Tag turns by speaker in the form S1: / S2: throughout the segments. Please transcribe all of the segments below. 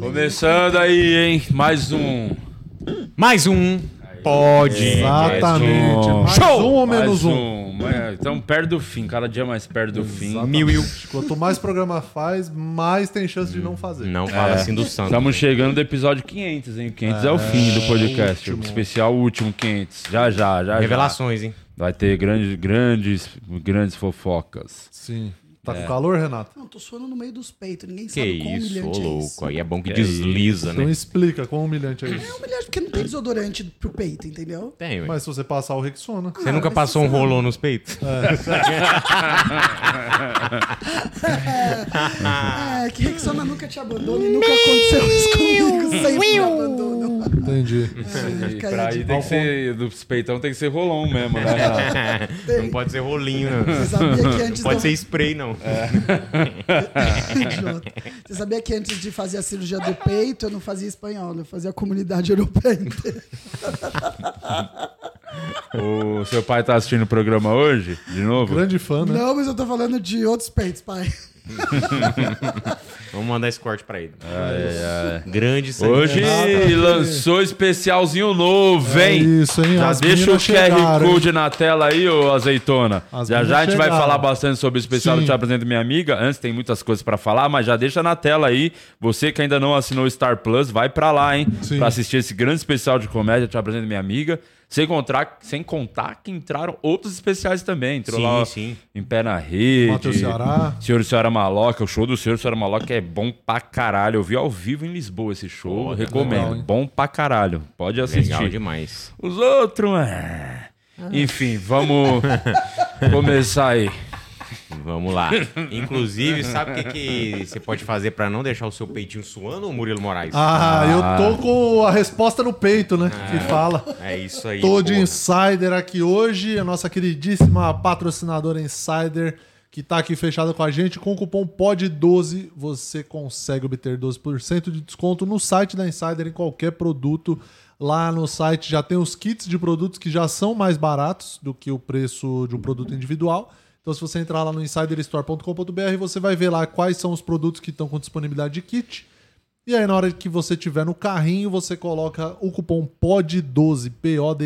S1: Começando aí, hein? Mais um.
S2: Mais um. Pode.
S3: Exatamente.
S2: Mais um.
S3: Mais
S2: Show!
S3: um ou
S1: Mais
S3: menos um?
S1: um. É, Então, perto do fim. Cada dia mais perto do fim.
S2: Mil e um.
S3: Quanto mais programa faz, mais tem chance de não fazer.
S4: Não fala assim do Santos.
S1: Estamos chegando do episódio 500, hein? 500 é, o fim do podcast. O especial último 500. Já, já, já. já.
S4: Revelações, hein?
S1: Vai ter grandes, grandes, grandes fofocas.
S3: Sim. Tá com calor, Renato?
S5: Não, tô suando no meio dos peitos. Ninguém
S4: Que
S5: sabe quão
S4: isso, ô
S5: humilhante é isso.
S4: louco. Aí é bom que desliza,
S3: Então
S4: né?
S3: explica quão humilhante é isso.
S5: Humilhante porque não tem desodorante pro peito, entendeu?
S4: Tem, ué.
S3: Mas ah, se você passar o Rexona.
S4: Você nunca passou um rolão nos peitos?
S5: É, que Rexona nunca te abandona e nunca aconteceu isso comigo. Sempre me abandonam.
S3: Entendi.
S1: E
S5: Fica
S1: pra
S5: aí
S1: aí
S5: de
S1: tem que ser. Dos peitão tem que ser rolão mesmo, né? Renato?
S3: É.
S4: Não pode ser rolinho, não.
S5: Você sabia que antes
S4: Pode
S5: da-
S4: ser spray, não.
S3: É.
S5: Idiota. Você sabia que antes de fazer a cirurgia do peito, eu não fazia espanhol, eu fazia a comunidade europeia. inteira.
S1: o seu pai tá assistindo o programa hoje? De novo?
S3: Grande fã, né?
S5: Não, mas eu tô falando de outros peitos, pai.
S4: Vamos mandar esse corte pra ele.
S3: É.
S4: Grande sangue.
S1: Hoje lançou especialzinho novo,
S3: É
S1: hein?
S3: isso, hein?
S1: Já
S3: As
S1: deixa o QR
S3: meninas chegaram, hein?
S1: Code na tela aí, ô azeitona.
S3: As
S1: já já
S3: meninas
S1: a gente vai
S3: chegaram.
S1: falar bastante sobre o especial do
S3: Sim.
S1: Te Apresento Minha Amiga. Antes tem muitas coisas pra falar, mas já deixa na tela aí. Você que ainda não assinou o Star Plus, vai pra lá, hein?
S3: Sim.
S1: Pra assistir esse grande especial de comédia Te Apresento Minha Amiga. Sem contar, sem contar que entraram outros especiais também. Entrou
S4: Sim,
S1: lá
S4: sim.
S1: em Pé na Rede.
S3: Matheus Ceará.
S1: Senhor e Senhora Maloca, o show do Senhor e Senhora Maloca é bom pra caralho. Eu vi ao vivo em Lisboa esse show,
S4: Olha,
S1: recomendo.
S3: legal, hein?
S1: bom pra caralho. Pode assistir.
S4: tá Legal demais.
S1: Os outros, é. Enfim, vamos começar aí.
S4: Vamos lá. Inclusive, sabe o que, que você pode fazer pra não deixar o seu peitinho suando, Murilo Moraes?
S3: Ah, eu tô com a resposta no peito, né? Que fala.
S4: É isso aí.
S3: Tô de
S4: porra.
S3: Insider aqui hoje, a nossa queridíssima patrocinadora Insider, que tá aqui fechada com a gente. Com o cupom POD12, você consegue obter 12% de desconto no site da Insider, em qualquer produto. Lá no site já tem os kits de produtos que já são mais baratos do que o preço de um produto individual. Então, se você entrar lá no insiderstore.com.br, você vai ver lá quais são os produtos que estão com disponibilidade de kit. E aí, na hora que você tiver no carrinho, você coloca o cupom POD12,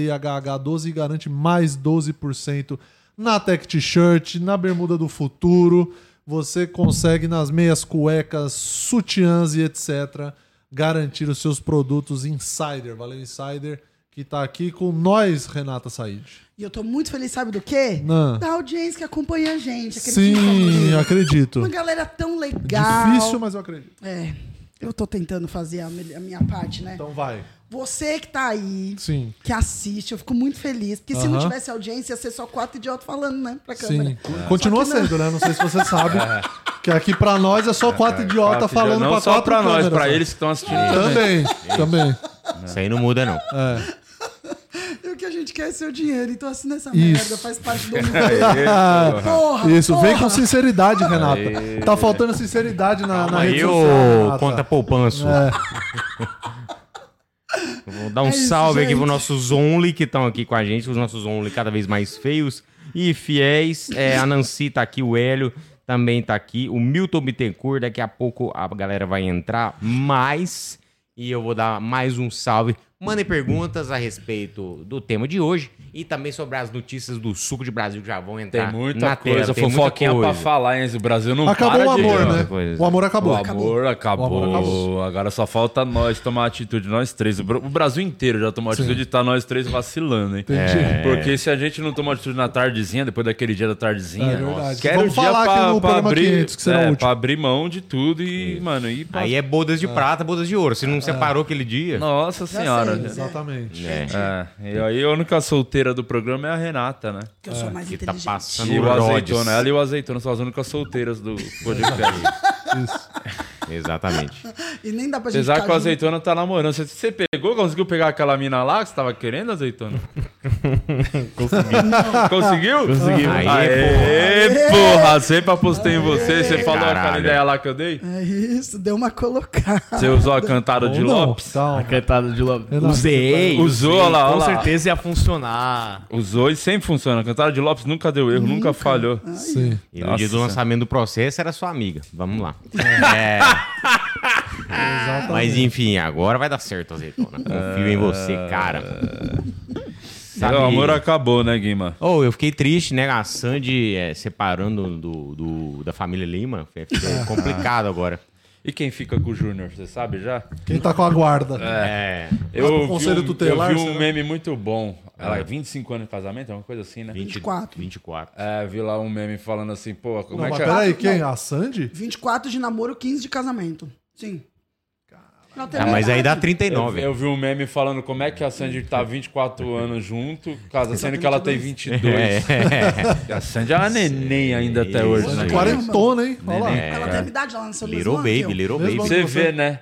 S3: P-O-D-I-H-H-12, e garante mais 12% na Tech T-shirt, na bermuda do futuro. Você consegue nas meias cuecas, sutiãs e etc. garantir os seus produtos Insider. Valeu, Insider, que tá aqui com nós, Renata Said.
S5: E eu tô muito feliz, sabe do quê?
S3: Não.
S5: Da audiência que acompanha a gente. acredita
S3: Sim,
S5: comigo?
S3: acredito.
S5: Uma galera tão legal.
S3: Difícil, mas eu acredito.
S5: É, eu tô tentando fazer a mel- a minha parte, né?
S3: Então vai.
S5: Você que tá aí,
S3: Sim.
S5: que assiste, eu fico muito feliz. Porque se não
S3: Aham.
S5: tivesse audiência, ia ser só quatro idiotas falando, né? Pra câmera.
S3: Sim.
S5: Só
S3: Continua
S5: que não. É.
S3: sendo, né? Não sei se você sabe. Que aqui pra nós é só quatro idiotas
S1: Quatro
S3: falando
S1: não
S3: pra
S1: só
S3: quatro
S1: pra nós,
S3: câmeras,
S1: pra
S3: né?
S1: eles que estão assistindo.
S3: Também, também.
S4: Isso aí não muda, não.
S5: E o que a gente quer é seu dinheiro. Então assina essa
S3: Isso.
S5: merda, faz parte do
S4: É,
S5: mundo. Porra,
S3: Isso, vem
S5: porra.
S3: com sinceridade, Renata. Tá faltando sinceridade Ah, na, na rede
S4: Aí
S3: social. É.
S4: o
S3: Renata.
S4: Conta Poupanço. Vou dar um
S5: É isso,
S4: salve aqui
S5: gente.
S4: pros nossos Only que estão aqui com a gente, os nossos Only cada vez mais feios e fiéis. É, a Nancy tá aqui, o Hélio também tá aqui, o Milton Bittencourt. Daqui a pouco a galera vai entrar mais e eu vou dar mais um salve. Mandem perguntas a respeito do tema de hoje e também sobre as notícias do Suco de Brasil que já vão
S1: Tem
S4: entrar
S1: muita
S4: na tela.
S1: coisa,
S4: tem muita
S1: fofoquinha pra
S4: coisa.
S1: falar, hein? O Brasil não
S3: Acabou
S1: para
S3: o amor,
S1: de...
S3: né?
S4: coisa.
S3: O amor acabou.
S1: O amor acabou.
S3: O amor acabou.
S1: Agora só falta nós tomar atitude, nós três. O Bra- o Brasil inteiro já tomou atitude e tá nós três vacilando, hein?
S3: Entendi.
S4: É.
S1: Porque se a gente não tomar atitude na tardezinha, depois daquele dia da tardezinha,
S3: É verdade.
S1: nossa, quero
S3: Vamos
S1: dia
S3: falar aqui
S1: pra,
S3: no
S1: pra
S3: programa
S1: abrir,
S3: 500, que será o
S1: é,
S3: último.
S1: pra abrir mão de tudo e, mano, e pra-
S4: Aí é bodas de prata, bodas de ouro. Se Ah. não separou aquele dia.
S1: Nossa
S5: Já
S1: senhora.
S5: sei, Zé.
S3: Exatamente.
S4: É.
S1: É, e aí a única solteira do programa é a Renata, né?
S5: Que eu sou mais
S4: Que tá
S5: inteligente.
S4: passando
S1: E o
S4: Herodes.
S1: Azeitona, ela e o Azeitona são as únicas solteiras do podcast.
S4: Exatamente.
S5: E nem dá pra gente
S1: Apesar
S5: ficar
S1: que o
S5: junto.
S1: Azeitona tá namorando. Você, você pegou, conseguiu pegar aquela mina lá que você tava querendo, Azeitona? Conseguiu? Conseguiu?
S4: Aí,
S1: Aê, porra, sempre apostei em você. Você falou aquela
S4: Caralho.
S1: ideia lá que eu dei?
S5: É isso, deu uma colocada.
S1: Você usou a cantada de
S3: Ou não, tá um-
S1: Lopes?
S3: calma.
S6: Cantada de Lopes.
S3: Renato,
S6: Usei.
S1: Usou,
S6: usei,
S1: olha lá,
S6: Com
S1: olha lá.
S6: certeza ia funcionar.
S1: Usou e sempre funciona. A cantada de Lopes nunca deu erro, nunca, falhou.
S3: Sim.
S4: E no dia do
S1: Nossa.
S4: lançamento do processo era sua amiga. Vamos lá. É. Mas enfim, agora vai dar certo, azeitona. Confio em você, cara. Sabe-
S1: O amor acabou, né, Guima?
S4: Oh, eu fiquei triste, né? A Sandy é, separando do, do- da família Lima. É complicado agora.
S1: E quem fica com o Júnior, você sabe já?
S3: Quem tá com a guarda?
S4: É.
S3: pro
S1: Eu vi
S3: conselho
S1: um,
S3: tutelar,
S1: eu vi um
S3: será?
S1: meme muito bom. Ela é 25 anos de casamento, é uma coisa assim, né?
S5: 24.
S4: 24.
S1: É, vi lá um meme falando assim, pô, como
S3: Não,
S1: é
S3: mas
S1: que é?
S3: peraí, quem? A Sandy?
S5: 24 de namoro, 15 de casamento. Sim. Não, tem
S4: Ah, mas aí dá
S5: verdade.
S4: 39.
S1: Eu, eu vi um meme falando como é que a Sandy tá 24 anos junto, casa sendo que ela tem 22. A Sandy é uma neném ainda até hoje.
S3: Sandy
S1: né?
S3: Quarentona, hein? Olha lá.
S1: É,
S5: Ela teve idade, ela nasceu no
S4: é. Little
S5: mesmo ano que
S4: baby,
S5: eu.
S4: little
S3: Mesmo
S4: baby.
S1: Você vê, né?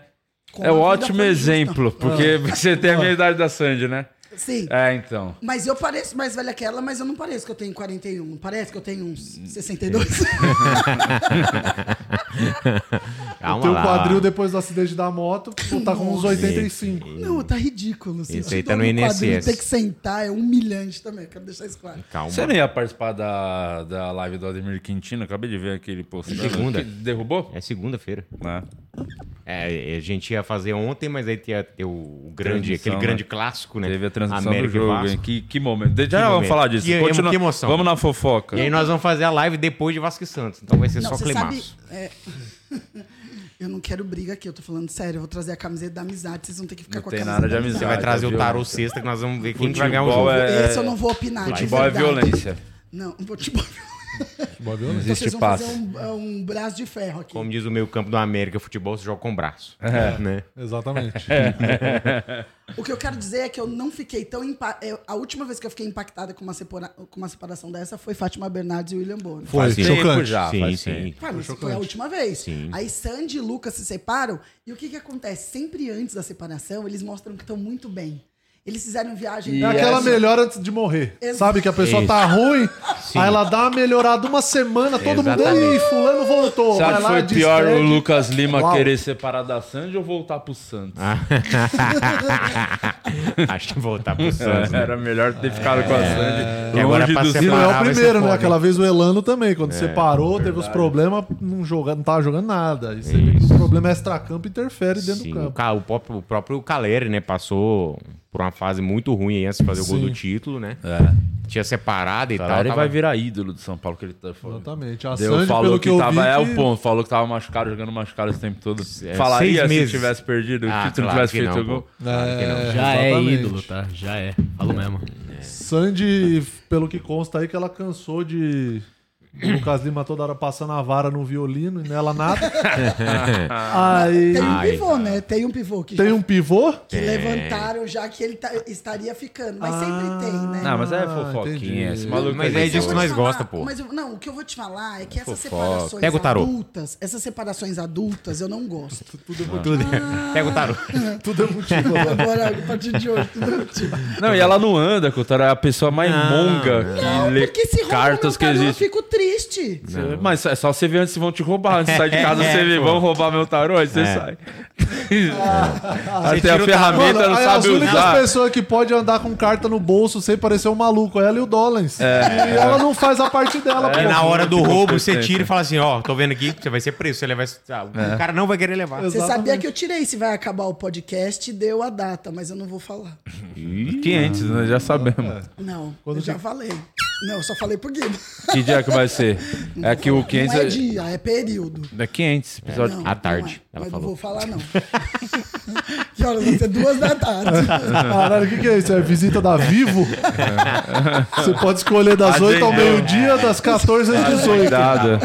S5: Com
S1: É
S5: a
S1: um
S5: vida né?
S1: ótimo
S5: foi justa.
S1: exemplo, porque você tem a minha idade da Sandy, né?
S5: Sim.
S1: É, então.
S5: Mas eu pareço mais velha que ela, mas eu não pareço que eu tenho 41. Não Parece que eu tenho uns
S1: Hum.
S5: 62.
S4: Calma
S3: Teu
S4: lá.
S3: um quadril depois do acidente da moto, tu tá com uns 85.
S5: não, tá ridículo. assim.
S4: Esse aí
S5: Te
S4: tá
S5: dói
S4: no
S5: quadril,
S4: INSS.
S5: Ter que sentar é humilhante também. Quero deixar isso claro.
S4: Calma.
S1: Você não ia participar da, da live do Ademir Quintino? Acabei de ver aquele post.
S4: Segunda.
S1: Derrubou?
S4: É segunda-feira.
S1: Né?
S4: É, a gente ia fazer ontem, mas aí tinha ter o o grande,
S1: Transição,
S4: aquele
S1: né?
S4: grande clássico, né?
S1: Teve a transmissão
S4: América
S1: do
S4: e
S1: jogo,
S4: Vasco.
S1: hein? Que, que momento. Já vamos
S4: momento.
S1: falar disso.
S4: Que- é um
S1: Continua-
S4: que emoção.
S1: Vamos na fofoca.
S4: E aí nós vamos fazer a live depois de Vasco e Santos. Então vai ser
S5: Não,
S4: só
S5: você sabe.
S4: clemaço.
S5: é, eu não quero briga aqui, eu tô falando sério. Eu vou trazer a camiseta da amizade, vocês vão ter que ficar
S1: Não
S5: com a
S1: tem
S5: camiseta.
S1: nada de
S5: da
S1: amizade.
S4: Você vai
S1: Ah, tá
S4: trazer o tarô
S1: violento.
S4: sexta que nós vamos ver quem que vai ganhar o
S1: Futebol
S4: jogo.
S1: é...
S5: Esse eu não vou opinar. de
S1: Futebol é
S5: verdade.
S1: violência.
S3: Então
S5: Não, futebol é violência.
S1: Não
S5: Então vocês
S1: existe
S5: vão
S1: paz.
S5: fazer um, é, um braço de ferro aqui.
S4: Como diz o meio campo do América, futebol se joga com o braço.
S1: É.
S4: Né?
S3: Exatamente.
S5: O que eu quero dizer é que eu não fiquei tão impactada. A última vez que eu fiquei impactada com uma, separa- com uma separação dessa foi Fátima Bernardes e William Bonner.
S3: Foi Ah,
S4: Faz tempo
S3: chocante.
S1: já,
S4: sim, é.
S1: faz
S4: sim.
S5: Cara, mas foi a última vez. Aí Sandy e Lucas se separam. E o que, que acontece? Sempre antes da separação, eles mostram que estão muito bem. Eles fizeram viagem.
S1: E
S3: É aquela
S1: essa-
S3: melhor antes de morrer.
S5: Ex-
S3: Sabe que a pessoa
S4: Isso.
S3: tá ruim,
S4: Sim.
S3: aí ela dá uma melhorada uma semana, todo mundo.
S4: Exatamente.
S3: Ih, fulano voltou.
S1: Você acha
S3: vai
S1: que
S3: lá,
S1: foi pior
S3: despede.
S1: o Lucas Lima
S3: Uau.
S1: querer separar da Sandy ou voltar pro Santos?
S4: Ah, Acho que voltar
S1: É.
S4: pro Santos. né?
S1: Era melhor ter ficado com a Sandy.
S4: É. E agora
S1: longe
S4: pra
S1: do
S3: E
S4: separar-
S3: não é o
S4: vai ser
S3: primeiro, né?
S4: foda,
S3: Aquela vez o Elano também,
S1: É,
S3: quando separou, teve os problemas, não, joga, não tava jogando nada. Aí você vê que o problema extra-campo interfere dentro
S4: Sim,
S3: do
S4: o,
S3: campo.
S4: Ca- o próprio, o próprio Caleri, né? Passou por uma fase muito ruim aí antes de fazer o
S3: Sim.
S4: gol do título, né? Tinha separado e tal.
S1: Ele
S4: tava-
S1: É. vai virar ídolo do São Paulo que ele tá falando.
S3: Exatamente. A
S1: Deu,
S3: Sandy,
S1: falou
S3: pelo
S1: que,
S3: que, eu
S1: tava.
S3: vi,
S1: é
S3: que-
S1: o ponto, falou que tava machucado, jogando machucado esse tempo todo.
S4: É,
S1: Falaria
S4: seis
S1: se
S4: meses.
S1: tivesse perdido,
S4: Ah,
S1: que tu não
S4: claro
S1: tivesse
S4: que
S1: feito
S4: não,
S1: o gol.
S4: pô. Claro que não.
S6: Já é
S3: Exatamente.
S6: ídolo, tá? Já é. Falo mesmo.
S3: Sandy, pelo que consta aí, que ela cansou de. o Lucas Lima toda hora passando a vara no violino e nela nada. aí
S5: Tem um
S4: Ai,
S5: pivô, né? Tem um pivô que,
S3: tem
S5: já-
S3: um pivô.
S5: que levantaram já que ele tá- estaria ficando. Mas sempre tem, né?
S1: Não, mas é
S3: Ah,
S1: fofoquinha.
S3: entendi.
S1: Esse maluco
S4: Mas
S1: aí
S4: é
S5: Mas eu
S4: disso que
S5: vou
S4: nós
S5: te falar-
S4: gosta, pô.
S5: Mas eu- não, o que eu vou te falar é que essas
S1: Fofoca.
S5: separações
S4: Pega o tarô.
S5: adultas, essas separações adultas, eu não gosto.
S4: Tudo- Ah. Pega o tarô.
S5: Ah.
S3: Tudo é motivo. né?
S5: Tipo, Agora, a partir de hoje, tudo é motivo.
S1: Não, e ela não anda, Cotora. É a pessoa mais monga que lê
S5: Porque se rouba meu
S1: cartas que
S5: tarô, eu
S1: existe.
S5: fico triste.
S1: Você- Mas é só você ver antes se vão te roubar. Antes de sair de casa, você vê, vão roubar meu tarô, aí é, você sai. Até a
S4: tira o
S1: ferramenta
S3: Mano,
S1: tá- não
S5: é
S3: aí as
S1: sabe
S3: únicas
S1: usar.
S3: pessoas que pode andar com carta no bolso sem parecer um maluco, é ela e o Dollens. E ela não faz a parte dela,
S4: Aí
S3: pô.
S4: É, na hora do
S1: muito
S4: roubo,
S1: competente.
S4: você tira e fala assim, ó, tô vendo aqui, você vai ser preso. Você levar esse- ah,
S1: É.
S4: O cara não vai querer levar.
S5: Você
S3: Exatamente.
S5: sabia que eu tirei se vai acabar o podcast, deu a data, mas eu não vou falar.
S1: Que
S4: é?
S1: antes, nós né? já sabemos.
S5: Não, eu já falei. Não, eu só falei pro Guido.
S1: Que dia que vai ser? É que o
S5: Não é
S1: 500...
S5: dia, é período.
S1: É 500, episódio
S5: Não,
S4: à tarde,
S5: Não é, mas
S4: ela
S5: não vou
S4: falou.
S5: falar, não. que horas vai ser? Duas da tarde.
S3: Caralho, o que, que é isso? É visita da Vivo? Você pode escolher das
S1: Agendou.
S3: 8 ao meio-dia, das 14 às 18.
S1: Cuidado.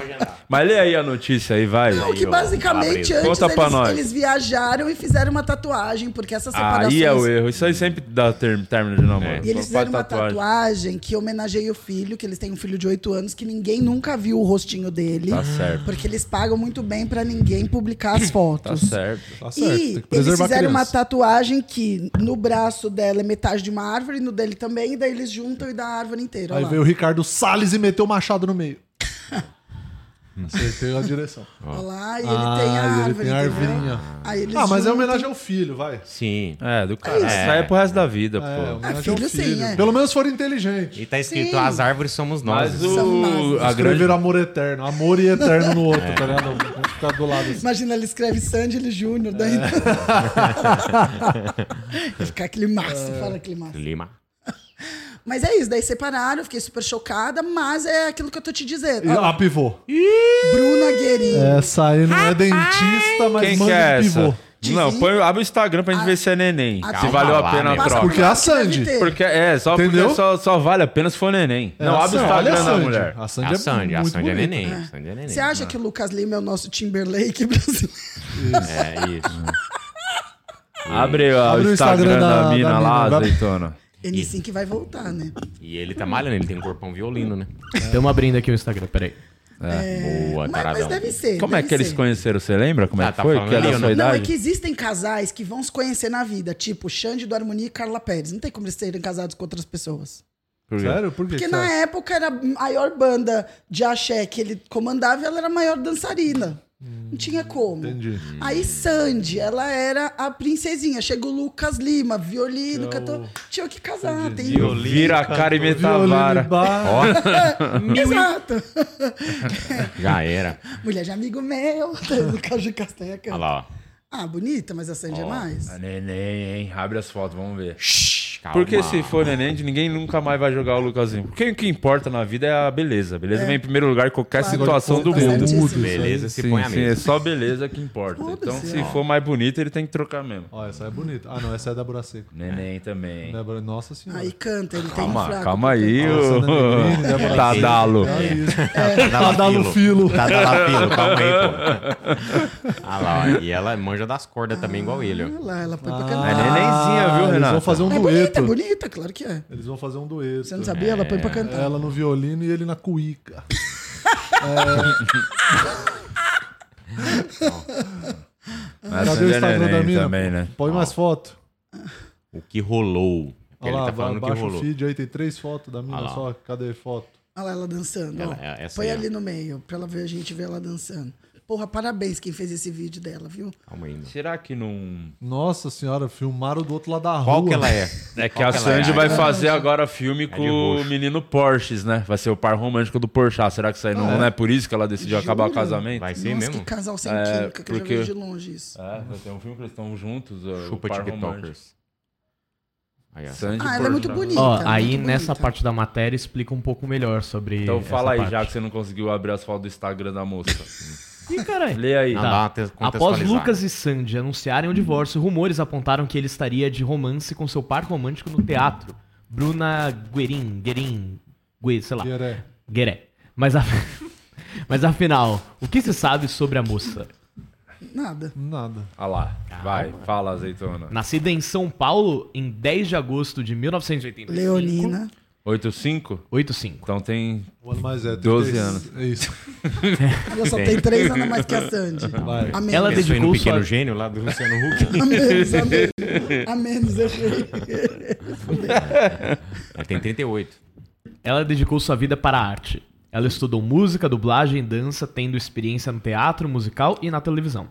S1: Mas lê aí a notícia aí, vai.
S5: Não, que basicamente
S4: Fabrício,
S5: antes
S1: conta pra nós.
S5: eles, eles viajaram e fizeram uma tatuagem, porque essa separação.
S1: Aí é o erro. Isso aí sempre dá term- término de namoro.
S5: E eles fizeram uma
S1: Tatuagem.
S5: tatuagem. que homenageia o filho, que eles têm um filho de 8 anos que ninguém nunca viu o rostinho dele.
S1: Tá certo.
S5: Porque eles pagam muito bem pra ninguém publicar as
S1: Tá
S5: fotos.
S1: certo.
S3: Tá certo, tem
S5: E
S3: que
S5: eles
S3: preservar a
S5: fizeram uma
S3: criança.
S5: tatuagem que no braço dela é metade de uma árvore, no dele também, e daí eles juntam e dá a árvore inteira.
S3: Aí
S5: olha Então lá.
S3: veio o Ricardo Salles e meteu o machado no meio. Acertei a direção.
S5: Olá, e ele
S3: Ah,
S5: tem a
S3: e ele
S5: árvore.
S3: tem a
S5: entendeu?
S3: arvorinha.
S5: Aí eles
S3: Ah, mas é
S5: juntam.
S3: homenagem ao filho, vai.
S4: Sim.
S1: É, do cara. Isso aí é pro resto da vida,
S3: É,
S1: pô.
S3: homenagem
S5: Ah, filho,
S3: ao
S5: sim,
S3: filho.
S5: é.
S3: Pelo menos foram inteligentes.
S4: E tá escrito,
S5: Sim.
S4: as árvores somos nós.
S1: Mas
S5: São
S1: o.
S5: nazis.
S1: A
S3: Escreveram
S1: grande...
S3: amor eterno. Amor e eterno no outro, tá ligado? Vamos ficar do lado assim.
S5: Imagina, ele escreve Sandy, ele Júnior,
S3: É.
S5: daí. Vai ficar aquele massa,
S3: É.
S5: fala aquele massa.
S4: Lima.
S5: Mas é isso, daí separaram, eu fiquei super chocada, mas é aquilo que eu tô te dizendo.
S3: E
S5: Ó,
S3: a pivô.
S5: Bruna Guerin.
S3: Essa aí não é dentista, mas
S1: Quem que
S3: manda
S1: é
S3: um pivô.
S1: essa? Não, põe, abre o Instagram pra gente ver se é neném.
S5: a-
S1: se valeu a
S4: Calma
S1: pena
S4: lá,
S1: a
S4: né?
S5: Passa
S1: troca.
S3: Porque é a Sandy.
S5: deve ter.
S1: Porque é, só
S3: Entendeu?
S1: porque só, só vale a pena se for neném.
S3: É,
S1: não,
S3: a
S1: abre o
S3: Sandy, olha
S1: Instagram
S3: a
S1: da
S3: Sandy.
S1: mulher.
S3: A Sandy,
S4: A Sandy,
S3: é
S4: a
S3: muito
S4: Sandy é
S3: bonita.
S4: neném. a Sandy é neném.
S5: Você acha que o Lucas Lima é o nosso Timberlake brasileiro?
S4: É isso.
S1: Abre, ó,
S3: Abre
S1: o Instagram, da, mina lá,
S3: vai-
S1: azeitona.
S5: Ele sim que vai voltar, né?
S4: E ele tá malhando, ele tem um corpão violino, né? É.
S6: Estamos É. abrindo aqui o Instagram, peraí.
S4: Boa,
S5: É. Mas, mas
S4: taradão.
S5: deve ser.
S1: Como é
S5: deve
S1: que eles
S5: ser.
S1: conheceram? Você lembra como é
S4: Ah,
S1: que
S4: tá
S1: foi?
S4: falando
S1: Que é da
S4: ali,
S1: sua
S4: né?
S5: Não, é
S1: idade?
S5: que existem casais que vão se conhecer na vida, tipo Xande do Harmonia e Carla Pérez. Não tem como eles serem casados com outras pessoas.
S1: Por quê?
S3: Sério? Por que
S5: Porque
S3: que
S5: na
S3: você acha?
S5: época era a maior banda de axé que ele comandava e ela era a maior dançarina.
S1: Hum,
S5: Não tinha como.
S3: Entendi.
S5: Aí Sandy, ela era a princesinha. Chega o Lucas Lima, violino, cantor. Tinha que casar. Tem...
S1: Vira a cara e
S5: é
S3: Violino e
S1: metavara.
S3: bar.
S5: Exato.
S4: Já era.
S5: Mulher de amigo meu, do Caju Casteca.
S4: Olha lá, ó.
S5: Ah, bonita, mas a Sandy é mais.
S1: A Ah, Neném, hein? Abre as fotos, vamos ver.
S4: Calma.
S1: Porque se for neném, ninguém nunca mais vai jogar o Lucasinho. Porque o que importa na vida é a beleza. Beleza vem em primeiro lugar em qualquer
S5: Claro.
S1: situação do
S5: Tá
S1: mundo.
S5: certíssimo.
S4: Beleza, se põe a
S1: é
S4: mesa.
S1: só beleza que importa. Então,
S5: Foda-se,
S1: se for mais bonito, ele tem que trocar mesmo.
S3: Ó, essa é bonita. Ah, não, essa é da Buraceco.
S1: Neném também.
S3: Débora- Nossa senhora. É
S5: Aí canta, ele tem um
S1: Calma,
S5: fraco.
S1: calma aí, ô.
S3: Sandra Negrini,
S1: né,
S3: Débora
S1: Tadalo.
S3: Seco. É isso.
S4: Tá
S3: Tadalo Filo.
S4: Tá dando filo, calma aí, pô. Olha lá, ó. E ela manja das cordas também, igual ele, ó.
S5: Olha lá, ela foi pra
S1: É
S5: cantar.
S1: nenenzinha, viu,
S3: Eles
S1: Renato?
S3: vão fazer um
S5: É bonita, é
S3: dueto.
S5: bonita, claro que é.
S3: Eles vão fazer um dueto.
S1: É.
S5: Você não sabia? Ela põe pra cantar.
S3: Ela no violino e ele na cuíca.
S4: Tá
S1: Mas é
S3: Cadê o Instagram da mina?
S1: também, né?
S3: Põe mais foto.
S4: O que rolou. Porque
S3: Olha
S4: ele
S3: lá,
S4: tá falando o que
S3: abaixa o
S4: rolou.
S3: feed aí, tem três fotos da mina
S4: Olha lá.
S3: só. Cadê foto?
S5: Olha lá ela dançando.
S4: Ela-
S5: ó.
S4: é- essa
S5: Põe
S4: aí, ó.
S5: ali no meio, pra ela ver, a gente ver ela dançando. Porra, parabéns quem fez esse vídeo dela, viu?
S4: Calma aí, mano.
S1: Será que não.
S3: Nossa senhora, filmaram do outro lado da rua.
S4: Qual que ela é?
S1: É que
S4: Qual
S1: a É
S4: que ela é?
S1: Sandy vai fazer agora filme
S4: de
S1: com o
S4: roxo.
S1: menino Porches, né? Vai ser o par romântico do Porchat. Será que isso aí não, não é por isso que ela decidiu acabar o casamento?
S4: Vai ser
S5: Nossa,
S4: É assim
S5: que
S4: mesmo?
S5: casal sem
S1: É,
S5: química, que eu já
S1: porque-
S5: vejo de longe isso.
S1: É, vai ter um filme que eles estão juntos. ó,
S4: Chupa
S1: o par romântico.
S4: TikTokers. Aí, ó.
S1: Sandy né?
S5: Ah, ela é
S1: Porchat.
S5: muito bonita.
S6: Ó,
S5: muito
S6: aí
S5: bonita.
S6: nessa parte da matéria explica um pouco melhor sobre.
S1: Então
S6: essa
S1: fala aí,
S6: parte.
S1: já que você não conseguiu abrir as fotos do Instagram da moça.
S6: Ih, caralho.
S1: Lê aí.
S4: Não,
S6: Tá.
S4: dá uma te-
S6: Após
S4: contextualizada.
S6: Lucas e Sandy anunciarem o divórcio, rumores apontaram que ele estaria de romance com seu par romântico no teatro. Bruna Guerin, Guerin, Gue, sei lá,
S3: Que era-
S6: Gueré. Mas, a... Mas afinal, o que se sabe sobre a moça?
S5: Nada.
S3: Nada.
S1: Olha Ah lá.
S5: Tá.
S1: Vai, fala, azeitona.
S6: Nascida em São Paulo em 10 de agosto de 1985.
S5: Leonina.
S1: 8,5?
S6: 85.
S1: Então tem.
S3: O ano mais é.
S1: 12
S3: 36.
S1: anos.
S3: É isso.
S5: Ela
S4: É.
S5: só tem três anos a mais que a Sandy.
S3: Vai.
S5: A menos.
S6: Ela
S4: Pensou aí no
S6: dedicou
S4: pequeno
S6: sua-
S4: gênio lá do Luciano Huck.
S5: A menos, a menos. A menos, eu errei.
S4: Ele É, tem 38.
S6: Ela dedicou sua vida para a arte. Ela estudou música, dublagem e dança, tendo experiência no teatro, musical e na televisão.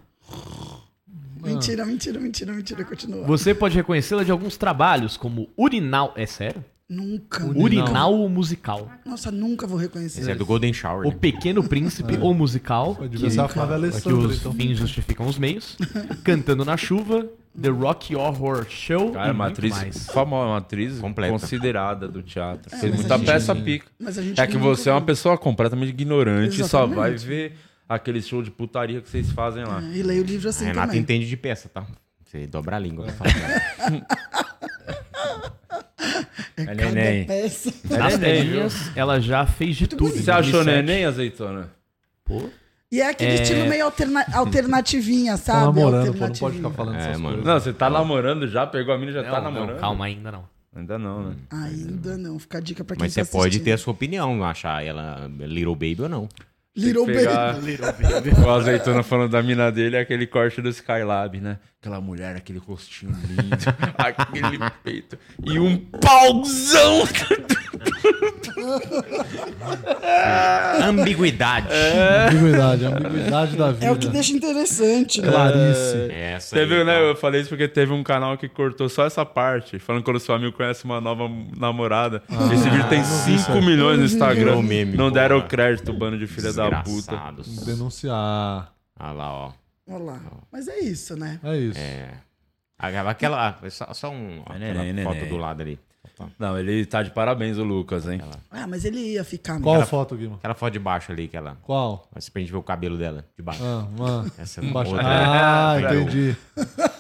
S5: Mentira, mentira, mentira, mentira. Continua.
S6: Você pode reconhecê-la de alguns trabalhos, como Urinal. É sério?
S5: Nunca.
S6: Urinal ou musical.
S5: Nossa, nunca vou
S4: Esse é
S5: reconhecer.
S4: do Golden Shower.
S6: O
S4: né?
S6: Pequeno Príncipe ou musical.
S3: É. Pode
S6: que-
S3: ser a Flávia
S6: que
S3: Alessandra,
S6: os
S3: então.
S6: fins justificam os meios. Cantando na chuva. The Rock Horror Show.
S1: Cara, é
S6: e
S1: uma
S6: muito
S1: atriz
S6: mais.
S1: famosa, uma atriz
S4: Completa.
S1: considerada do teatro.
S5: É,
S1: Fez
S5: mas
S1: muita
S5: a gente-
S1: peça pica.
S5: Mas a gente
S1: É que
S5: nunca
S1: você é uma
S5: viu.
S1: pessoa completamente ignorante e só
S5: Exatamente.
S1: vai ver aquele show de putaria que vocês fazem lá.
S5: E leio o livro
S4: A
S5: assim
S4: Renata
S5: também.
S4: entende de peça, tá? Você dobra a língua pra falar.
S1: É
S5: Cada
S1: neném.
S5: peça.
S6: Nas
S1: É neném, viu?
S6: telinhas, ela já fez de tudo.
S1: Você achou
S6: 2007.
S1: neném, azeitona?
S5: E é aquele
S6: É.
S5: estilo meio alterna- alternativinha,
S3: Tá
S5: sabe?
S3: namorando, pô. Não pode ficar
S5: Alternativinha.
S3: falando
S4: É,
S3: essas
S4: mano.
S3: coisas.
S1: Não, você tá namorando já, pegou a mina e já tá
S6: Não,
S1: namorando.
S6: não, calma, ainda não.
S1: Ainda não, né?
S5: Ainda não, fica a dica pra quem
S4: Mas
S5: tá
S4: você pode
S5: assistindo.
S4: ter a sua opinião, achar ela Little Baby ou não.
S5: Little
S1: pegar-
S5: Baby.
S1: O azeitona falando da mina dele é aquele corte do Skylab, né? Aquela mulher, aquele rostinho lindo, aquele peito e um pauzão.
S4: Ambiguidade.
S3: Ambiguidade, a ambiguidade da vida.
S5: É o que deixa interessante, né?
S3: Clarice.
S4: Essa
S1: Teve,
S4: aí,
S1: né?
S4: tá.
S1: Eu falei isso porque teve um canal que cortou só essa parte, falando quando seu amigo conhece uma nova namorada.
S4: Ah,
S1: Esse vídeo tem 5 milhões no Instagram.
S4: Virou meme,
S1: não deram
S4: porra.
S1: crédito, bando de filha da puta.
S4: Desgraçados.
S3: Denunciar.
S4: Olha lá, ó.
S5: Olha lá. Mas é isso, né?
S3: É isso.
S4: Aquela, aquela ah, só, só um,
S1: Neném,
S4: aquela
S1: neném.
S4: foto do lado ali.
S1: Não, ele tá de parabéns, o Lucas, hein?
S5: Ah, mas ele ia ficar.
S3: Qual
S5: mesmo.
S3: foto, Guima?
S4: Aquela foto de baixo ali, aquela.
S3: Qual?
S4: Mas pra gente ver o cabelo dela, de baixo.
S3: Ah, mano.
S4: Essa é
S3: Embaixo.
S4: outra.
S3: Ah,
S4: Outra.
S3: entendi.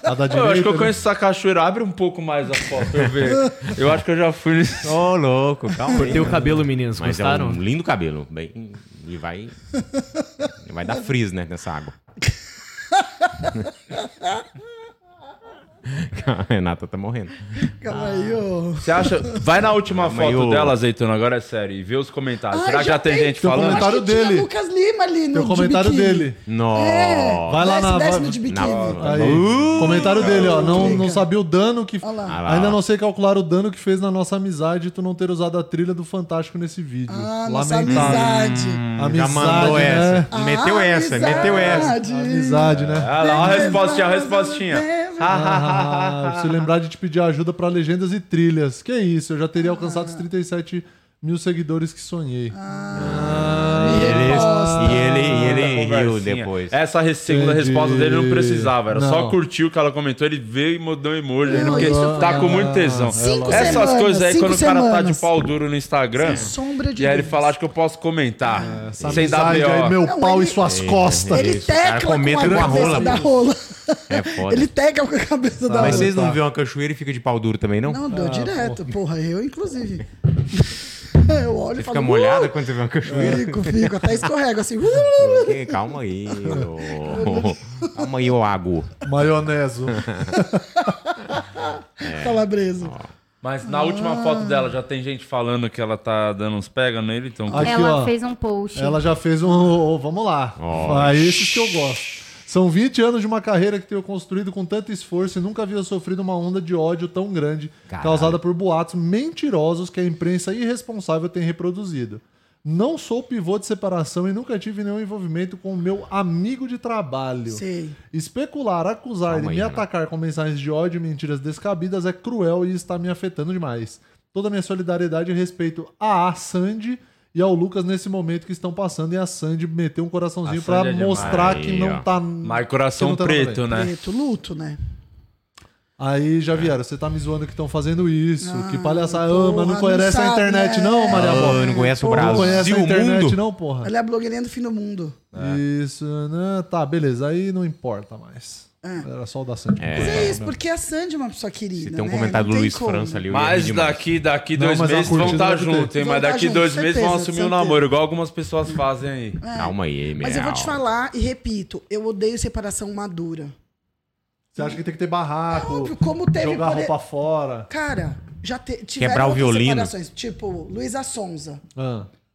S3: A da direita.
S1: Eu acho que eu
S3: né?
S1: conheço essa cachoeira. Abre um pouco mais a foto pra eu ver. Eu acho que eu já fui nesse.
S4: Ô, louco, calma aí.
S6: Cortei o cabelo, meninos.
S4: Mas
S6: Gostaram?
S4: é um lindo cabelo. Bem, e vai. e vai dar frizz, né, nessa água. A Renata tá morrendo.
S5: Calma aí, ô.
S1: Você acha? Vai na última
S4: Calma aí,
S1: foto
S4: ô.
S1: dela, azeitona, agora é sério, e vê os comentários.
S5: Ah,
S1: Será que já tem gente
S3: Tem um
S1: falando?
S3: comentário
S5: Acho que tinha
S3: dele.
S5: Lucas Lima ali no
S3: Tem o comentário
S5: de um biquíni.
S3: dele.
S4: Nossa.
S5: É.
S3: Vai
S5: Desce-
S3: lá na-
S5: desce
S3: vai-
S5: no de biquíni. Ah,
S4: Na-
S3: Aí. Comentário dele, ó. Não, não sabia o dano que.
S5: Olha lá.
S4: Ah lá.
S3: Ainda não sei calcular o dano que fez na nossa amizade tu não ter usado a trilha do Fantástico nesse vídeo.
S5: Ah, nossa
S3: Lamentável.
S5: amizade.
S4: Já mandou
S3: É. né?
S4: essa. Hum, Meteu
S5: Ah,
S4: essa, meteu essa.
S5: amizade.
S3: Amizade, né?
S1: Ah lá, ó a respostinha, a respostinha.
S3: Ah, se lembrar de te pedir ajuda pra legendas e trilhas. Que isso, eu já teria
S5: Ah.
S3: alcançado os 37 mil seguidores que sonhei.
S5: Ah.
S3: Ah,
S4: E ele, é e ele, e ele
S1: Puta
S4: riu
S1: é conversinha.
S4: depois.
S1: Essa re- segunda
S3: Entendi.
S1: resposta dele não precisava, era só
S3: Não.
S1: curtir o que ela comentou, ele veio e mandou um emoji ainda,
S5: Não,
S1: porque
S5: isso
S1: tá
S5: foi-
S1: com muito tesão.
S5: Cinco
S1: Essas
S5: semanas,
S1: coisas aí,
S5: cinco
S1: quando o cara tá de
S5: semanas.
S1: pau duro no Instagram,
S5: Sombra de
S1: e aí ele
S5: Deus.
S1: fala, acho que eu posso comentar,
S3: Essa
S1: sem dar
S3: amizade aí,
S1: B.O.
S3: meu
S5: Não,
S3: pau
S5: ele-
S3: e suas costas.
S5: Ele
S4: Isso, o cara
S5: tecla com a,
S4: comenta
S5: cabeça
S4: com a rola,
S5: da
S4: pô.
S5: rola.
S4: É foda.
S5: Ele tecla com a cabeça da
S4: Mas
S5: rola.
S4: vocês não viram uma cachoeira e fica de pau duro também, não?
S5: Não, deu direto, porra. Eu, inclusive. Eu olho
S4: Você
S5: e
S4: fica
S5: falo...
S4: molhada
S5: "Uh!"
S4: quando você vê uma cachoeira?
S5: Fico, fico. Até escorrego, assim. "Uh!"
S4: Ei, Calma aí, ô. Calma aí, ô Agu.
S3: Maioneso.
S4: É,
S5: Calabresa.
S1: Mas na última foto dela já tem gente falando que ela tá dando uns pega nele, então.
S3: Aqui,
S7: Ela
S3: ó.
S7: fez um post.
S3: Ela já fez um. oh, vamos lá.
S4: Ó.
S3: Ah, esses que eu gosto. São 20 anos de uma carreira que tenho construído com tanto esforço e nunca havia sofrido uma onda de ódio tão grande causada por boatos mentirosos que a imprensa irresponsável tem reproduzido. Não sou pivô de separação e nunca tive nenhum envolvimento com o meu amigo de trabalho.
S5: Sei.
S3: Especular, acusar
S4: Calma aí,
S3: e
S4: né?
S3: me
S4: Renato.
S3: atacar com mensagens de ódio e mentiras descabidas é cruel e está me afetando demais. Toda a minha solidariedade e respeito a Sandy e ao Lucas nesse momento que estão passando. E a Sandy meteu um coraçãozinho
S1: A Sandy
S3: pra
S1: é demais.
S3: mostrar
S4: Aí,
S3: que não
S4: ó.
S3: tá.
S1: Mas coração
S3: que não tá
S1: preto,
S3: tudo
S1: né?
S5: Preto, luto, né?
S3: Aí
S4: É.
S3: já vieram, você tá me zoando que estão fazendo isso.
S5: Ah,
S3: que palhaçada.
S5: porra,
S3: Ah, mas não
S5: não
S3: conhece a
S5: sabe,
S3: internet,
S5: né?
S3: não, Maria
S4: Ah,
S3: Bola.
S4: não conhece o
S3: Não conhece
S4: Brasil,
S3: a
S4: o
S3: internet,
S4: mundo. É.
S3: não, porra.
S5: Ela é a blogueirinha do fim do mundo.
S3: Isso, né? Tá, beleza. Aí não importa mais.
S5: Ah.
S3: Era só o da Sandy.
S5: Mas é isso, porque a Sandy é uma pessoa querida.
S4: Se tem um
S5: né?
S4: comentário
S5: Não
S4: do
S5: tem
S4: Luiz
S5: como.
S4: França ali, eu ia rir
S1: Mas
S4: demais.
S1: daqui, daqui
S3: Não,
S1: dois
S3: mas é uma
S1: meses vão
S3: curtida
S1: estar tá
S3: deve ter.
S1: junto, hein?
S5: Vão
S1: Mas
S5: tá
S1: daqui
S5: junto,
S1: dois meses vão
S5: certeza,
S1: assumir o
S5: certeza.
S1: namoro, igual algumas pessoas fazem aí.
S4: Calma aí, meu.
S5: Mas eu vou te falar e repito, eu odeio separação madura.
S3: Você acha que tem que ter barraco?
S5: Óbvio, como teve.
S3: jogar
S5: por e-
S3: roupa fora.
S5: Cara, já te, tiveram
S4: Quebrar o
S5: outras
S4: violino.
S5: separações, Tipo, Luísa Sonza,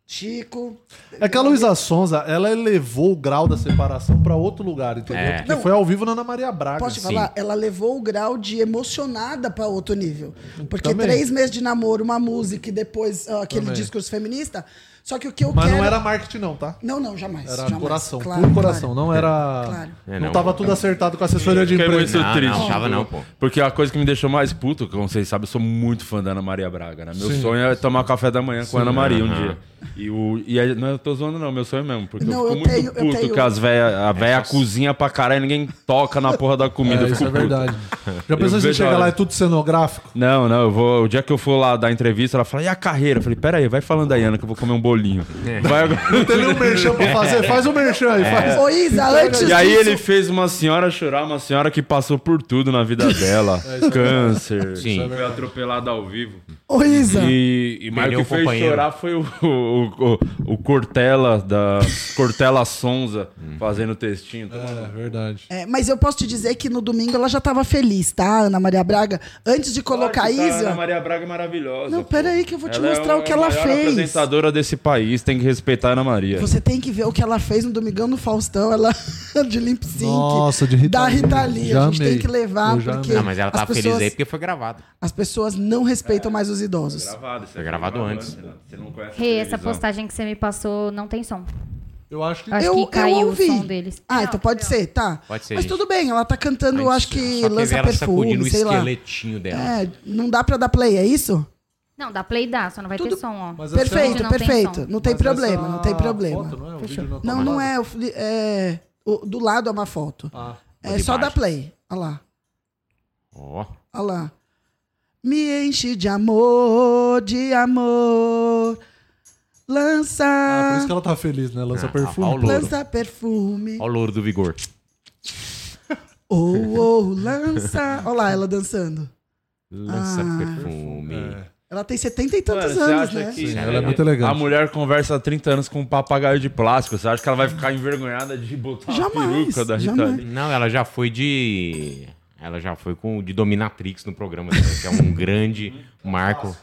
S5: Chico.
S3: Ah. É que a Luísa Sonza, ela elevou o grau da separação pra outro lugar, entendeu?
S4: É.
S3: Porque
S5: Não.
S3: foi ao vivo na Ana Maria Braga.
S5: Posso te falar? Ela levou o grau de emocionada pra outro nível. Porque
S3: Também.
S5: três meses de namoro, uma música e depois ah, aquele
S3: Também.
S5: discurso feminista. Só que o que eu
S3: Mas
S5: quero.
S3: não era marketing não, tá?
S5: Não, não, jamais.
S3: Era
S5: jamais.
S3: coração,
S5: Claro,
S3: puro
S5: claro.
S3: coração. Não era...
S5: Claro.
S4: É,
S3: não,
S4: não,
S3: tava
S4: eu
S3: tudo
S4: também.
S3: acertado com a assessoria de
S1: Fiquei muito
S3: imprensa.
S4: Não,
S1: triste.
S4: não, achava não, pô.
S1: Porque a coisa que me deixou mais puto, como vocês sabem, eu sou muito fã da Ana Maria Braga, né? Meu sonho é tomar café da manhã com a Ana Maria um dia. E, o, e aí- não, eu tô zoando não, meu sonho é mesmo. Porque
S5: Não,
S1: eu
S5: eu
S1: fico muito
S5: tenho- eu
S1: puto
S5: tenho-
S1: que as véia, a véia cozinha pra caralho e ninguém toca na porra da comida.
S3: É,
S1: eu fico
S3: isso é
S1: puto.
S3: verdade. Já
S1: Eu
S3: pensou se
S1: vejo a
S3: chegar
S1: hora.
S3: lá e é tudo cenográfico?
S1: Não, não, eu vou. O dia que eu for lá dar entrevista, ela fala, e a carreira? Eu falei, pera aí, vai falando aí, Ana, que eu vou comer um bolinho.
S4: É.
S1: Vai agora.
S3: Tem nenhum merchan pra fazer? Faz um merchan aí, faz.
S5: Ô, Isa, antes
S1: E aí
S5: disso-
S1: ele fez uma senhora chorar, uma senhora que passou por tudo na vida dela. Câncer,
S4: É Sim. é
S1: foi atropelada ao vivo.
S5: Ô, Isa.
S1: E, e mas o
S4: Perdeu
S1: que
S4: o
S1: fez
S4: Ah. companheiro.
S1: chorar foi o, o, o, o Cortella da Cortella
S4: Hum.
S1: Sonza fazendo o textinho.
S3: É, verdade.
S5: É, mas eu posso te dizer que no domingo ela já tava feliz. Assis, tá? Ana Maria Braga. Antes de colocar a
S1: Claro que tá,
S5: Isa.
S1: Ana Maria Braga é maravilhosa.
S5: Não,
S1: pô.
S5: pera aí que eu vou te
S1: Ela é
S5: mostrar
S1: uma-
S5: o que ela
S1: É a maior
S5: fez.
S1: apresentadora desse país, tem que respeitar a Ana Maria.
S5: Você tem que ver o que ela fez no Domingão no Faustão, ela de Limp Sync.
S3: Nossa, de Rita
S5: Da
S3: Lee.
S5: Rita Lee.
S3: Já
S5: A gente tem
S3: amei.
S5: que levar,
S3: Eu já
S5: porque.
S3: amei.
S4: Não, mas ela
S5: as
S4: tá feliz
S5: pessoas-
S4: aí porque foi gravado.
S5: As pessoas não respeitam mais os idosos.
S1: Gravado, isso
S4: Foi
S1: é
S4: gravado antes.
S1: né? Você não conhece a
S7: Rê, essa
S1: televisão.
S7: postagem que você me passou não tem som.
S3: Eu acho que.
S7: Acho
S5: eu,
S7: que caiu
S5: eu
S7: o
S5: ouvi.
S7: som deles.
S5: Ah, então pode ser, tá.
S4: Pode ser,
S5: Mas
S4: gente.
S5: tudo bem, ela tá cantando, eu acho que lança
S4: sacudindo
S5: perfume, sei
S4: o
S5: lá.
S4: esqueletinho dela.
S5: É, não dá pra dar play, é isso?
S7: Não, dá play dá, só não vai
S5: Tudo-
S7: ter som, ó.
S3: Mas essa-
S5: perfeito,
S7: não tem
S5: perfeito.
S7: som.
S5: não tem
S3: Mas
S5: problema,
S3: essa
S5: não tem problema.
S3: foto não é? O vídeo na
S5: não, não
S3: tomada?
S5: é, eu fui- é, o- Do lado é uma foto.
S3: Ah.
S5: é
S4: de
S5: só dar
S4: baixo.
S5: play. Olha lá.
S4: Ó.
S5: Olha lá. Me enche de amor, de amor. Lança.
S3: Ah, por isso que ela tá feliz, né? Lança
S4: Ah,
S3: perfume.
S4: ó o louro.
S5: lança perfume.
S4: Ó o louro do vigor.
S5: Ou, ou, lança. Olha lá, ela dançando.
S4: Lança
S5: Ah.
S4: perfume.
S1: É.
S5: Ela tem setenta e
S1: Mano,
S5: tantos
S1: você
S5: anos,
S1: acha
S5: né?
S1: que
S3: Ela é muito elegante.
S1: A mulher conversa há 30 anos com um papagaio de plástico. Você acha que ela vai ficar envergonhada de botar uma
S5: Jamais,
S1: peruca da Rita
S5: jamais.
S1: Lee?
S4: Não, ela já foi de. Ela já foi com de Dominatrix no programa, dela, que é um grande marco.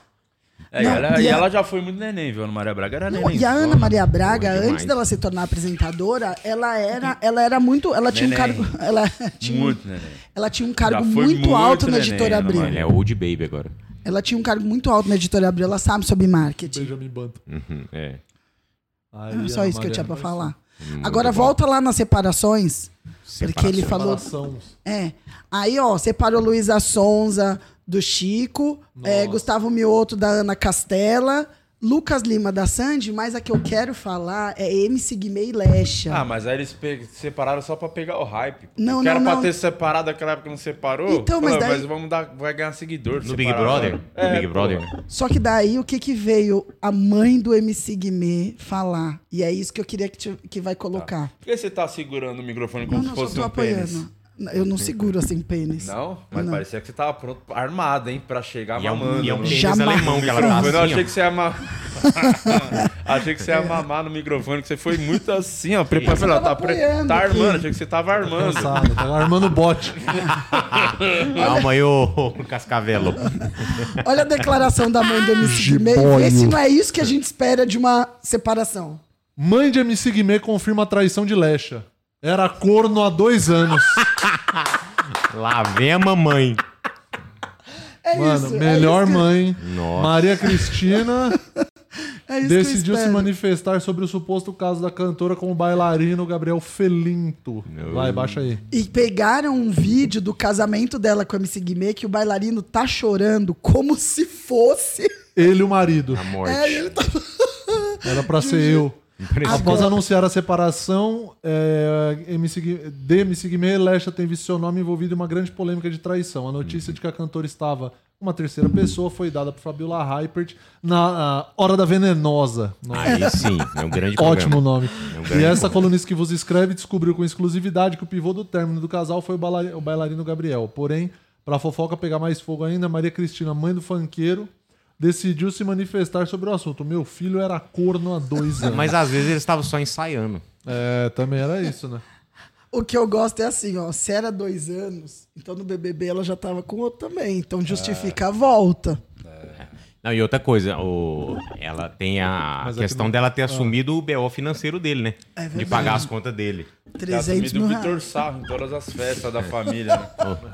S1: É,
S5: Não,
S1: e ela,
S5: e
S1: e
S5: a-
S1: ela já foi muito neném, viu? Ana Maria Braga era
S5: Não,
S1: neném.
S5: e a Ana Maria Braga,
S4: Boa
S5: antes
S4: demais.
S5: dela se tornar apresentadora, ela era, ela era muito. Ela tinha um
S1: Neném.
S5: cargo. Ela tinha, um-
S1: Muito neném.
S5: ela tinha um cargo
S1: Já foi
S5: muito,
S1: muito
S5: alto na
S1: neném,
S5: editora
S1: Ana
S5: Abril.
S1: Maria.
S4: Ele é old baby agora.
S5: Ela tinha um cargo muito alto na editora Abril, ela sabe sobre marketing.
S3: Benjamin Button.
S4: Uhum, é.
S3: Aí,
S5: É só isso que
S3: Ana
S5: eu
S3: Maria
S5: tinha pra
S3: Braga.
S5: falar.
S4: Hum, Muito
S5: Agora
S4: bom.
S5: volta lá nas separações. Porque ele
S4: Separação.
S5: falou.
S3: Separação.
S5: É. Aí, ó, separou Luísa Sonza do Chico, é,
S3: Nossa.
S5: Gustavo Mioto da Ana Castela, Lucas Lima da Sandy, mas a que eu quero falar é MC Guimê e Lecha.
S1: Ah, mas aí eles pe- separaram só pra pegar o hype.
S5: Não,
S1: Porque
S5: não,
S1: era pra
S5: não.
S1: ter separado aquela época que não separou.
S5: Então, mas
S1: Falou,
S5: daí-
S1: vamos dar, vai ganhar seguidor.
S4: No
S1: separar
S4: Big Brother?
S1: agora.
S4: No
S1: É,
S4: Big
S1: pô.
S4: Brother.
S5: Só que daí o que que veio a mãe do MC Guimê falar? E é isso que eu queria que, te- que vai colocar.
S1: Por que você tá segurando o microfone
S5: Não,
S1: como
S5: não,
S1: se
S5: só
S1: fosse
S5: tô
S1: um pênis?
S5: apoiando. Eu não seguro assim pênis.
S1: Não? Mas
S5: Não.
S1: parecia que você tava pronto, armado, hein? Pra chegar
S4: E é um,
S1: tá mamando. né?
S4: e é um
S1: no-
S4: pênis
S5: Jamais.
S4: alemão que ela tá
S1: microfone.
S4: assim,
S1: Eu achei
S4: ó.
S1: que você ia amar. achei que você ia mamar no microfone, que você foi muito assim, ó. Preparado. Falei, ó, tá, pre-
S5: apoiando
S1: tá
S5: aqui.
S1: armando, achei que você tava armando.
S3: Cansado, tá armando bote.
S4: Calma aí, ô ô, Cascavelo.
S5: Olha a declaração da mãe do MC Guimê.
S3: Jiboio.
S5: Vê se não é isso que a gente espera de uma separação.
S3: Mãe de MC Guimê confirma a traição de Lecha. Era corno há dois anos.
S4: Lá vem a mamãe.
S5: É
S3: Mano,
S5: isso. é
S3: melhor
S5: isso que-
S3: mãe.
S4: Nossa.
S3: Maria Cristina
S5: é isso que eu
S3: decidiu se
S5: espero.
S3: manifestar sobre o suposto caso da cantora com o bailarino Gabriel Felinto. Vai, baixa aí.
S5: E pegaram um vídeo do casamento dela com o MC Guimê que o bailarino tá chorando como se fosse.
S3: Ele, o marido.
S4: A morte.
S5: É, ele tá
S3: Era pra ser eu.
S4: Impressionante.
S3: Após anunciar a separação, é, MC, Gui- de MC Guimê, Lecha tem visto seu nome envolvido em uma grande polêmica de traição. A
S4: Uhum.
S3: notícia de que a cantora estava com uma terceira pessoa foi dada por Fabiola Hypert na ah, Hora da Venenosa. Nossa.
S4: Aí sim, é um grande
S3: Ótimo
S4: programa.
S3: nome.
S4: É um
S3: e
S4: grande
S3: essa colunista que vos escreve descobriu com exclusividade que o pivô do término do casal foi o, baila- o bailarino Gabriel. Porém, pra fofoca pegar mais fogo ainda, Maria Cristina, mãe do funkeiro, decidiu se manifestar sobre o assunto. Meu filho era corno há dois anos.
S4: Mas às vezes eles estavam só ensaiando.
S3: É, também era isso, né?
S5: O que eu gosto é assim, ó. Se era dois anos, então no BBB ela já tava com outro também. Então justifica a volta.
S4: Não, e outra coisa, o... ela tem a
S3: Mas é que
S4: questão
S3: não-
S4: dela ter assumido o BO financeiro dele, né?
S5: É
S4: de
S5: verdade.
S4: pagar as contas dele.
S5: 300
S1: do
S5: mil
S1: Vitor
S5: reais.
S1: Sarro em todas as festas da família, né?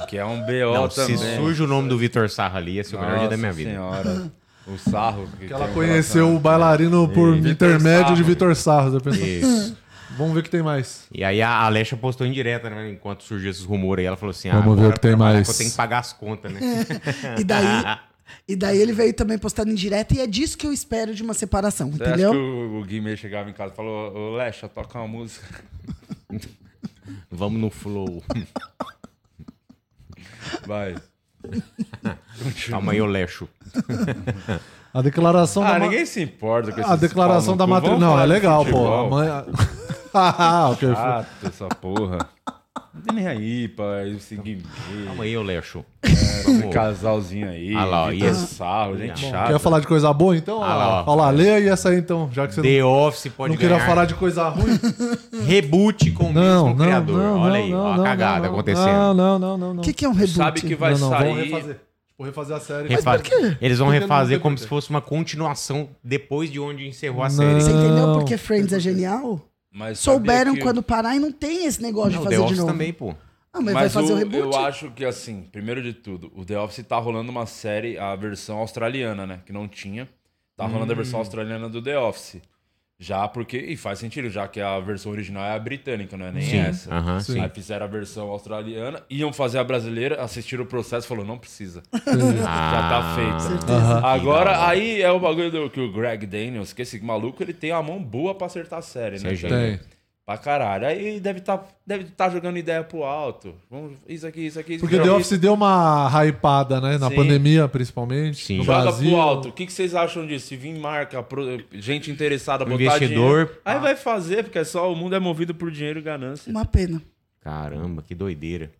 S1: que é um BO
S4: Não, se
S1: também.
S4: surge o nome do Vitor Sarra ali, esse é o melhor dia
S1: Nossa
S4: da minha vida.
S1: Senhora. O sarro. Que
S3: Ela
S1: tem um
S3: conheceu o bailarino por intermédio de Vitor Sarro. você pensa?
S4: Isso.
S3: Vamos ver o que tem mais.
S4: E aí a Alexa postou em direta, né? Enquanto surgiu esses rumores aí, ela falou assim: ah,
S3: Vamos ver
S4: bora
S3: o que tem
S4: trabalhar
S3: mais.
S4: que Eu tenho que pagar as contas, né?
S5: E daí, e daí ele veio também postando em direto e é disso que eu espero de uma separação,
S1: Você acha que
S5: entendeu?
S1: o, o Guimê chegava em casa e falou, ô Lecha, toca uma música.
S4: Vamos no flow.
S1: Vai.
S4: Calma aí, eu lecho.
S3: A declaração
S1: Ah,
S3: da. ma-
S1: ninguém se importa com
S3: A declaração da é matriz. Não, é legal, pô. A mãe. Ah, ok.
S1: Chato essa porra. tá nem aí pra esse game.
S4: Calma aí, ô Leixo.
S1: Esse né? casalzinho aí.
S4: Ah lá, ó,
S1: Vitor
S4: e esse-
S1: Sarro, gente
S4: Bom,
S1: chata.
S3: Quer falar de coisa boa, então? Olha
S4: Ah lá,
S3: lá,
S4: ó.
S3: Olha lá, leia aí essa aí, então, já que você
S4: The Office
S3: não,
S4: pode
S3: não queria
S4: ganhar.
S3: falar de coisa ruim.
S4: Reboot com o
S3: Não,
S4: mesmo
S3: não,
S4: criador.
S3: não,
S4: Olha
S3: não,
S4: aí,
S3: não,
S4: ó,
S3: não,
S4: a cagada
S3: não, Ah, não.
S4: acontecendo.
S3: Não, não, não, não. não.
S5: O que, que é um reboot?
S1: Sabe que vai
S3: não, não, vão
S1: sair.
S3: refazer. Tipo, refazer a série.
S4: Refa- Eles vão
S3: Porque não
S4: refazer
S3: tem
S4: como
S3: porquê.
S4: se fosse uma continuação depois de onde encerrou a
S3: Não.
S4: série.
S5: Você entendeu
S3: Não.
S5: porque Friends é genial?
S1: mas sabia
S5: Souberam
S1: que-
S5: quando parar e não tem esse negócio
S4: Não,
S5: de
S4: The
S5: fazer de
S4: Office
S5: novo.
S4: também, pô.
S5: Ah, mas, vai fazer o,
S1: o-
S5: reboot?
S1: eu acho que, assim, primeiro de tudo, o The Office tá rolando uma série, a versão australiana, né? Que não tinha. Tá rolando a versão australiana do The Office. Já porque. E faz sentido, já que a versão original é a britânica, não é nem essa.
S4: aham, sim.
S1: Aí fizeram a versão australiana, iam fazer a brasileira, assistiram o processo e falou: não precisa.
S4: Ah,
S1: Já tá feito. Agora, aí é o bagulho do, que o Greg Daniels, que esse maluco, ele tem a mão boa pra acertar a série, né?
S4: Sim,
S1: cara?
S3: Tem.
S1: Pra caralho. Aí deve estar deve tá jogando ideia pro alto. Vamos, isso aqui, isso aqui. Isso
S3: Porque
S1: aqui.
S3: The Office deu uma hypada, né? Na
S1: Sim.
S3: pandemia, principalmente.
S4: Sim.
S3: No
S1: Joga
S3: Brasil.
S1: pro alto. O que, que vocês acham disso? Se vir marca, pro- gente interessada, botar
S4: Investidor.
S1: dinheiro, Aí vai fazer, porque é só o mundo é movido por dinheiro e ganância.
S5: Uma pena.
S4: Caramba, que doideira.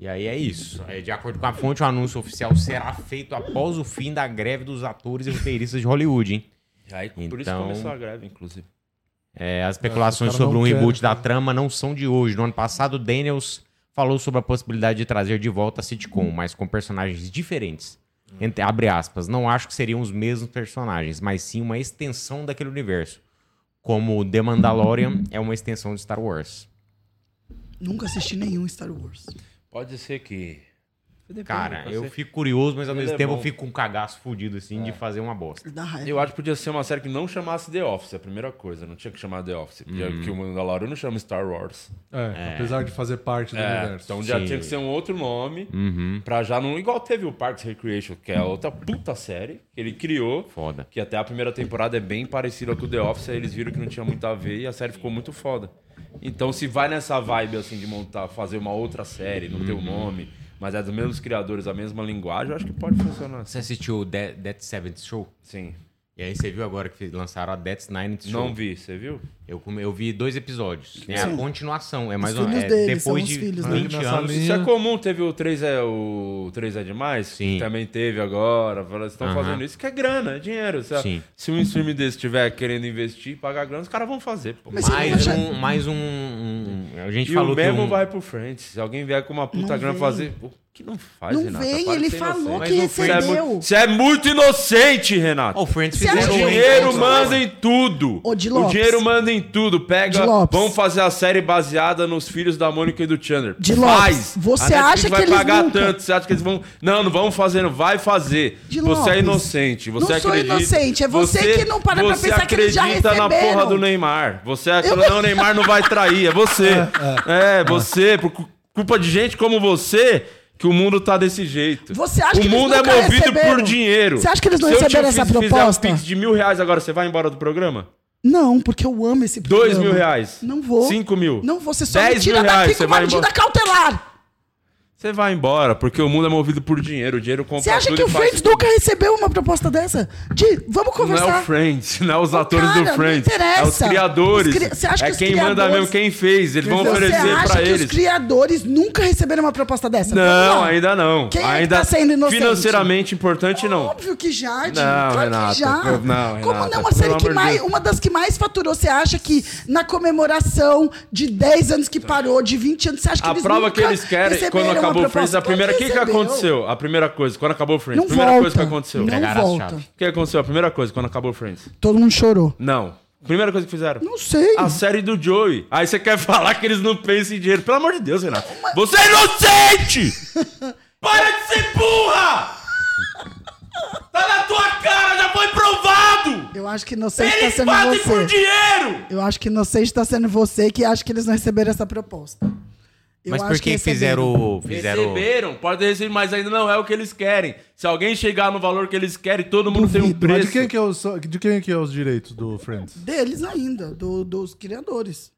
S4: E aí é isso. É, de acordo com a fonte, o anúncio oficial será feito após o fim da greve dos atores e roteiristas de Hollywood, hein?
S1: Aí, por isso
S4: Então-
S1: começou a greve, inclusive.
S4: É, as
S3: É,
S4: especulações
S3: o cara
S4: sobre um
S3: não quer,
S4: reboot
S3: né?
S4: da trama não são de hoje. No ano passado, Daniels falou sobre a possibilidade de trazer de volta a sitcom, mas com personagens diferentes. Entre, abre aspas, não acho que seriam os mesmos personagens, mas sim uma extensão daquele universo. Como The Mandalorian é uma extensão de Star Wars.
S5: Nunca assisti nenhum Star Wars.
S1: Pode ser que. Depende,
S4: Cara,
S1: pode
S4: eu
S1: ser.
S4: fico curioso, mas ao
S1: Ele
S4: mesmo
S1: é
S4: tempo
S1: bom.
S4: eu fico com um cagaço fudido, assim,
S5: É.
S4: de fazer uma bosta.
S5: Dá raiva.
S1: Eu acho que podia ser uma série que não chamasse The Office, é a primeira coisa. Não tinha que chamar The Office. Porque
S4: Uhum.
S1: que o Mandalorian não chama Star Wars.
S3: É, apesar de fazer parte do
S1: É,
S3: universo.
S1: então já
S4: Sim. Uhum.
S1: tinha que ser um outro nome. Pra já não. Igual teve o Parks and Recreation, que é outra puta série que ele criou.
S4: Foda.
S1: Que até a primeira temporada é bem parecida com o The Office, aí eles viram que não tinha muito a ver e a série ficou muito foda. Então, se vai nessa vibe assim de montar, fazer uma outra série, não
S4: Uhum.
S1: ter o nome, mas é dos mesmos criadores, a mesma linguagem, eu acho que pode funcionar.
S4: Você assistiu o Dead, Dead Seventh Show?
S1: Sim.
S4: E aí você viu agora que lançaram a Dead Ninth Show?
S1: Não vi, você viu?
S4: Eu, come- eu vi dois episódios. Tem a
S5: Sim.
S4: continuação. É mais
S5: Os
S4: ou
S5: filhos
S4: é,
S5: deles, são
S4: depois
S5: os
S4: de
S5: filhos, né?
S4: 20
S3: Nessa
S4: anos.
S3: linha.
S1: Isso é comum, teve o 3 é, o 3 é demais,
S4: Sim.
S1: que também teve agora. fala, Eles estão
S4: Aham.
S1: fazendo isso, que é grana, é dinheiro. Se, a-
S4: Sim.
S1: se um stream desse estiver querendo investir e pagar grana, os caras vão fazer. Pô.
S5: Mas-
S4: Mais
S5: Você não
S4: um, mais um, um- A gente
S1: e
S4: falou
S1: o mesmo
S4: que um,
S1: vai pro Friends. Se alguém vier com uma puta
S5: Não
S1: grana
S5: vem.
S1: fazer. O que não faz,
S5: Não
S1: Renata?
S5: vem,
S1: Para de
S5: ele
S1: ser
S5: falou
S1: inocente.
S5: que
S4: Mas não foi-
S1: Você é,
S5: recebeu.
S1: mu- você é muito inocente, Renato.
S4: Oh, o Friends
S5: Você
S1: o
S5: acha
S4: fizeram
S5: que-
S4: um-
S1: dinheiro
S4: um-
S1: manda em tudo.
S5: Ô, de
S1: o
S5: Lopes.
S1: dinheiro manda em tudo.
S5: De
S1: Pega,
S5: Lopes.
S1: vão fazer a série baseada nos filhos da Mônica e do Chandler.
S5: De
S1: Faz.
S5: Lopes. Você
S1: A Netflix
S5: acha que
S1: vai
S5: eles
S1: pagar
S5: nunca-
S1: tanto? Você acha que eles vão? Não, não vamos fazer, não vai fazer.
S5: De
S1: você é
S5: Lopes.
S1: inocente, você
S5: Não sou
S1: acredita.
S5: inocente, é você que não para pra
S1: você
S5: pensar que eles já
S1: acredita na
S5: receberam.
S1: porra do Neymar. Você é aquilo, não, o Neymar não vai trair, é você. É, você, por cu- culpa de gente como você. Que o mundo tá desse jeito.
S5: Você acha
S1: o
S5: que eles
S1: mundo
S5: nunca
S1: é movido
S5: receberam?
S1: por dinheiro.
S5: Você acha que eles não
S1: Se eu te
S5: receberam essa
S1: fiz- fizer um
S5: proposta?
S1: pix de mil reais agora, você vai embora do programa?
S5: Não, porque eu amo esse programa.
S1: Dois mil reais.
S5: Não vou.
S1: Cinco mil.
S5: Não vou, você só me
S1: Dez
S5: tira
S1: mil
S5: daqui
S1: reais,
S5: com
S1: você
S5: uma
S1: vai embora.
S5: medida cautelar.
S1: Você vai embora, porque o mundo é movido por dinheiro. O dinheiro compra
S5: Você acha
S1: tudo
S5: que
S1: e
S5: o
S1: faz
S5: Friends
S1: tudo.
S5: nunca recebeu uma proposta dessa? De, vamos
S1: Não é o
S5: conversar.
S1: Friends, não é os atores
S5: cara,
S1: do
S5: não
S1: Friends. É os
S5: interessa. Os
S1: criadores.
S5: cri- você acha
S1: é
S5: que os
S1: quem manda
S5: criadores-
S1: mesmo, quem fez. Eles vão
S5: Você
S1: oferecer
S5: acha
S1: pra
S5: que
S1: eles.
S5: os criadores nunca receberam uma proposta dessa? Vamos
S1: Não,
S5: lá.
S1: ainda não.
S5: Quem é que
S1: ainda
S5: tá sendo inocente?
S1: Financeiramente importante, não.
S5: Óbvio que já, Di.
S1: Não,
S5: claro
S1: Renata,
S5: que já.
S1: eu- não,
S5: Como
S1: Renata,
S5: não? A série
S1: pelo
S5: que
S1: amor de
S5: mais,
S1: Deus.
S5: uma das que mais faturou. Você acha que na comemoração de 10 anos que parou, de 20 anos, você acha que
S1: A
S5: eles
S1: prova que
S5: nunca
S1: eles querem,
S5: receberam
S1: quando
S5: uma
S1: acabou o
S5: proposta?
S1: Friends, a primeira. O
S5: Claro
S1: que, que
S5: recebeu.
S1: aconteceu? A primeira coisa, quando acabou o Friends,
S5: Não
S1: a primeira
S5: volta.
S1: coisa que aconteceu.
S5: Não
S4: Pegaram as
S5: volta.
S4: chaves.
S1: O que aconteceu? A primeira coisa, quando acabou o Friends.
S5: Todo mundo chorou.
S1: Não. Primeira coisa que fizeram.
S5: Não sei.
S1: A série do Joey. Aí você quer falar que eles não pensam em dinheiro. Pelo amor de Deus, Renato. Você é inocente! Para de ser burra! Tá na tua cara, já foi provado!
S5: Eu acho que inocente tá
S1: Eles
S5: sendo
S1: fazem por
S5: você.
S1: dinheiro!
S5: Eu acho que inocente tá sendo você que acha que eles não receberam essa proposta. Eu
S4: Mas
S5: acho é
S4: por que
S5: receberam.
S4: fizeram, o- fizeram
S5: é
S4: o-
S1: Receberam, pode ter recebido, mas ainda não é o que eles querem. Se alguém chegar no valor que eles querem, todo mundo tem um
S3: Duvido. Mas
S1: preço.
S3: de quem, que é os, de quem que é os direitos do Friends?
S5: Deles ainda, do- dos criadores.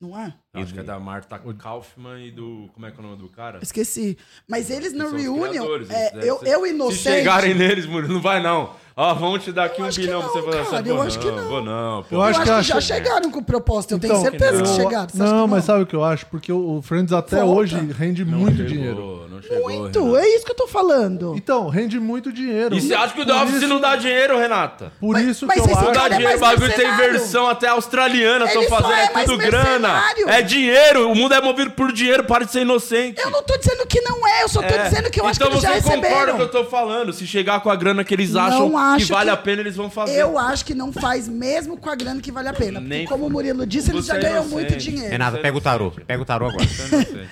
S5: Não é?
S1: Acho que é da Marta Kaufman e do. Como é que é o nome do cara?
S5: Esqueci. Mas eles na
S1: São os
S5: reunion,
S1: criadores,
S5: é,
S1: eles devem
S5: eu,
S1: ser-
S5: eu
S1: Se
S5: inocente.
S1: chegarem neles, Murilo, não vai não. Ó, vamos te dar aqui
S5: Eu
S1: um
S5: acho que
S1: bilhão pra
S5: não,
S1: você fazer
S5: cara,
S1: essa
S5: eu
S1: Pô,
S5: acho
S1: não,
S5: que não.
S1: Vou não, pô.
S3: Eu acho que
S5: já
S3: acho-
S5: chegaram com proposta, eu tenho
S3: Então,
S5: certeza que,
S1: não.
S5: chegaram. Você acha
S3: Não,
S5: que
S3: mas sabe o que eu acho? Porque o o Friends até
S5: Volta.
S3: hoje rende
S1: Não
S3: muito
S1: chegou,
S3: dinheiro.
S1: Não chegou,
S5: Muito,
S1: Renata.
S5: é isso que eu tô falando.
S3: Então, rende muito dinheiro.
S1: E você acha que o The
S3: Por
S1: Office
S3: isso-
S1: não dá dinheiro, Renata?
S3: Por
S5: Mas-
S3: isso
S5: mas
S3: que eu
S5: vocês
S1: Não
S5: Cara,
S1: dá
S5: é
S3: acho.
S1: dinheiro, o
S5: mais
S1: bagulho tem
S5: mercenário.
S1: versão até australiana, estão
S5: Ele só
S1: fazendo,
S5: é
S1: é
S5: mais
S1: tudo grana.
S5: mercenário.
S1: É dinheiro, o mundo é movido por dinheiro, para de ser inocente.
S5: Eu não tô dizendo que não é, eu só tô
S1: É.
S5: dizendo que eu acho que
S1: então
S5: eles já
S1: você concorda
S5: receberam.
S1: com o que eu tô falando? Se chegar com a grana que eles acham
S5: Não acho
S1: que vale
S5: que-
S1: a pena, eles vão fazer.
S5: Eu acho que não faz mesmo com a grana que vale a pena. Porque
S1: Nem-
S5: como o Murilo disse, eles já
S1: Você é
S5: ganham
S1: inocente.
S5: muito dinheiro.
S4: Renata, pega o tarô. Pega o tarô agora.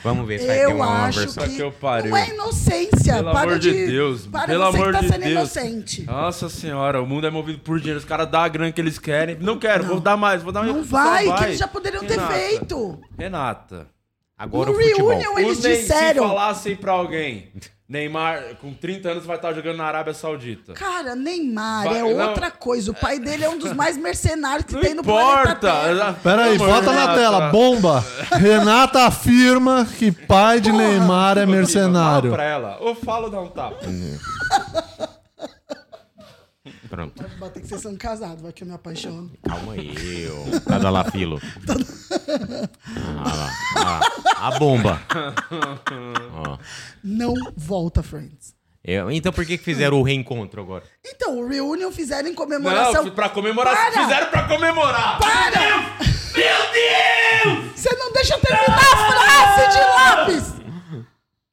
S4: Vamos ver se vai ter
S5: Eu
S4: uma, uma
S5: acho
S4: versão.
S5: que,
S1: que eu pariu.
S5: não é inocência.
S1: Pelo
S5: para
S1: amor de Deus,
S5: Para
S1: pelo
S5: você
S1: amor
S5: que tá
S1: de
S5: sendo
S1: Deus.
S5: inocente.
S1: Nossa senhora, o mundo é movido por dinheiro. Os caras dão a grana que eles querem. Não quero, vou dar mais, vou dar
S5: Não
S1: mais.
S5: vai, que eles já poderiam ter feito.
S1: Renata.
S4: Agora
S5: no
S4: o futebol.
S5: reunion eles
S1: o Ney- Se
S5: disseram.
S1: falassem pra alguém, Neymar com 30 anos vai estar jogando na Arábia Saudita.
S5: Cara, Neymar
S1: Vai-
S5: é
S1: não.
S5: outra coisa. O pai dele é um dos mais mercenários que
S1: Não
S5: tem no planeta Terra.
S1: importa. Ah.
S3: Pera aí,
S1: Pelo amor
S3: bota
S1: de
S3: na
S1: Deus.
S3: tela, bomba. Renata afirma que pai de Neymar é mercenário.
S1: Fala pra ela. Ou fala ou dá um tapa.
S4: Pronto.
S5: Bota que vocês são casados, vai que eu me apaixono.
S4: Calma aí, ô. Cada lá, filo. Ah, lá, lá. A bomba. Ó.
S5: Não volta, Friends.
S4: Eu- então por que que fizeram o reencontro agora?
S5: Então, o Reunion fizeram em comemoração.
S1: Não, pra comemorar.
S5: Para!
S1: Fizeram pra comemorar.
S5: Para! Meu Deus! Você não deixa eu terminar a frase de lápis!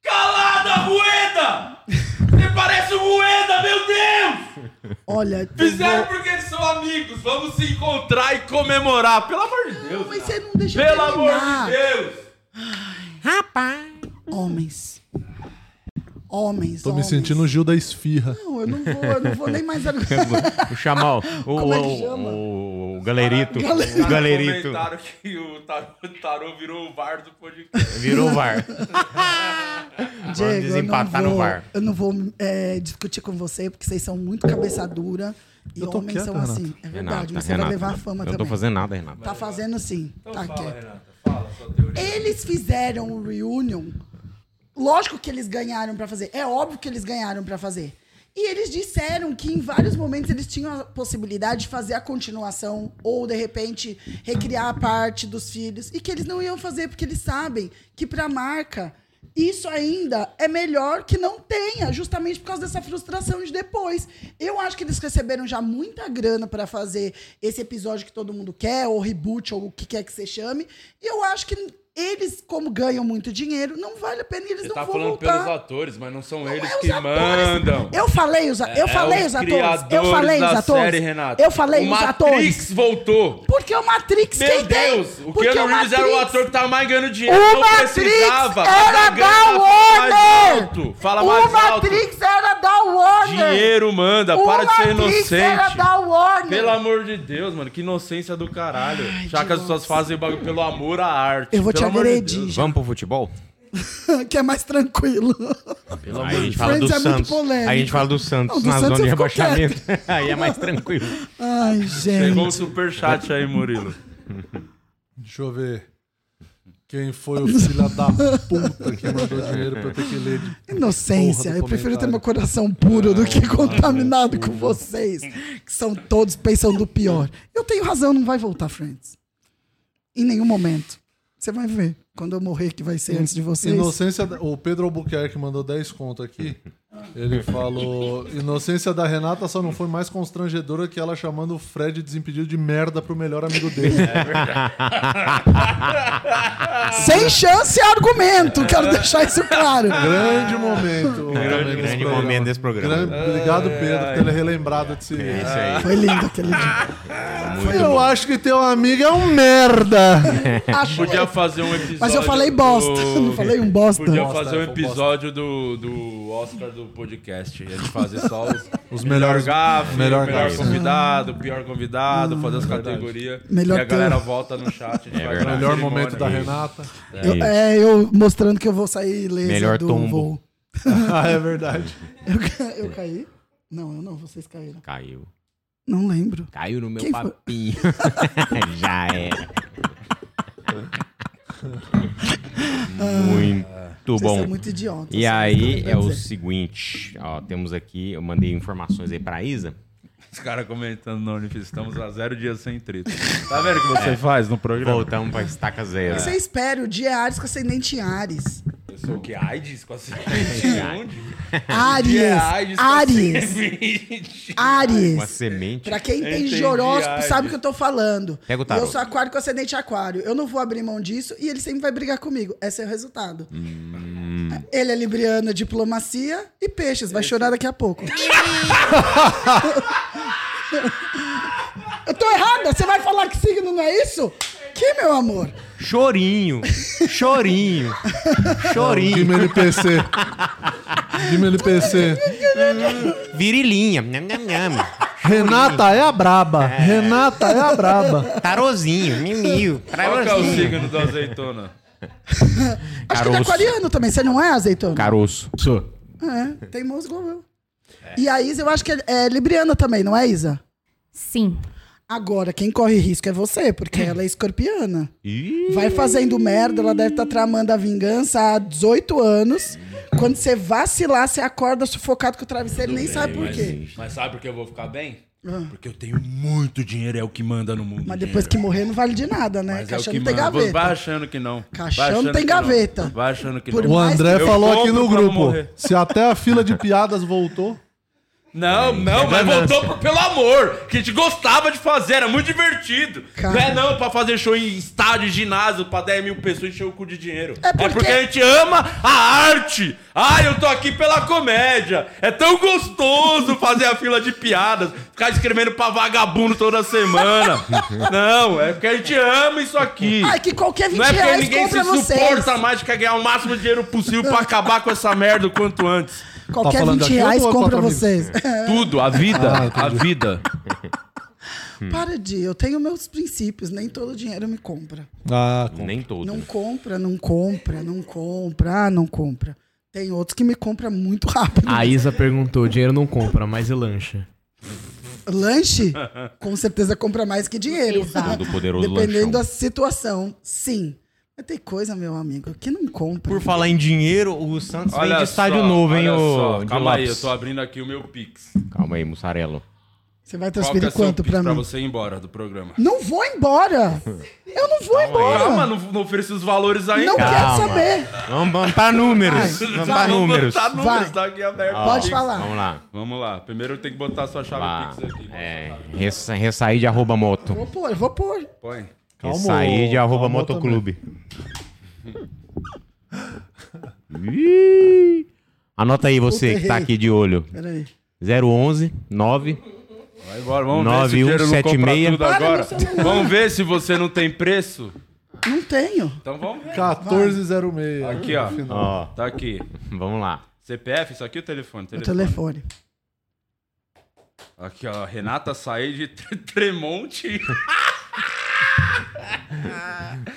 S1: Calada, Rueda! Você parece o Rueda, meu Deus!
S5: Olha,
S1: Fizeram porque eles são amigos. Vamos se encontrar e comemorar. Pelo amor de
S5: não,
S1: Deus.
S5: mas você não deixa eu
S1: Pelo amor
S5: terminar.
S1: de Deus.
S5: Homens. Homens,
S3: Tô me
S5: homens.
S3: sentindo o Gil da Esfirra.
S5: Não, eu não vou, eu não vou nem mais... argumentar.
S4: O chamal. O,
S5: Como é que
S4: o-
S5: chama?
S4: o- o galerito.
S1: Cara,
S4: O galerito.
S1: Comentaram que o tarô, tarô virou o VAR do podcast.
S4: Virou VAR.
S5: Diego,
S4: desempatar
S5: eu não
S4: no
S5: vou,
S4: VAR.
S5: Eu não vou é, discutir com você, porque vocês são muito cabeça dura. E
S3: Eu tô
S5: homens
S3: quieto,
S5: são
S3: Renata.
S5: assim. É verdade, mas você vai levar a fama
S4: eu
S5: também.
S4: não tô fazendo nada, Renata.
S5: Tá fazendo sim. tá
S1: Então Fala,
S5: quieto.
S1: Renata. Fala sua teoria.
S5: Eles fizeram o reunion. Lógico que eles ganharam pra fazer. É óbvio que eles ganharam pra fazer. E eles disseram que em vários momentos eles tinham a possibilidade de fazer a continuação ou de repente recriar a parte dos filhos e que eles não iam fazer porque eles sabem que pra marca isso ainda é melhor que não tenha, justamente por causa dessa frustração de depois. Eu acho que eles receberam já muita grana pra fazer esse episódio que todo mundo quer, ou reboot, ou o que quer que você chame. E eu acho que eles, como ganham muito dinheiro, não vale a pena e eles
S1: Você
S5: não
S1: tá
S5: vão
S1: falando
S5: voltar.
S1: pelos atores, mas não são eles
S5: É os
S1: que
S5: atores.
S1: mandam.
S5: Eu falei os, a- eu
S1: É
S5: falei
S1: os
S5: os atores. Eu
S1: criadores
S5: falei os
S1: da
S5: atores.
S1: série, Renata.
S5: Eu falei
S1: o
S5: os
S1: Matrix
S5: atores.
S1: voltou.
S5: Porque o Matrix
S1: Meu
S5: quem tem?
S1: Deus, o
S5: Porque
S1: Keanu Reeves era o
S5: Matrix-
S1: ator que tava mais ganhando dinheiro.
S5: O
S1: não
S5: Matrix
S1: precisava.
S5: era
S1: Tá ganhando,
S5: da
S1: fala mais
S5: Warner!
S1: alto, Fala
S5: o
S1: mais alto.
S5: Matrix era da Warner!
S1: Dinheiro manda,
S5: o
S1: para de ser
S5: Matrix era
S1: inocente.
S5: da Warner!
S1: Pelo amor de Deus, mano, que inocência do caralho. Já que as pessoas fazem bagulho pelo amor à arte.
S5: Eu vou te
S1: pelo amor de
S5: agredir.
S1: Deus.
S4: Vamos pro futebol?
S5: que é mais tranquilo.
S4: Aí a gente fala do
S5: Friends é muito
S4: Santos.
S5: polêmico.
S4: Aí a gente fala do Santos
S5: Não, do
S4: na
S5: Santos
S4: zona de
S5: eu fico
S4: rebaixamento. Aí é mais tranquilo.
S5: Ai, gente.
S1: Pegou um superchat aí, Murilo.
S3: Deixa eu ver. Quem foi o filho da puta que mandou dinheiro pra eu ter que ler?
S5: Inocência.
S3: Porra do
S5: Eu prefiro ter
S3: comentário.
S5: meu coração puro do que contaminado com vocês, que são todos pensando do pior. Eu tenho razão, não vai voltar, Friends. Em nenhum momento. Você vai ver quando eu morrer que vai ser antes de vocês.
S3: Inocência. da- O Pedro Albuquerque mandou 10 conto aqui. Ele falou: Inocência da Renata só não foi mais constrangedora que ela chamando o Fred desimpedido de merda pro melhor amigo dele.
S5: Sem chance e argumento.
S3: É.
S5: Quero deixar isso claro.
S3: Grande momento.
S4: Grande,
S3: Esse
S4: grande momento desse programa.
S3: Grande- obrigado, Pedro, por ter relembrado desse.
S4: É isso aí.
S5: Foi lindo aquele dia.
S3: Eu acho que teu amigo é um merda.
S5: Acho-
S1: Podia fazer um episódio.
S5: Mas eu falei bosta.
S1: do-
S5: Não falei um bosta.
S1: Podia
S3: Bosta,
S1: fazer um
S3: foi bosta.
S1: episódio do, do Oscar do podcast. A gente fazer só os,
S3: Os
S1: melhor
S3: melhores-
S1: gafe, melhor,
S3: melhor
S1: melhor
S3: gafe.
S1: convidado, pior convidado, fazer as categorias.
S5: Hum, Melhor
S1: e a galera
S5: tema.
S1: volta no chat. A gente
S4: É
S1: faz
S4: verdade.
S1: uma
S3: Melhor
S1: cerimônia.
S3: momento da Renata.
S5: Eu, é, eu mostrando que eu vou sair ilesa
S4: Melhor
S5: do
S4: tombo.
S5: voo.
S3: Ah, é verdade.
S5: Eu, ca- eu caí? Não, eu não. Vocês caíram.
S4: Caiu.
S5: Não lembro.
S4: Caiu no meu
S5: Quem foi?
S4: papinho. Já era. Muito
S5: Vocês
S4: bom.
S5: são muito idiotas.
S4: E
S5: não
S4: aí
S5: tem
S4: é o
S5: pra dizer.
S4: seguinte, ó, temos aqui, eu mandei informações aí pra Isa.
S1: Os caras comentando no Unif, estamos a zero dias sem treta. Tá vendo o que você faz no programa?
S4: Voltamos pra estaca zero.
S5: Você espera, o dia é Ares com ascendente em Ares.
S1: Eu sou o que? AIDS? Com a Onde?
S5: Ares.
S1: É AIDS com
S5: Ares.
S1: semente.
S4: Uma
S5: Ares.
S4: semente.
S5: Pra quem tem
S1: Entendi,
S5: horóscopo,
S1: Ares.
S5: sabe o que eu tô falando.
S4: Pega
S5: E
S4: o
S5: eu
S4: tarô.
S5: sou aquário com ascendente aquário. Eu não vou abrir mão disso e ele sempre vai brigar comigo. Esse é o resultado.
S4: Hum.
S5: Ele é libriano, diplomacia e peixes. Vai chorar daqui a pouco. eu tô errada? Você vai falar que signo não é isso? Que, meu amor?
S4: Chorinho. Chorinho.
S3: Dime
S4: Chorinho.
S3: NPC. Dime NPC.
S4: Virilinha. Nham, nham, nham.
S3: Renata é a braba. Renata é a braba.
S4: Tarozinho. Mimio.
S1: Qual que é o
S4: Tarozinho.
S1: signo da azeitona?
S5: Acho que ele é
S4: Caroço.
S5: aquariano também. Você não é, azeitona?
S4: Caroço.
S5: É, tem moço igual eu. E a Isa, eu acho que é, é libriana também, não é, Isa?
S7: Sim.
S5: Agora, quem corre risco é você, porque
S1: Hum.
S5: ela é escorpiana.
S4: Ih,
S5: Vai fazendo merda, ela deve estar tramando a vingança há 18 anos. Quando você vacilar, você acorda sufocado com o travesseiro e nem sabe É por quê. Ah.
S1: Mas sabe por que eu vou ficar bem? Porque eu tenho muito dinheiro, é o que manda no mundo.
S5: Mas depois que morrer, não vale de nada, né?
S1: Mas é o
S5: Caixão
S1: que
S5: não tem
S1: manda.
S5: gaveta.
S1: Vai achando que não. Vai
S5: Caixão
S1: achando
S5: não tem
S1: que
S5: gaveta.
S1: Vai achando que
S5: Por
S1: não.
S3: O André
S1: Eu
S3: falou aqui
S1: compro
S3: no
S1: pra não
S3: grupo.
S1: morrer.
S3: Se até a fila de piadas voltou.
S1: Não, não, mas voltou pro- pelo amor, que a gente gostava de fazer, era muito divertido.
S5: Cara.
S1: Não é não pra fazer show em estádio, ginásio, pra 10 mil pessoas encher o cu de dinheiro.
S5: É porque-
S1: a gente ama a arte. Ah, eu tô aqui pela comédia. É tão gostoso fazer a fila de piadas, ficar escrevendo pra vagabundo toda semana. não, é porque a gente ama isso aqui.
S5: Ai, que qualquer 20
S1: Não é porque
S5: reais
S1: ninguém se
S5: compra vocês.
S1: suporta mais de quer ganhar o máximo de dinheiro possível pra acabar com essa merda o quanto antes.
S5: Qualquer
S3: Tá falando
S5: 20
S3: aqui, eu
S5: reais
S3: tô com
S5: compra
S3: quatro
S5: vocês.
S1: Tudo, a vida, a vida.
S5: Para de, eu tenho meus princípios, nem todo dinheiro me compra.
S3: Ah,
S4: Nem todo. né?
S5: Não compra, não compra, não compra, ah, não compra. Tem outros que me compram muito rápido.
S6: A Isa perguntou: dinheiro não compra, mas e lancha?
S5: Lanche, com certeza compra mais que dinheiro.
S7: Exato.
S4: Do poderoso
S5: Dependendo
S4: lanchão.
S5: da situação, sim. Mas tem coisa, meu amigo, que não compra.
S4: Por falar em dinheiro, o Santos vem de estádio novo, hein,
S1: olha
S4: ô.
S1: só.
S4: de
S1: Calma aí, eu
S4: Lopes.
S1: tô abrindo aqui o meu Pix.
S4: Calma aí, mussarelo.
S5: Você vai
S1: Qual que é
S5: transferir
S1: seu
S5: quanto
S1: Pix
S5: pra mim?
S1: você ir embora do programa?
S5: Não vou embora! Eu não vou embora!
S1: Calma, não, não ofereci os valores ainda.
S5: Não quero
S4: Calma.
S5: saber!
S4: Vamos, vamos pra números. vamos pra números.
S1: Tá números,
S5: Vai.
S1: tá aqui aberto.
S4: Ó,
S5: Pode falar.
S4: Vamos lá.
S1: Vamos lá, primeiro eu tenho que botar a sua chave
S4: Vá.
S1: Tá Pix aqui.
S4: É, ressa- ressaí de arroba moto.
S5: Vou pôr, vou pôr.
S1: Põe.
S3: Calma,
S4: ressaí de
S3: ô,
S4: arroba
S3: calma
S4: motoclube. Ih, Anota aí você
S5: Puta,
S4: que tá
S5: errei.
S4: aqui de olho.
S5: Peraí.
S4: 011 9
S1: Vai embora, vamos ver se o
S4: 9176.
S1: dinheiro não compra tudo
S4: Para
S1: agora. Vamos ver se você não tem preço.
S5: Não tenho.
S1: Então vamos ver.
S3: 1406.
S1: Aqui, ó.
S3: Ah,
S4: Ó,
S1: Tá aqui.
S4: vamos lá.
S1: CPF, isso aqui é o telefone?
S5: O
S1: telefone.
S5: telefone.
S1: Aqui, ó. Renata Said Tre- Tremonte.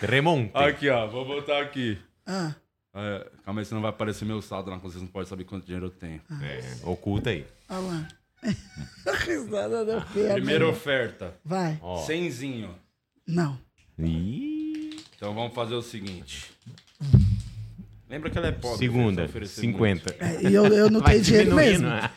S4: Remonte.
S1: Aqui, ó. Vou botar aqui.
S5: Ah,
S1: É, calma aí, senão vai aparecer meu saldo na conta. Vocês não podem saber quanto dinheiro eu tenho.
S4: É, oculta aí.
S5: olha lá. A risada da feia.
S1: Primeira oferta.
S5: Vai.
S4: Ó.
S1: Cenzinho.
S5: Não.
S4: Ih,
S1: Então vamos fazer o seguinte. Lembra que ela é pobre.
S4: segunda,
S1: precisa oferecer muito.
S4: 50.
S5: É, E eu, eu não tenho dinheiro mesmo.
S1: né?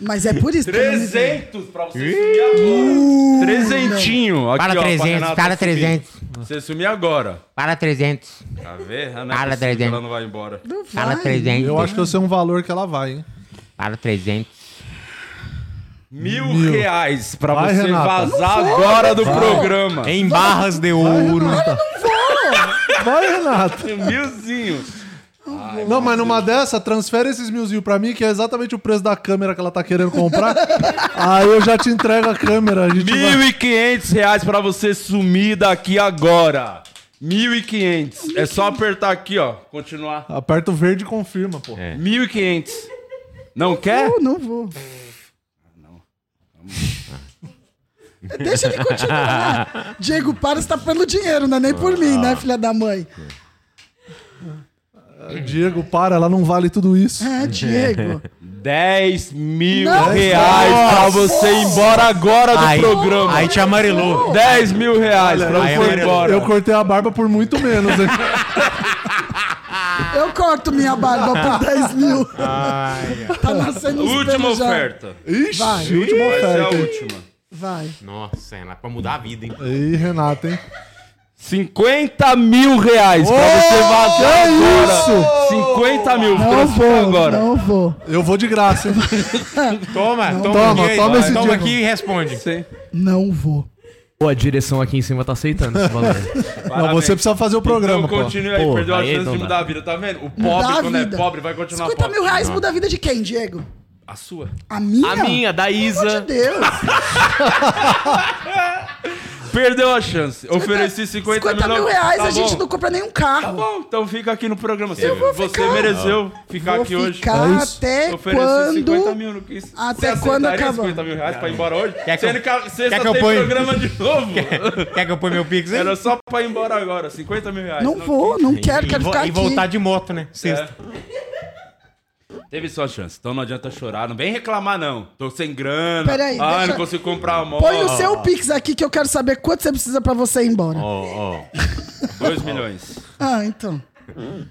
S5: Mas é por isso que eu não me dei.
S1: 300 pra você sumir agora. Trezentinho. Aqui,
S4: Para
S1: ó, pra
S4: 300,
S1: Renata
S4: para
S1: subir.
S4: 300.
S1: Você sumir agora.
S4: Para 300.
S1: Tá vendo? Ah, não é
S4: Para
S1: possível que
S4: 300.
S1: Ela não vai embora.
S5: Não
S4: Para
S5: vai.
S4: 300.
S3: Eu acho que eu sei um valor que ela vai, hein?
S4: Para 300.
S1: Mil, reais pra
S3: Vai,
S1: você
S3: Renata.
S1: vazar agora do programa.
S4: Em barras de ouro.
S3: Vai, Renata.
S1: Milzinho.
S3: Não, mas numa dessa, transfere esses milzinho pra mim, que é exatamente o preço da câmera que ela tá querendo comprar. Aí eu já te entrego a câmera. A gente vai...
S1: Mil e quinhentos reais pra você sumir daqui agora. Mil e quinhentos. É só apertar aqui, ó. Continuar.
S3: Aperta o verde e confirma, pô.
S4: É.
S1: Mil e quinhentos. Não quer?
S5: Eu não vou. Deixa ele continuar. Diego Paras tá pelo dinheiro, não é nem por mim,
S1: Ah.
S5: né, filha da mãe?
S3: Diego, para, ela não vale tudo isso.
S5: É, Diego.
S1: 10 mil
S5: Não,
S1: reais pra você ir embora agora do
S2: Aí,
S1: programa.
S2: aí te amarelou.
S1: 10 mil reais pra
S2: aí
S1: você ir
S2: amarelo.
S1: embora.
S3: Eu cortei a barba por muito menos. hein?
S5: Eu corto minha barba por 10 mil. Tá nascendo os
S1: Última
S5: pelos já.
S1: oferta.
S3: Ixi,
S5: Vai.
S3: última
S1: Vai ser a
S3: é oferta. hein?
S1: última.
S5: Vai.
S4: Nossa, Renato, pra mudar a vida, hein?
S3: Ih, Renata, hein?
S1: 50 mil reais pra você vazar agora.
S3: isso?
S1: 50 mil,
S5: Não
S1: transfere
S5: vou,
S1: agora.
S5: não vou.
S3: Eu vou de graça, hein?
S4: Toma, toma,
S3: toma,
S4: aqui, aí,
S3: toma
S4: vai.
S3: esse
S4: toma
S3: dinheiro.
S4: aqui e responde.
S1: Sim.
S5: Não vou.
S6: Pô, a direção aqui em cima tá aceitando esse valor.
S3: Não, você precisa fazer o programa,
S1: Então
S3: pô.
S1: continua aí,
S6: Pô,
S1: perdeu a
S6: aí
S1: chance
S6: não
S1: de
S6: dá.
S1: mudar a vida, tá vendo? O
S5: Mudar
S1: pobre,
S5: a
S1: quando é
S5: vida.
S1: pobre, vai continuar
S5: 50
S1: pobre. Ah.
S5: mil reais muda a vida de quem, Diego?
S1: A sua.
S5: A minha?
S6: A minha, da
S5: Pelo amor
S6: Isa.
S5: de Deus.
S1: Perdeu a chance. Ofereci 50,
S5: 50 mil
S1: não.
S5: reais,
S1: Tá
S5: a gente
S1: bom.
S5: não compra nenhum carro.
S1: Tá bom, então fica aqui no programa. Você,
S5: vou
S1: você
S5: ficar.
S1: mereceu ficar
S5: Vou
S1: aqui hoje.
S5: ficar
S3: É isso.
S5: até
S1: Ofereci
S5: quando...
S1: 50 mil, não quis.
S5: até quando
S1: aceitaria
S5: acabar?
S1: 50 mil reais pra ir embora hoje?
S4: Quer que
S1: Sendo
S4: eu-
S1: que a sexta
S4: quer que eu
S1: tem
S4: ponha?
S1: programa de novo.
S4: Quer que eu ponha meu pix aí?
S1: Era só pra ir embora agora, 50 mil reais.
S5: Não vou, não quero,
S4: e,
S5: quero
S4: vo-
S5: ficar
S4: e
S5: aqui.
S4: voltar de moto,
S3: É.
S4: né? Sexta.
S1: Teve sua chance, então não adianta chorar, não vem reclamar não. Tô sem grana,
S5: Peraí,
S1: ah,
S5: deixa-
S1: não consigo comprar a moto.
S5: Põe o seu Pix aqui que eu quero saber quanto você precisa pra você ir embora.
S1: 2 milhões.
S5: Ah, então.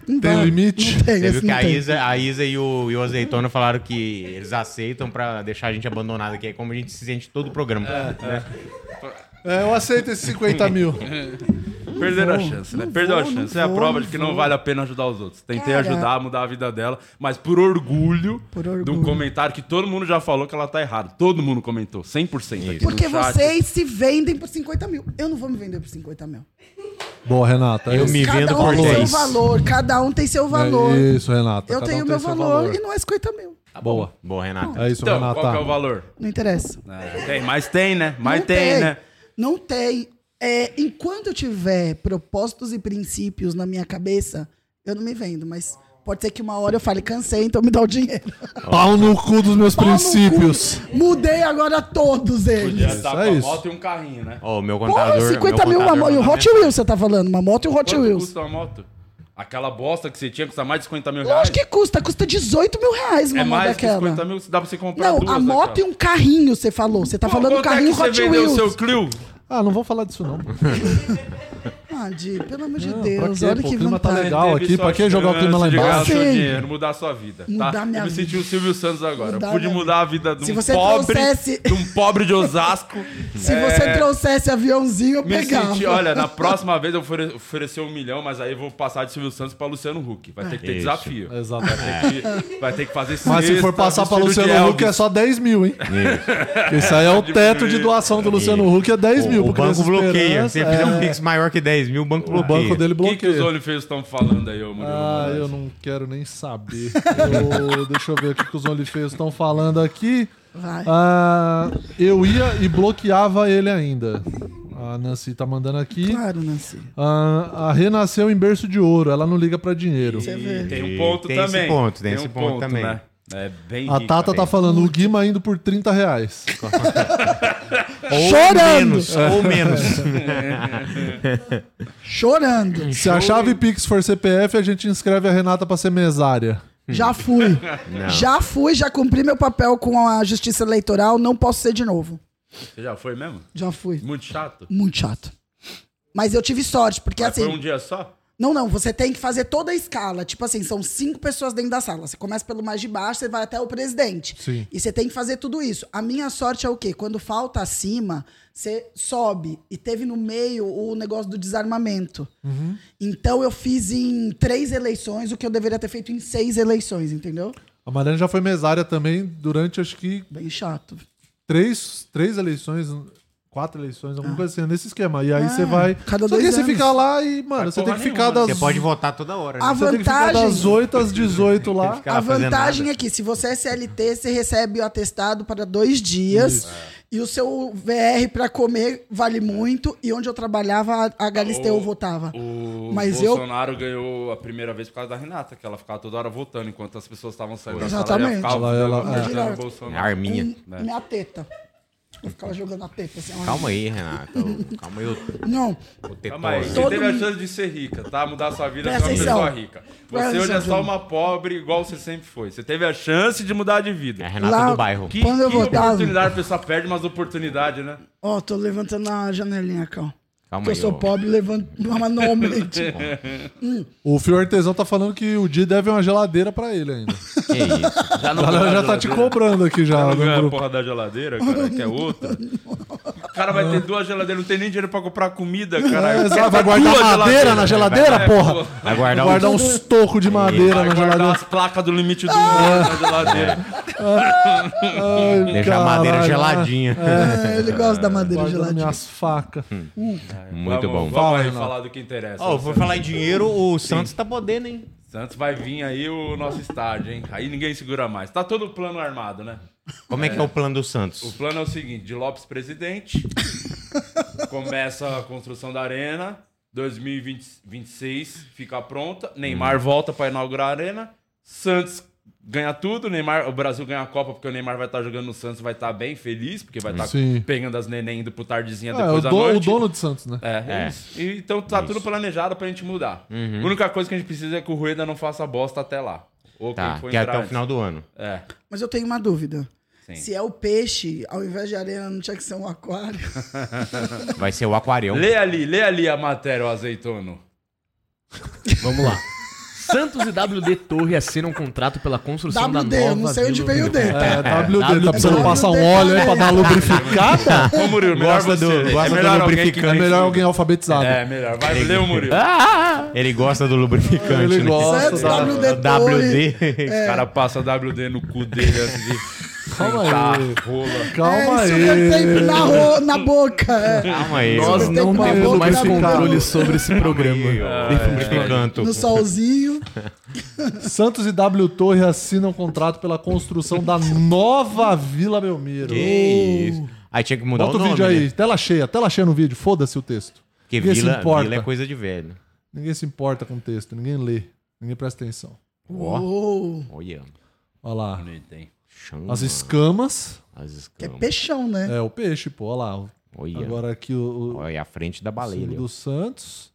S5: Não
S3: Tem
S5: vai.
S3: limite?
S5: Não tem,
S4: Você viu
S5: esse
S4: que
S5: não
S4: a
S5: tem.
S4: Isa, é a Isa e, o, e o Azeitona falaram que eles aceitam pra deixar a gente abandonado aqui. É como a gente se sente todo o programa. Né?
S3: É, eu aceito esses 50 mil.
S1: Perderam a chance, né? Perdeu a chance. é a prova de que não vale a pena ajudar os outros. Tentei
S5: Cara.
S1: ajudar, mudar a vida dela, mas por orgulho,
S5: Por
S1: de um
S5: orgulho.
S1: comentário que todo mundo já falou que ela tá errada. Todo mundo comentou, 100%. Aqui
S5: Porque
S1: no chat.
S5: vocês se vendem por 50 mil. Eu não vou me vender por 50 mil.
S3: Boa, Renata.
S4: Eu
S3: é
S4: me
S3: isso.
S5: Cada
S4: vendo
S5: um
S4: por
S5: tem seu
S4: 10.
S5: valor, cada um tem seu valor.
S3: É isso, Renata.
S5: eu
S3: Cada
S5: tenho
S3: um
S5: o
S3: tem
S5: meu
S3: seu
S5: valor, e não é 50 mil.
S3: Boa.
S4: Tá Boa, Renata.
S3: É isso,
S1: Então,
S3: Renata.
S1: qual que é o valor?
S5: Não interessa.
S1: É, tem, mas tem, né? Mas
S5: não
S1: tem, né?
S5: Não tem. É, enquanto eu tiver propósitos e princípios na minha cabeça, eu não me vendo, mas pode ser que uma hora eu fale, cansei, então me dá o dinheiro.
S3: Pau no cu dos meus princípios.
S5: Mudei agora todos eles.
S1: Já tá
S3: é
S1: com a
S3: isso.
S1: moto e um carrinho, né?
S4: Ó, o meu contador.
S5: Porra,
S4: meu
S5: 50 mil uma
S4: contador
S5: moto. E o
S4: mandou
S5: Hot Wheels você tá falando, uma moto e o Hot
S1: Quanto
S5: Wheels.
S1: custa uma moto? Aquela bosta que você tinha custa mais de 50 mil reais?
S5: Lógico que custa, custa 18 mil reais uma
S1: É
S5: moto
S1: mais que
S5: daquela.
S1: 50 mil, dá pra você comprar
S5: Não,
S1: duas
S5: a moto e um carrinho, você falou. Você tá falando
S1: Quanto é que
S5: carrinho
S1: você
S5: Hot
S1: vendeu o
S5: Wheels.
S1: seu Clio?
S3: Ah, não vou falar disso, não.
S5: Ah, Di, pelo amor de
S3: pra
S5: Deus,
S3: quê,
S5: olha
S3: pô?
S5: que
S3: O clima tá
S5: vantagem.
S3: legal. Legal
S1: Teve
S3: aqui,
S1: sua
S3: pra que jogar o
S1: chance
S3: clima lá
S1: de
S3: embaixo?
S1: gastar seu
S5: Sim.
S1: dinheiro, mudar a sua vida,
S5: Mudar
S1: tá?
S5: minha
S1: Eu me
S5: vida.
S1: senti o Silvio Santos agora.
S5: Mudar
S1: Pude
S5: minha
S1: mudar a vida de
S5: Se
S1: um
S5: você
S1: pobre,
S5: trouxesse-
S1: de um pobre de Osasco.
S5: Se
S1: É,
S5: você trouxesse aviãozinho, eu
S1: me
S5: pegava.
S1: senti, olha, na próxima vez eu ofere- oferecer um milhão, mas aí eu vou passar de Silvio Santos pra Luciano Huck. Vai ter que ter
S4: Isso.
S1: desafio.
S3: Exatamente.
S1: E Vai ter que fazer
S3: É. Mas se
S1: sexta,
S3: for passar pra
S1: vestido tá de
S3: Luciano Huck
S1: Elvis.
S3: é só 10 mil, hein? Isso aí é o teto de doação do Luciano Huck, é 10 mil.
S4: O
S3: porque
S4: banco
S3: nessa
S4: bloqueia.
S3: esperança,
S4: Se você fizer um
S3: é,
S4: pix maior que 10 mil, o banco
S3: O
S4: bloqueia.
S3: banco dele
S1: O que, que os
S3: bloqueia.
S1: OnlyFans estão falando aí, ô Murilo?
S3: Ah, eu não quero nem saber. Eu- deixa eu ver o que, que os OnlyFans estão falando aqui.
S5: Vai.
S3: Ah, eu ia e bloqueava ele ainda. A Nancy tá mandando aqui.
S5: Claro, Nancy.
S3: Ah, a renasceu em berço de ouro, ela não liga pra dinheiro.
S5: Você vê.
S1: Tem um ponto
S4: Tem esse
S1: também.
S4: ponto, tem esse
S1: um
S4: ponto também.
S1: Né? É bem
S3: A
S1: rica.
S3: Tata tá falando, o Guima indo por 30 reais.
S4: Ou
S5: Chorando.
S4: menos,
S3: É.
S4: ou menos.
S5: Chorando.
S3: Se a chave Pix for CPF, a gente inscreve a Renata pra ser mesária.
S5: Já fui. Já fui, já cumpri meu papel com a justiça eleitoral, não posso ser de novo.
S3: tá-
S1: Você já foi mesmo?
S5: Já fui.
S1: Muito chato?
S5: Muito chato. Mas eu tive sorte, porque
S1: Mas
S5: assim.
S1: Foi um dia só?
S5: Não, não, você tem que fazer toda a escala. Tipo assim, são cinco pessoas dentro da sala. Você começa pelo mais de baixo, você vai até o presidente.
S3: Sim.
S5: E você tem que fazer tudo isso. A minha sorte é o quê? Quando falta acima, você sobe. E teve no meio o negócio do desarmamento. Então eu fiz em três eleições o que eu deveria ter feito em seis eleições, entendeu?
S3: A Mariana já foi mesária também durante, acho que,
S5: Bem chato.
S3: três, três eleições, quatro eleições, alguma coisa assim, nesse esquema. E aí você vai.
S5: cada
S3: Só que
S5: dois
S3: aí você
S5: anos.
S3: fica lá e, mano,
S1: Mas
S3: você tem
S1: porra
S3: que ficar
S1: nenhuma.
S3: das.
S4: Você pode votar toda hora. né?
S5: A
S3: Você tem que ficar
S5: vantagem.
S3: das 8 às 18 lá.
S4: Ficar
S5: a
S4: fazendo
S5: vantagem
S4: nada.
S5: é que se você é CLT, você recebe o atestado para dois dias. E o seu VR para comer vale muito. E onde eu trabalhava, a Galisteu
S1: O-
S5: votava.
S1: O
S5: Mas
S1: Bolsonaro ganhou a primeira vez por causa da Renata, que ela ficava toda hora votando enquanto as pessoas estavam saindo da sala.
S5: Exatamente.
S1: Ela ficava
S3: Ela- ela-
S1: votando
S5: é.
S1: no Bolsonaro.
S4: Arminha.
S5: Com minha teta. Eu ficava jogando a pepa assim. ó.
S4: Calma aí, Renato. Calma aí, o,
S5: Não,
S4: o tetão.
S1: Calma aí, você
S5: Todo
S1: teve a
S5: mundo-
S1: chance de ser rica, tá? Mudar sua vida
S5: Presta
S1: ser uma
S5: atenção.
S1: pessoa rica. Você
S5: Presta
S1: hoje é
S5: atenção.
S1: só uma pobre, igual você sempre foi. Você teve a chance de mudar de
S4: É
S1: vida.
S4: Renato
S5: Lá-
S4: do bairro.
S1: Que,
S5: Quando eu
S1: que
S5: voltava-
S1: oportunidade, a pessoa perde umas oportunidades, né?
S5: ó, tô levantando a janelinha, calma.
S4: Calma
S5: Porque eu
S4: aí,
S5: sou
S4: ó.
S5: pobre, levanto uma omelete.
S3: O Fio Artesão tá falando que o Di deve uma geladeira pra ele ainda.
S4: Que isso?
S1: Já
S3: A galera já tá te cobrando aqui já
S1: Não
S3: no
S1: ganha a
S3: grupo.
S1: porra da geladeira, cara, que é outra. O cara vai ter duas geladeiras, não tem nem dinheiro pra comprar comida,
S3: É,
S1: caralho.
S3: exato, vai guardar madeira na geladeira,
S1: É,
S3: porra?
S4: Vai guardar
S3: Guardar
S4: um...
S3: uns tocos de madeira
S1: Vai
S3: na
S1: guardar
S3: geladeira. Ah.
S1: as placas do limite do mundo na geladeira.
S4: É,
S3: Ai,
S4: Deixar a madeira
S3: caralho,
S4: geladinha.
S5: É, ele gosta da madeira
S3: Guardando
S5: geladinha.
S3: minhas facas.
S4: Muito
S1: Vamos-
S4: bom.
S1: Vamos aí
S3: Fala,
S1: falar do que interessa.
S4: Ó, vou
S1: Luciano.
S4: falar em dinheiro, o Santos tá podendo, hein?
S1: Santos vai vir aí o nosso estádio, hein? Aí ninguém segura mais. Tá todo o plano armado, né?
S4: Como é, que é o plano do
S1: O
S4: Santos?
S1: plano é o seguinte: de Lopes presidente, começa a construção da arena, 2026 fica pronta,
S4: Hum.
S1: Neymar volta pra inaugurar a arena, Santos ganha tudo, Neymar, o Brasil ganha a Copa porque o Neymar vai estar jogando no Santos, vai estar bem feliz porque vai estar
S3: Sim.
S1: pegando as neném indo pro tardezinha
S3: É, o,
S1: depois da
S3: do- o
S1: noite.
S3: dono de Santos, né?
S1: É, é
S4: É. Uhum.
S1: isso. E, então tá tudo planejado pra gente mudar. A única coisa que a gente precisa é que o Rueda não faça bosta até lá. Ou
S4: Tá,
S1: quem for
S4: que é
S1: entrar
S4: até o
S1: antes.
S4: final do ano.
S1: É.
S5: Mas eu tenho uma dúvida.
S1: Sim.
S5: Se é o peixe, ao invés de arena, não tinha que ser um aquário.
S4: Vai ser o aquarião.
S1: Lê ali, lê ali a matéria, o azeitono.
S6: Vamos lá. Santos e WD Torre assinam um contrato pela construção
S5: WD,
S6: da
S5: eu
S6: nova
S5: não sei onde
S6: Vila
S5: veio o
S6: Olímpia.
S5: D.
S3: É, WD, tá
S6: WD.
S3: precisando passar um óleo aí pra dar uma lubrificada?
S1: Ô, Murilo, melhor
S4: Gosta
S1: você.
S4: do-
S1: ler.
S4: gosta do
S1: alguém que
S4: lubrificante.
S3: É
S1: lê
S3: melhor
S1: tudo.
S3: alguém alfabetizado.
S1: É, melhor. Vai ler o Murilo.
S4: É.
S1: O
S4: Ele gosta do lubrificante,
S3: Ele
S4: né?
S3: gosta.
S5: Santos,
S3: da-
S5: WD, Torre.
S4: WD.
S1: cara passa WD no cu dele antes de
S3: Calma
S1: sentar,
S3: aí.
S1: rola.
S3: Calma
S5: é, isso
S3: aí.
S5: mesmo, tempo na, ro- na boca. é.
S4: Calma aí.
S6: Nós
S5: Tem
S6: não
S5: que pagar
S6: temos
S5: o
S6: um mais
S5: lubrificante.
S6: controle sobre esse
S1: Ah,
S4: Programa.
S6: programa.
S1: é.
S4: Lubrificante.
S5: No solzinho.
S3: Santos e W Torre assinam contrato pela construção da nova Vila Belmiro. Uh.
S4: Que isso. Aí tinha que mudar
S3: Bota
S4: o
S3: o
S4: nome,
S3: vídeo aí,
S4: né?
S3: tela cheia, tela cheia no vídeo, foda-se o texto.
S4: Porque
S3: Ninguém se
S4: vila,
S3: importa.
S4: vila é coisa de velho.
S3: Ninguém se importa com o texto, ninguém lê, ninguém presta atenção.
S4: Ó,
S5: Uou.
S4: olha.
S3: Olha lá.
S4: Chama.
S3: As escamas.
S4: As
S5: Que é
S4: escamas.
S5: peixão, né?
S3: É o peixe, pô, olha lá.
S4: Olha.
S3: Agora aqui o, o
S4: Olha é a frente da baleia.
S3: símbolo
S4: ali, ó.
S3: do Santos.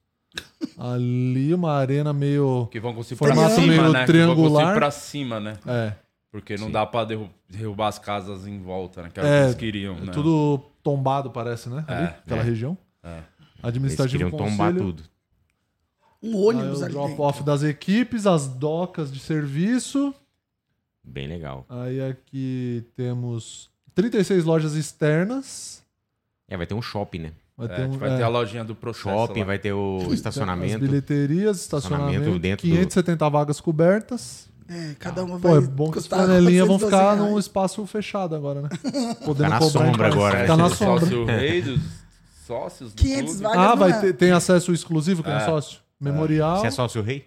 S3: Ali uma arena meio.
S1: Que vão conseguir pra
S3: Formato
S1: cima,
S3: meio
S1: né? Que vão
S3: triangular.
S1: conseguir pra cima, né?
S3: É,
S1: Porque não dá pra derru- derrubar as casas em volta, né? Que era o
S3: É,
S1: que eles queriam, né?
S3: tudo tombado, parece, né? Ali, aquela
S4: é.
S3: região.
S4: Eles
S3: Administrativo
S4: queriam
S3: Conselho.
S4: tombar tudo.
S5: Um
S3: Aí
S5: ônibus
S3: o
S5: ali dentro.
S3: drop-off das equipes, as docas de serviço.
S4: Bem legal.
S3: Aí aqui temos 36 lojas externas.
S4: É, vai ter um shopping, né?
S3: Vai
S1: É,
S3: ter,
S1: a
S3: um,
S1: gente vai
S3: é,
S1: ter a lojinha do processo
S4: Shopping,
S1: lá.
S4: vai ter o
S3: As
S4: estacionamento.
S3: bilheterias, estacionamento,
S4: Estacionamento dentro do-
S3: 570 vagas cobertas.
S5: É, cada uma vai.
S3: Pô, é bom que as
S5: custar
S3: panelinhas vão ficar
S5: 412
S3: num
S5: reais.
S3: espaço fechado agora, né?
S4: Tá
S3: Podendo
S4: na
S3: cobrar em
S4: né? sombra
S3: casa.
S4: agora.
S3: Tá na
S1: Sócio-
S3: sombra.
S1: Sócio rei dos sócios do
S5: 500
S1: clube.
S5: vagas.
S3: Ah,
S5: não
S3: vai
S5: é.
S3: ter, tem acesso exclusivo quem é,
S1: É.
S3: sócio? Memorial.
S4: Você é sócio rei?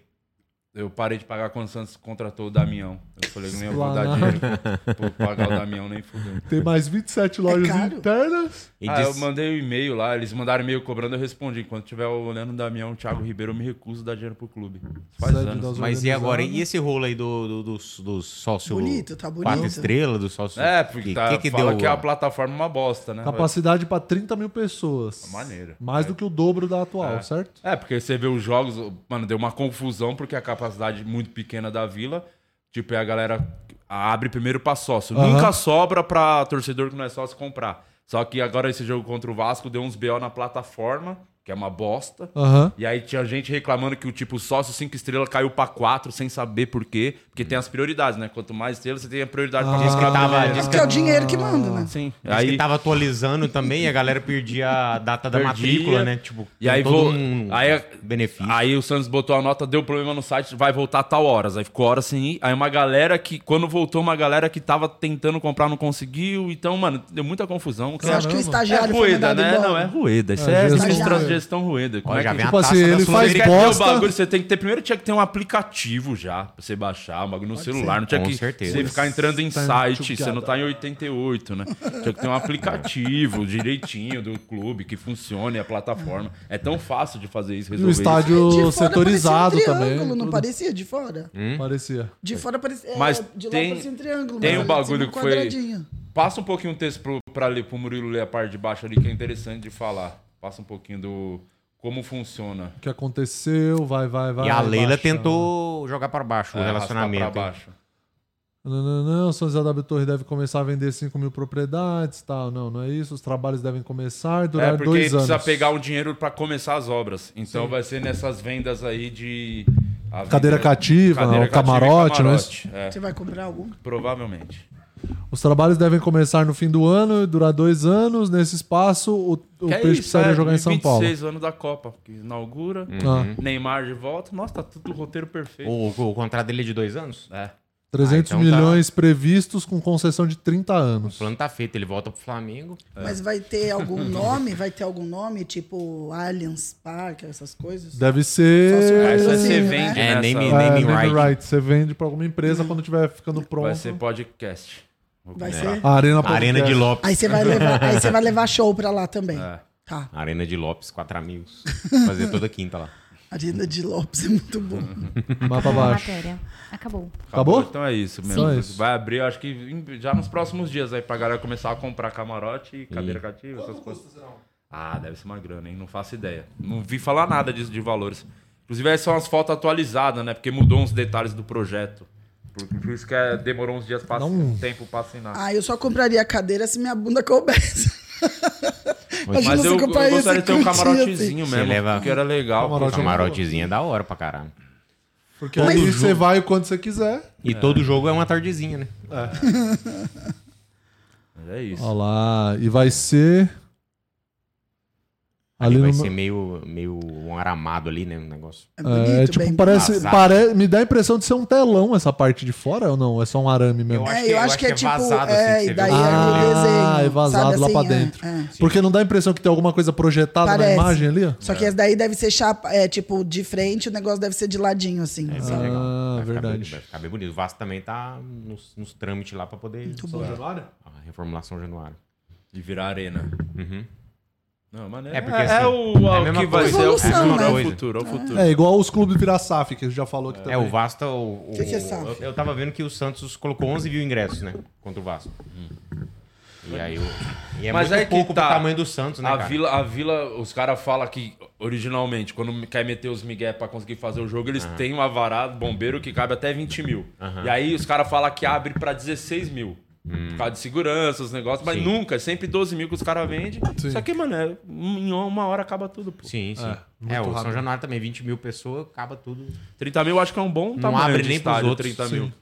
S1: Eu parei de pagar quando o Santos contratou o Damião. Eu falei, nem eu vou dar
S3: Esplanada.
S1: dinheiro pra pagar o Damião nem fudendo.
S3: Tem mais 27 lojas
S5: É caro?
S3: internas.
S4: E
S1: Ah, eu
S4: diz-
S1: mandei um e-mail lá, eles mandaram e-mail cobrando, eu respondi. Enquanto tiver olhando o Damião, o Thiago Ribeiro, eu me recuso a dar dinheiro pro clube. Faz
S3: Sede
S1: anos.
S3: das
S4: Mas e
S3: organizadas.
S4: agora? E esse rolo aí do, do, dos- dos sócio...
S5: Bonito, tá bonito.
S4: Quatro estrelas, do sócio...
S1: É, porque
S4: que,
S1: tá,
S4: que, que
S1: fala
S4: deu?
S1: que a plataforma é uma bosta,
S3: Tá
S1: né?
S3: Capacidade pra 30 mil pessoas.
S1: Maneiro.
S3: Mais do que o dobro da atual, certo?
S1: É, porque você vê os jogos, mano, deu uma confusão, porque a capacidade muito pequena da vila, tipo, é a galera abre primeiro pra sócio.
S3: Aham.
S1: Nunca sobra pra torcedor que não é sócio comprar. Só que agora esse jogo contra o Vasco deu uns BO na plataforma, que é uma bosta.
S3: Aham.
S1: E aí tinha gente reclamando que o tipo sócio 5 estrelas caiu pra 4 sem saber por quê. Porque tem as prioridades, né? Quanto mais estrelas, você tem a prioridade pra
S4: Diz que
S1: comprar.
S4: tava...
S1: primeiro.
S4: Diz que
S5: Que é o dinheiro que manda, né?
S1: Sim.
S4: Diz que tava atualizando também e a galera perdia a data da
S1: Perdia.
S4: matrícula, né? Tipo,
S1: E aí
S4: todo
S1: vou-
S4: um
S1: aí a-
S4: benefício.
S1: Aí o Santos botou a nota, deu problema no site, vai voltar a tal horas. Aí ficou hora sem ir. Aí uma galera que, quando voltou, uma galera que tava tentando comprar não conseguiu. Então, mano, deu muita confusão.
S5: Você acha que o
S3: Caramba.
S5: estagiário
S1: é
S5: foi
S1: rueda,
S5: mandado
S1: né?
S5: embora?
S1: Não, é rueda. Isso
S3: É,
S1: é,
S3: gestão
S1: administra-
S5: rueda.
S1: gestão rueda. Como
S4: Ó,
S1: é
S4: já
S1: que
S4: vem a
S3: Tipo
S4: taça
S3: assim,
S4: da
S3: ele faz
S1: Você
S3: Mas
S4: Sul-Americana.
S1: quer ter é o
S3: bosta-
S1: bagulho, você tem que ter. Primeiro tinha que ter um aplicativo já, pra você baixar, um bagulho no celular. Não tinha
S4: Com
S1: que
S4: certeza.
S1: você ficar entrando em
S3: Tá
S1: site, você não tá em 88, né? Tinha que ter um aplicativo direitinho do clube que funcione a plataforma. É tão fácil de fazer isso,
S3: E o
S1: resolver isso.
S5: De fora
S3: estádio setorizado
S5: parecia um
S3: também.
S5: triângulo, Não
S3: tudo.
S5: parecia de fora?
S1: Hum?
S3: Parecia.
S5: De fora parecia.
S1: Mas
S5: é, de lá
S1: tem-
S5: parecia um triângulo.
S1: tem
S5: mas
S1: um
S5: lá de
S1: bagulho
S5: cima
S1: que foi-
S5: quadradinho.
S1: Passa um pouquinho o texto pro, pra ler, pro Murilo ler a parte de baixo ali, que é interessante de falar. Passa um pouquinho do como funciona.
S3: O que aconteceu, vai, vai, vai.
S4: e a
S3: vai
S4: Leila
S3: baixando.
S4: tentou jogar pra baixo o
S1: Ah, É, arrastar
S4: relacionamento.
S1: Pra
S4: hein?
S1: baixo.
S3: Não, não, não, São José da Torre deve começar a vender 5 mil propriedades, tal. Não, não é isso. Os trabalhos devem começar e
S1: É,
S3: durar
S1: porque
S3: dois anos.
S1: precisa pegar o dinheiro pra começar as obras. Então vai ser nessas vendas aí de. a
S3: Cadeira
S1: venda-
S3: cativa, né?
S1: cadeira
S3: o camarote, não é isso?
S1: camarote. É,
S5: Você vai comprar algum?
S1: provavelmente.
S3: Os trabalhos devem começar no fim do ano e durar dois anos. Nesse espaço, o, o
S1: Que é
S3: Peixe
S1: isso,
S3: precisaria
S1: é,
S3: jogar em São Paulo.
S1: 26 anos da Copa, que inaugura.
S3: Ah,
S1: Neymar de volta. Nossa, tá tudo roteiro perfeito.
S4: Uhum. O, o contrato dele é de dois anos?
S1: É.
S3: 300
S4: Ah, então tá.
S3: milhões previstos com concessão de 30
S4: O
S3: anos.
S4: plano tá feito, ele volta pro Flamengo.
S5: Mas vai ter algum nome? Vai ter algum nome, tipo Allianz Park, essas coisas?
S3: Deve
S5: Só se o
S3: ser.
S5: cara
S1: Aí
S5: Sim,
S1: só você
S5: né?
S1: vende
S4: É,
S1: nessa-
S4: nem me- nem
S3: É,
S4: naming
S3: naming
S4: right.
S3: right. Você vende pra alguma empresa quando tiver ficando pronto.
S1: Vai ser podcast. Vou
S5: Vai
S1: comprar.
S5: ser?
S3: A Arena,
S4: Arena de
S3: Podcast.
S4: Lopes.
S5: Aí você vai levar, aí você vai levar show pra lá também.
S1: É.
S5: Tá.
S4: Arena de Lopes, quatro amigos. Fazer toda quinta lá.
S5: Arena de Lopes é muito bom.
S3: Vai pra
S7: Acabou a
S3: baixo.
S7: matéria. Acabou.
S3: Acabou?
S1: Então é isso mesmo.
S3: Só isso.
S1: Vai abrir, acho que em- já nos próximos dias aí pra galera começar a comprar camarote e cadeira cativa, essas coisas. Ah, deve ser uma grana, hein? Não faço ideia. Não vi falar nada disso de valores. Inclusive, aí são as fotos atualizadas, né? Porque mudou uns detalhes do projeto. Por por isso que é, demorou uns dias pra
S3: Dá
S1: um
S3: um-
S1: tempo pra assinar.
S5: Ah, eu só compraria cadeira se minha bunda coubesse. Imagina
S1: Mas
S5: você
S1: eu, eu
S5: comprar
S1: gostaria de
S5: esse
S1: ter um
S5: curtinho assim.
S1: camarotezinho
S4: Você
S1: mesmo,
S4: leva-
S1: porque era legal.
S3: Camarote.
S4: Camarotezinha é da hora pra caralho.
S3: Porque
S5: Mas-
S3: aí você vai quando você quiser.
S4: E todo jogo é uma tardezinha, né?
S1: Mas É isso.
S3: Olha lá. E vai ser.
S4: Ali vai
S3: no-
S4: ser meio, meio um aramado ali, né? Um negócio.
S5: É
S3: É,
S5: bonito,
S3: tipo,
S5: bem.
S3: parece,
S4: vazado.
S3: pare... me dá a impressão de ser um telão essa parte de fora ou não? É só um arame mesmo?
S4: Eu
S5: É,
S4: acho que-
S5: eu acho que é tipo.
S4: vazado, assim,
S5: É,
S4: que você
S5: e daí
S4: vê o
S5: é o
S4: desenho.
S5: desenho.
S3: Ah, é vazado lá pra
S5: é,
S3: dentro.
S5: é.
S3: Porque não dá a impressão que tem alguma coisa projetada
S5: Parece.
S3: na imagem ali? ó?
S5: Só que esse daí deve ser chapa, é, tipo, de frente, o negócio deve ser de ladinho, assim.
S4: É bem
S5: sabe?
S4: legal.
S3: Ah,
S4: Vai ficar
S3: verdade.
S4: bem- vai ficar bem bonito. O Vasco também tá nos, nos trâmites lá pra poder.
S5: Muito bom.
S4: A reformulação Januário.
S1: De virar arena.
S4: Uhum.
S1: Não, maneiro.
S4: É,
S1: É,
S4: porque,
S1: é o,
S4: assim, é a
S1: o
S4: mesma
S1: que vai ser.
S4: coisa.
S1: É o
S5: Evolução,
S1: futuro,
S4: né?
S1: é o futuro, é o futuro.
S3: É igual os clubes virar SAF, que a gente já falou aqui
S4: É,
S3: também.
S4: o Vasco. O, o-
S5: Que que é SAF?
S4: eu, eu tava vendo que o Santos colocou 11 mil ingressos, né? Contra o Vasco. E aí o. E é
S1: Mas
S4: muito
S1: é que
S4: pouco
S1: tá.
S4: pro tamanho do Santos, né?
S1: A
S4: cara?
S1: vila, a vila, os caras falam que, originalmente, quando quer meter os migué pra conseguir fazer o jogo, eles têm uma varada, bombeiro, que cabe até 20 mil.
S4: Aham. Hum.
S1: E aí os caras falam que abre pra 16 mil. Por causa de segurança, os negócios, mas
S4: Sim.
S1: nunca, é sempre 12 mil que os caras vendem. Só que, mano, é, em uma hora acaba tudo, pô.
S4: Sim, sim.
S3: muito
S4: É, o São
S3: rápido.
S4: Januário também, 20 mil pessoas, acaba tudo.
S1: 30 mil eu acho que é um bom
S4: Não
S1: tamanho
S4: abre
S1: de
S4: nem pros
S1: estádio,
S4: outros,
S1: 30
S4: sim.
S1: mil.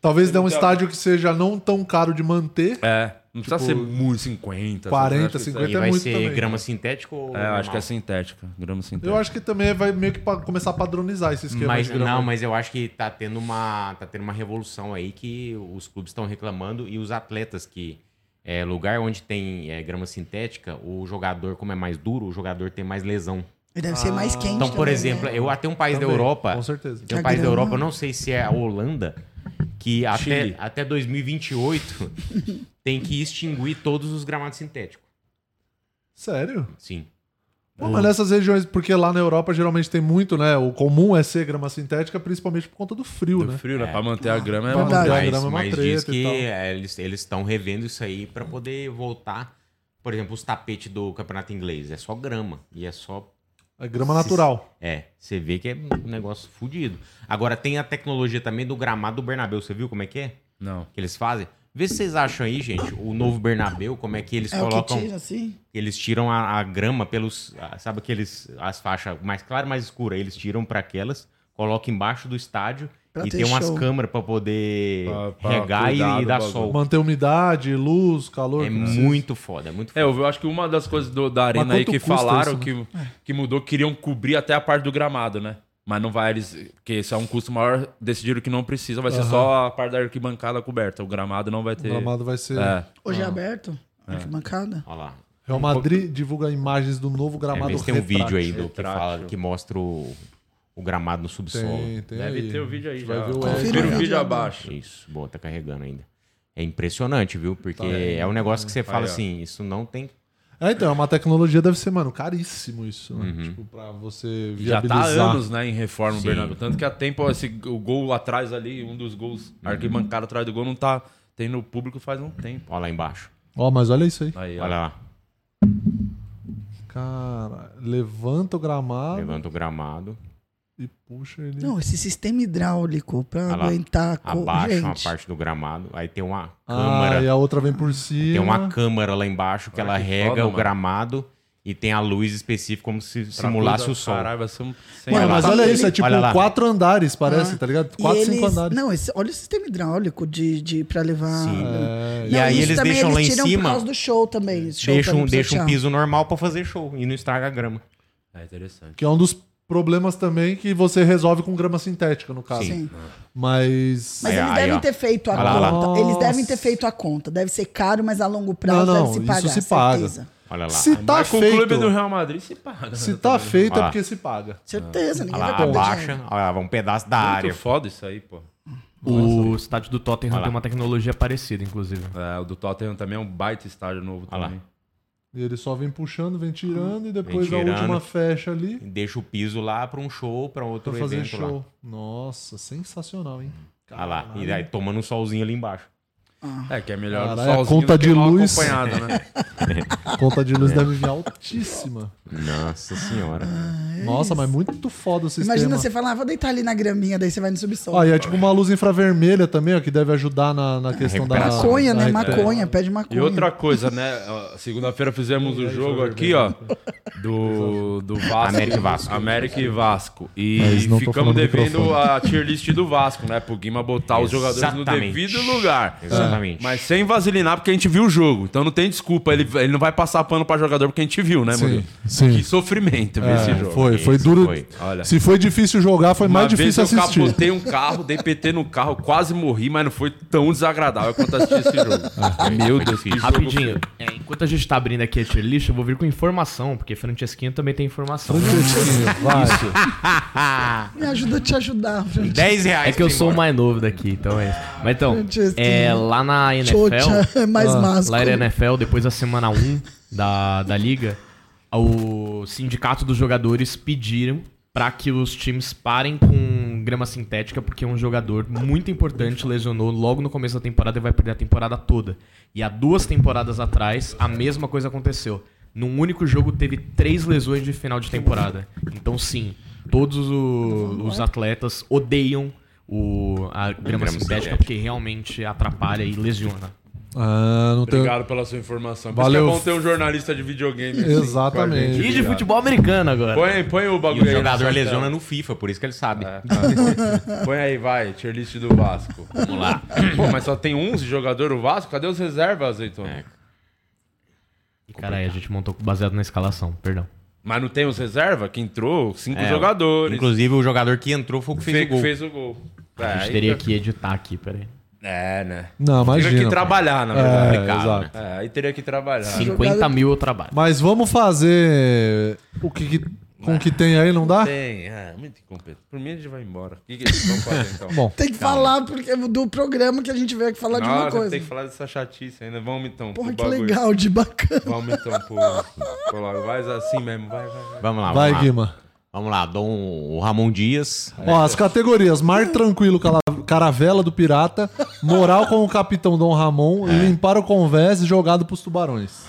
S3: Talvez dê um
S1: Não tem-
S3: estádio que seja não tão caro de manter.
S1: É, não precisa ser
S3: Tipo,
S1: muito 50.
S3: 40,
S1: acho que isso aí-
S3: 50.
S4: e
S3: até
S4: vai
S3: muito
S4: ser
S3: também.
S5: né?
S4: grama sintética ou.
S1: É, eu acho
S4: normal?
S1: que é sintética, grama sintética.
S3: Eu acho que também vai meio que pa- começar a padronizar esse esquema.
S4: Mas,
S3: de grama.
S4: não, mas eu acho que tá tendo uma, tá tendo uma revolução aí que os clubes estão reclamando e os atletas que é, lugar onde tem é, grama sintética, o jogador, como é mais duro, o jogador tem mais lesão.
S5: E deve ser
S3: Ah.
S5: mais quente.
S4: Então, por
S5: também,
S4: exemplo,
S5: né?
S4: eu até um país da
S3: Também,
S4: Europa,
S3: Com certeza.
S4: tem um
S5: A
S4: país da
S5: grama.
S4: Europa, eu não sei se é a Holanda, que até,
S1: Chile.
S4: até 2028 tem que extinguir todos os gramados sintéticos.
S3: Sério?
S4: Sim. É.
S3: Pô, mas nessas regiões, porque lá na Europa geralmente tem muito, né? O comum é ser grama sintética, principalmente por conta do frio,
S1: Do
S3: né?
S1: frio, né? Pra manter a grama é
S3: Pra
S1: uma
S3: manter a
S4: mas,
S3: grama é uma
S4: mas
S3: treta
S4: diz
S3: e
S4: que
S3: tal.
S4: é, eles estão revendo isso aí pra poder voltar. Por exemplo, os tapetes do campeonato inglês é só grama e é só.
S3: É grama natural.
S4: É, você vê que é um negócio fudido. Agora tem a tecnologia também do gramado do Bernabéu, você viu como é que é?
S1: Não.
S4: Que eles fazem? Vê se vocês acham aí, gente, o novo Bernabéu, como é que eles
S5: É o que
S4: colocam.
S5: tira, assim?
S4: Eles tiram a, a grama pelos. a- sabe aqueles. As faixas mais claras, mais escuras. Eles tiram pra aquelas, colocam embaixo do estádio
S5: Pra
S4: e
S5: ter
S4: tem umas
S5: show.
S4: câmeras pra poder
S1: Pra- pra
S4: regar e-
S1: cuidar
S4: e,
S1: do
S4: dar
S1: bagulho.
S4: sol.
S3: Manter umidade, luz, calor. né?
S4: é
S3: que precisa.
S4: muito foda, é muito
S1: É,
S4: foda.
S1: eu eu acho que uma das coisas do- da arena aí
S3: quanto
S1: que
S3: custa
S1: falaram
S3: isso, né?
S1: que, que mudou, queriam cobrir até a parte do gramado, né? Mas não vai, eles, porque isso é um custo maior, decidiram que não precisa, vai ser
S3: Aham.
S1: só a parte da arquibancada coberta. O gramado não vai
S3: O
S1: ter.
S3: gramado vai ser.
S1: É.
S5: Hoje
S4: Ah.
S5: é aberto? Arquibancada?
S4: Olha lá.
S3: Real Madrid divulga imagens do novo
S4: É,
S3: gramado
S4: vê se tem um
S3: retrátil.
S4: vídeo aí do que
S1: Retrátil.
S4: fala que mostra o, o gramado no subsolo.
S3: Tem, tem
S1: Deve
S3: aí.
S1: ter o vídeo aí
S3: Vai
S1: já.
S3: ver o
S1: Confira
S3: Ed.
S5: Edson.
S1: o vídeo
S5: Confira.
S1: abaixo.
S4: Isso, boa, tá carregando ainda. É impressionante, viu? Porque é um negócio que você
S1: Tá Aí,
S4: fala
S1: ó.
S4: assim, isso não tem.
S3: É, então, é uma tecnologia, deve ser, mano, caríssimo isso, né? Tipo, pra você
S1: Já tá
S3: viabilizar.
S1: há anos, né, em reforma o
S4: Sim.
S3: Uhum.
S1: Bernabéu. Tanto que a tempo, esse, o gol atrás ali, um dos gols, a arquibancada atrás do gol, não tá Tem no público faz um tempo.
S4: Olha lá embaixo.
S3: Ó, mas olha isso aí.
S1: Aí, ó.
S4: Olha lá.
S3: Cara, levanta o gramado
S4: Levanta o gramado.
S3: e puxa ele.
S5: Não, esse sistema hidráulico pra
S4: Ah lá,
S5: aguentar a co...
S4: Abaixa uma
S5: gente.
S4: parte do gramado. Aí tem uma
S3: ah, e
S4: câmara.
S3: a outra vem por cima.
S4: Tem uma câmara lá embaixo que
S1: Olha
S4: ela
S1: que
S4: rega
S1: foda,
S4: o
S1: mano.
S4: gramado e tem a luz específica como se
S1: Pra
S4: simulasse
S1: coisa-
S4: o sol.
S1: Caralho, vai ser um... sem
S3: Mano,
S4: Olha
S3: mas
S4: lá.
S3: olha isso, é tipo
S4: Olha lá.
S3: quatro andares, parece,
S5: Ah.
S3: tá ligado?
S5: E
S3: Quatro, cinco
S5: eles-
S3: andares.
S5: Não, esse- olha o sistema hidráulico de, de pra levar.
S4: Sim.
S3: É,
S4: E aí
S5: isso
S4: eles
S5: também
S4: deixam lá em
S5: tiram por
S4: cima,
S5: causa do show também. Esse show
S4: Deixa
S5: também
S4: um,
S5: precisa
S4: deixa um
S5: tirar.
S4: piso normal pra fazer show e não estraga a grama.
S1: É interessante.
S3: que é um dos problemas também que você resolve com grama sintética, no caso.
S5: Sim.
S3: Mas.
S5: Mas
S4: Aí,
S5: eles
S4: aí,
S5: devem
S4: ó.
S5: ter feito a
S4: Olha lá, olha
S5: conta.
S3: lá.
S5: Eles devem ter
S3: Nossa.
S5: feito a conta. Deve ser caro, mas a longo prazo
S3: Não, não,
S5: deve se
S3: isso
S5: pagar.
S3: se paga.
S5: Certeza.
S4: Olha lá.
S3: se tá
S1: Mas é com o clube do
S3: feito.
S1: Real Madrid se paga. né,
S3: Se tá
S1: também.
S3: feito
S4: Olha
S3: é
S4: lá.
S3: porque se paga.
S5: Certeza, ninguém
S4: Olha lá,
S5: vai perder
S4: abaixa.
S5: dinheiro.
S4: Olha lá, um pedaço da
S1: Muito
S4: área.
S1: foda isso aí, pô.
S6: O estádio do Tottenham
S4: Olha lá.
S6: tem uma tecnologia parecida, inclusive.
S1: É, o do Tottenham também é um baita estádio novo
S4: Olha lá.
S1: também.
S3: E ele só vem puxando, vem tirando e depois
S4: tirando.
S3: a última fecha ali
S4: Deixa o piso lá pra um show, pra outro
S3: pra fazer
S4: evento
S3: show.
S4: lá.
S3: Nossa, sensacional, hein?
S4: Olha lá. E aí, tomando um solzinho ali embaixo.
S1: É, que é melhor
S3: Caralho, a
S1: sozinho
S3: conta
S1: do que
S3: de
S1: mal
S3: luz.
S1: acompanhado, né?
S3: A conta de luz deve vir altíssima.
S4: Nossa senhora.
S3: Nossa, mas muito foda o sistema.
S5: É Imagina você falar, ah, vou deitar ali na graminha, daí você vai no subsolo.
S3: Ó, e é tipo uma luz infravermelha também, ó, que deve ajudar na,
S1: É
S3: na questão da.
S5: maconha,
S3: da
S5: né?
S3: recuperação.
S5: Maconha, pede maconha.
S1: E outra coisa, né? Ó, Segunda-feira fizemos o jogo aqui, ó. Do, do Vasco.
S4: América e Vasco.
S1: América e Vasco. E
S3: Mas não tô
S1: ficamos
S3: falando no
S1: devendo
S3: microfone.
S1: a tier list do Vasco, né? Pro Guima botar os jogadores no
S4: Exatamente.
S1: devido lugar.
S4: Exatamente.
S1: Mas sem vasilinar, porque a gente viu o jogo. Então não tem desculpa. Ele, ele não vai passar pano pra jogador porque a gente viu, né,
S3: Sim,
S1: Murilo?
S3: sim.
S1: Que sofrimento ver esse
S3: É,
S1: jogo.
S3: foi, foi
S4: Isso
S3: duro.
S4: foi.
S1: Olha.
S3: Se foi difícil jogar, foi mais difícil
S1: vez eu
S3: assistir.
S1: capotei um carro, dei PT no carro, quase morri, mas não foi tão desagradável quanto assistir esse jogo.
S4: Ah,
S1: Meu Deus, que jogo
S6: Rapidinho, é, enquanto a gente tá abrindo aqui a tier list, eu vou vir com informação, porque Francesquinha também tem informação.
S3: Francesquinho, vai.
S5: Me ajuda a te ajudar. gente.
S4: 10 reais.
S6: É que eu
S4: pra ir
S6: sou o
S4: embora.
S6: mais novo daqui, então é isso. Mas então,
S5: Francesquinha.
S6: é, lá na NFL,
S5: Xoxa, é mais másculo.
S6: Ah, lá na NFL, depois da semana 1 da, da liga, o sindicato dos jogadores pediram pra que os times parem com grama sintética, porque um jogador muito importante lesionou logo no começo da temporada e vai perder a temporada toda. E há duas temporadas atrás, a mesma coisa aconteceu. Num único jogo teve três lesões de final de temporada. Então sim, todos o- os atletas odeiam o, a grama,
S4: Grama
S6: sintética
S4: sintética.
S6: porque realmente atrapalha e lesiona.
S3: Ah, não tem.
S1: Obrigado pela sua informação. Por
S3: Valeu.
S1: Isso que é bom ter um jornalista de videogame. assim,
S3: Exatamente.
S1: com a gente.
S6: E de
S1: Obrigado.
S6: futebol americano agora.
S1: Põe, põe o
S4: E
S1: bagulho
S4: o
S1: aí na
S4: jogador
S1: sua
S4: lesiona no FIFA, por isso que ele sabe.
S1: É. tela. Põe aí, vai. Tier list do Vasco. Vamos lá. Pô, mas só tem 11 jogadores o Vasco? Cadê os reservas, Azeitona?
S4: É.
S6: Caralho, a gente montou baseado na escalação, perdão.
S1: Mas não tem os reservas? Que entrou? Cinco
S4: É,
S1: jogadores.
S4: Inclusive, o jogador que entrou foi o que fez
S1: Fe-
S4: o gol.
S1: fez o gol. É,
S6: A gente
S1: aí
S6: teria
S1: tá-
S6: que editar aqui, peraí.
S1: É, né?
S3: Não, imagina.
S1: Teria que
S3: pô.
S1: trabalhar, na
S3: É,
S1: verdade. cara.
S3: exato.
S1: É, aí teria que trabalhar.
S6: 50 mil eu trabalho.
S3: Mas vamos fazer o que, que- com o que tem aí, não dá?
S1: Tem, é, muito incompetente. Por mim, a gente vai embora. O que, que eles vão fazer, então?
S3: Bom,
S5: Tem que falar porque, é do programa que a gente veio aqui falar de uma
S1: Nossa,
S5: coisa.
S1: tem que falar dessa chatice ainda. Vamos, então,
S5: Porra,
S1: pro
S5: que
S1: bagulho.
S5: legal, de bacana.
S1: Vamos, então, pro... pro lá. Vai assim mesmo, vai, vai, vai.
S4: Vamos lá, vamos
S3: vai,
S4: lá.
S3: Guima.
S4: Vamos lá, Dom o Ramon Dias.
S3: Ó, as categorias: Mar Tranquilo, cala- Caravela do Pirata, Moral com o Capitão Dom
S4: É.
S3: Ramon, Limpar o Convés e Jogado pros Tubarões.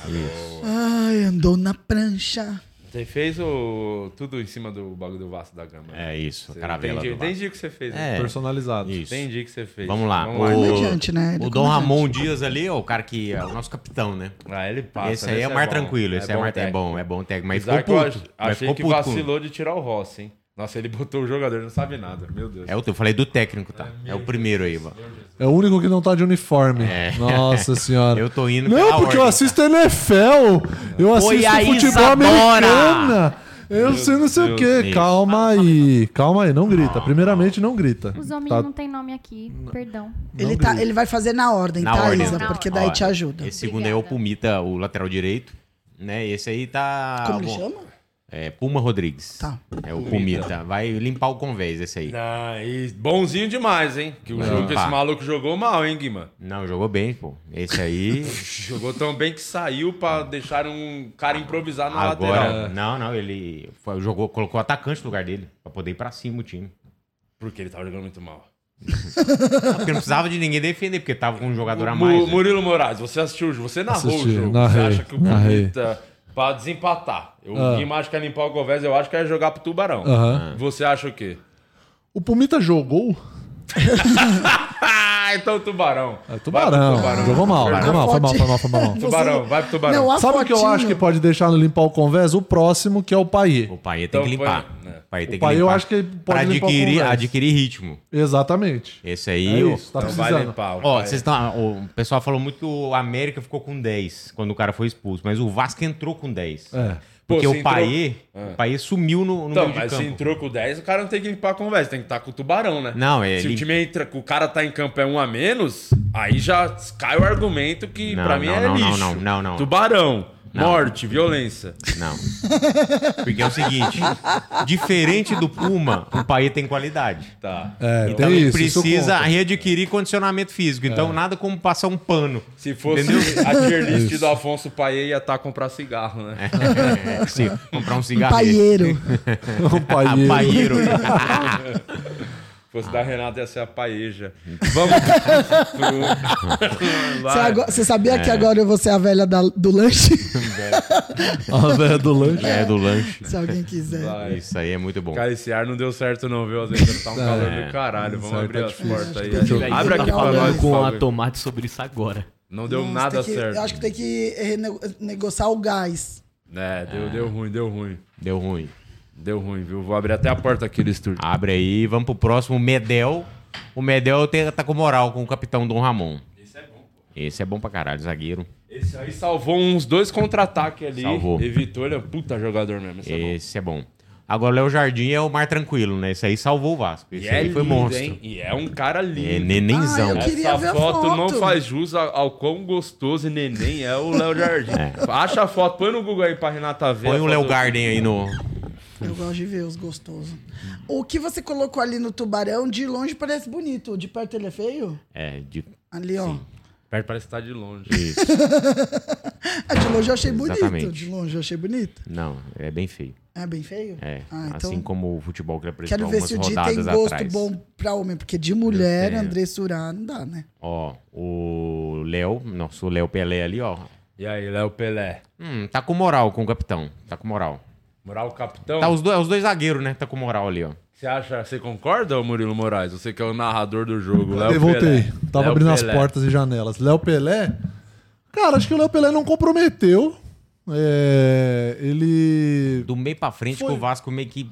S5: Ai, andou na prancha.
S1: Você fez o... tudo em cima do bagulho do Vasco da Gama. né?
S4: É isso,
S1: Você-
S4: caravela
S1: Entendi,
S4: do Vasco.
S1: entendi o que você fez.
S4: É,
S1: né?
S3: Personalizado.
S4: Isso.
S1: Entendi o que você fez.
S4: Vamos lá.
S1: O...
S5: Comediante, né? Ele
S4: O
S5: é
S4: Dom
S5: comediante.
S4: Ramon Dias ali, ó, o cara que é o nosso capitão, né?
S1: Ah, ele passa.
S4: esse aí é o mais tranquilo, esse é, o mais é
S1: técnico.
S4: bom, é bom técnico, mas
S1: Apesar que
S4: ficou
S1: eu
S4: puto.
S1: ach-
S4: mas
S1: achei
S4: ficou
S1: que
S4: puto com-
S1: vacilou de tirar o Rossi, hein? Nossa, ele botou o jogador, ele não sabe nada. Meu Deus.
S4: É o teu, eu falei do técnico, tá? É o primeiro aí, mano.
S3: É o único que não tá de uniforme. Nossa senhora.
S4: É. Eu tô indo
S3: Não,
S4: pela
S3: porque eu
S4: ordem,
S3: assisto NFL. Eu
S4: Foi
S3: assisto
S4: a
S3: futebol
S4: Isadora.
S3: americano. Eu sei não sei o
S1: Deus,
S3: quê.
S4: Deus.
S3: Calma aí. Calma aí, não grita. Primeiramente, não grita.
S7: Os homens
S3: Tá-
S7: não tem nome aqui, perdão.
S5: Ele, tá, ele vai fazer na ordem,
S4: Na
S5: tá,
S4: ordem.
S5: Isa?
S7: Na
S5: Porque
S7: ordem.
S5: daí
S4: Ó,
S5: te ajuda.
S4: Esse segundo aí é o
S7: Obrigada.
S4: Pumita, o lateral direito, né? Esse aí tá...
S5: Como ele
S4: bom,
S5: chama?
S4: É, Puma Rodrigues.
S5: Tá.
S4: É o Pumita. Vai limpar o convés, esse aí.
S1: Ah, e bonzinho demais, hein? Que o
S4: Não, Ah.
S1: jogo que
S4: pá.
S1: esse maluco jogou mal, hein, Guima?
S4: Não, jogou bem, pô. Esse aí...
S1: Jogou tão bem que saiu pra deixar um cara
S3: Ah,
S1: improvisar na lateral.
S4: Agora, É. não, não, ele foi- jogou, colocou o atacante no lugar dele, pra poder ir pra cima o time.
S1: Porque ele tava jogando muito mal.
S4: Porque não precisava de ninguém defender, porque tava com um jogador a
S1: Mu-
S4: mais. né?
S1: Murilo Moraes, você assistiu o jogo, você narrou
S3: Assisti,
S1: o jogo.
S3: narrei,
S1: você acha que o
S3: narrei.
S1: Pimenta, pra desempatar, eu
S3: Ah.
S1: vi mais que é limpar o Govés, eu acho que é jogar pro Tubarão.
S3: Aham.
S1: Você acha o quê?
S3: O Pumita jogou?
S1: Ah, então Tubarão.
S3: É, tubarão.
S1: Vai pro
S3: Jogou mal. Jogou mal, foi mal, foi mal, foi mal.
S5: Você-
S1: Tubarão, vai pro Tubarão.
S5: Não, a
S3: Sabe o que eu
S5: fotinho-
S3: acho que pode deixar no limpar o convés? O próximo, que é o Paiê.
S4: O pai tem
S1: Então
S4: que limpar.
S1: foi- né.
S4: O pai tem
S3: O Paiê
S4: que
S3: eu
S4: limpar.
S3: acho que ele
S4: pra
S3: pode limpar o
S4: adquirir,
S3: convés.
S4: adquirir ritmo.
S3: Exatamente.
S4: Esse aí,
S3: É
S4: o-
S3: isso, tá
S1: Então vai
S3: precisando.
S1: limpar.
S4: Ó,
S1: vai.
S4: vocês estão. O pessoal falou muito que o América ficou com 10 quando o cara foi expulso, mas o Vasco entrou com 10.
S3: É.
S4: Porque
S1: Pô,
S4: o
S1: se entrou- É.
S4: Paê, o Paê sumiu no, no
S1: Então,
S4: meio de
S1: mas
S4: campo.
S1: se entrou com 10, o cara não tem que limpar a conversa, tem que estar com o tubarão, né?
S4: Não, é
S1: Se o
S4: lim-
S1: time entra, o cara tá em campo é um a menos, aí já cai o argumento que
S4: Não,
S1: pra mim
S4: não,
S1: é
S4: não, não,
S1: lixo.
S4: não, não, não.
S1: Tubarão, morte, violência.
S4: Não. Porque é o seguinte: diferente do Puma, o Paê tem qualidade.
S1: Tá.
S3: É,
S4: Então
S3: tem
S4: ele
S3: isso. isso
S4: precisa
S3: conta.
S4: readquirir condicionamento físico. Então, nada como passar um pano.
S1: Se fosse a tier list do Afonso Paê, ia estar tá comprar cigarro, né?
S4: É, sim, comprar um
S1: Tá
S4: cigarro.
S5: Paieiro.
S3: O
S1: Ah,
S3: Paiê.
S4: Paeiro.
S1: Se fosse
S4: Ah.
S1: da Renata, ia ser a paeja. Vamos pro...
S5: Você,
S1: Vai.
S5: agora- você sabia
S1: É.
S5: que agora eu vou ser a velha da- do lanche?
S3: A velha Ah, do lanche.
S4: É do lanche.
S5: Se alguém quiser.
S1: Vai.
S4: Isso aí é muito bom.
S1: Cara, esse ar não deu certo não, viu? Às vezes tá um calor do caralho. Vamos
S3: Certo,
S1: abrir
S3: tá
S1: as
S3: difícil.
S1: portas aí.
S3: Acho que
S6: Véi,
S1: Abre
S6: você
S1: aqui
S6: tá
S1: pra
S5: falando
S1: nós,
S6: falando com a
S1: Fábio.
S6: Tomate sobre isso agora.
S1: Não deu
S5: Nossa, tem
S1: nada
S5: que-
S1: certo.
S5: Eu acho que tem que renego- negociar o gás.
S1: É, deu, deu ruim, deu ruim.
S4: Deu ruim.
S1: Deu ruim, viu? Vou abrir até a porta aqui do estúdio.
S4: Abre aí, vamos pro próximo. Medel. O Medel tem- tá com moral com o capitão Dom Ramon.
S1: Esse é bom.
S4: Esse é bom pra caralho, zagueiro.
S1: Esse aí salvou uns dois contra-ataques ali.
S4: Salvou.
S1: Evitou, ele é um puta jogador mesmo. Esse é bom.
S4: Esse é bom. Agora, o Léo Jardim é o mar tranquilo, né? Esse aí salvou o Vasco. Esse
S1: E
S4: aí
S1: é
S4: foi
S1: lindo,
S4: monstro.
S1: hein? E é um cara
S4: É
S1: lindo.
S4: nenenzão.
S5: Ah, eu queria ver
S1: Essa
S5: a
S1: foto,
S5: foto.
S1: não faz jus ao, ao quão gostoso e neném é o Léo Jardim. Acha a foto, põe no Google aí pra Renata ver. a
S4: Põe o
S1: foto
S4: Léo
S1: do-
S4: Garden aí no.
S5: Eu gosto de ver os gostosos. O que você colocou ali no tubarão, de longe parece bonito. De perto ele é feio?
S4: É, de.
S5: Ali, ó.
S1: Perto parece que tá de longe.
S5: Ah, de longe eu achei bonito.
S4: Exatamente.
S5: De longe eu achei bonito.
S4: Não, é bem feio.
S5: É bem feio?
S4: É.
S5: Ah, então.
S4: assim como o futebol que ele apresentou
S5: Quero ver
S4: algumas
S5: se o Di
S4: rodadas
S5: tem gosto
S4: atrás.
S5: bom pra homem, porque de mulher, André Surá, não dá, né?
S4: Ó, o Léo, nosso Léo Pelé ali, ó.
S1: E aí, Léo Pelé.
S4: Hum, tá com moral com o capitão. Tá com moral.
S1: Moral capitão.
S4: Tá os dois, os dois zagueiros, né? Tá com moral ali, ó.
S1: Você acha, você concorda, ô Murilo Moraes? Você que é o narrador do jogo, Léo
S3: Eu voltei.
S1: Pelé.
S3: Tava
S1: Léo
S3: abrindo
S1: Pelé.
S3: as portas e janelas. Léo Pelé. Cara, acho que o Léo Pelé não comprometeu. É, ele.
S4: Do meio pra frente
S3: Foi.
S4: que o Vasco meio que.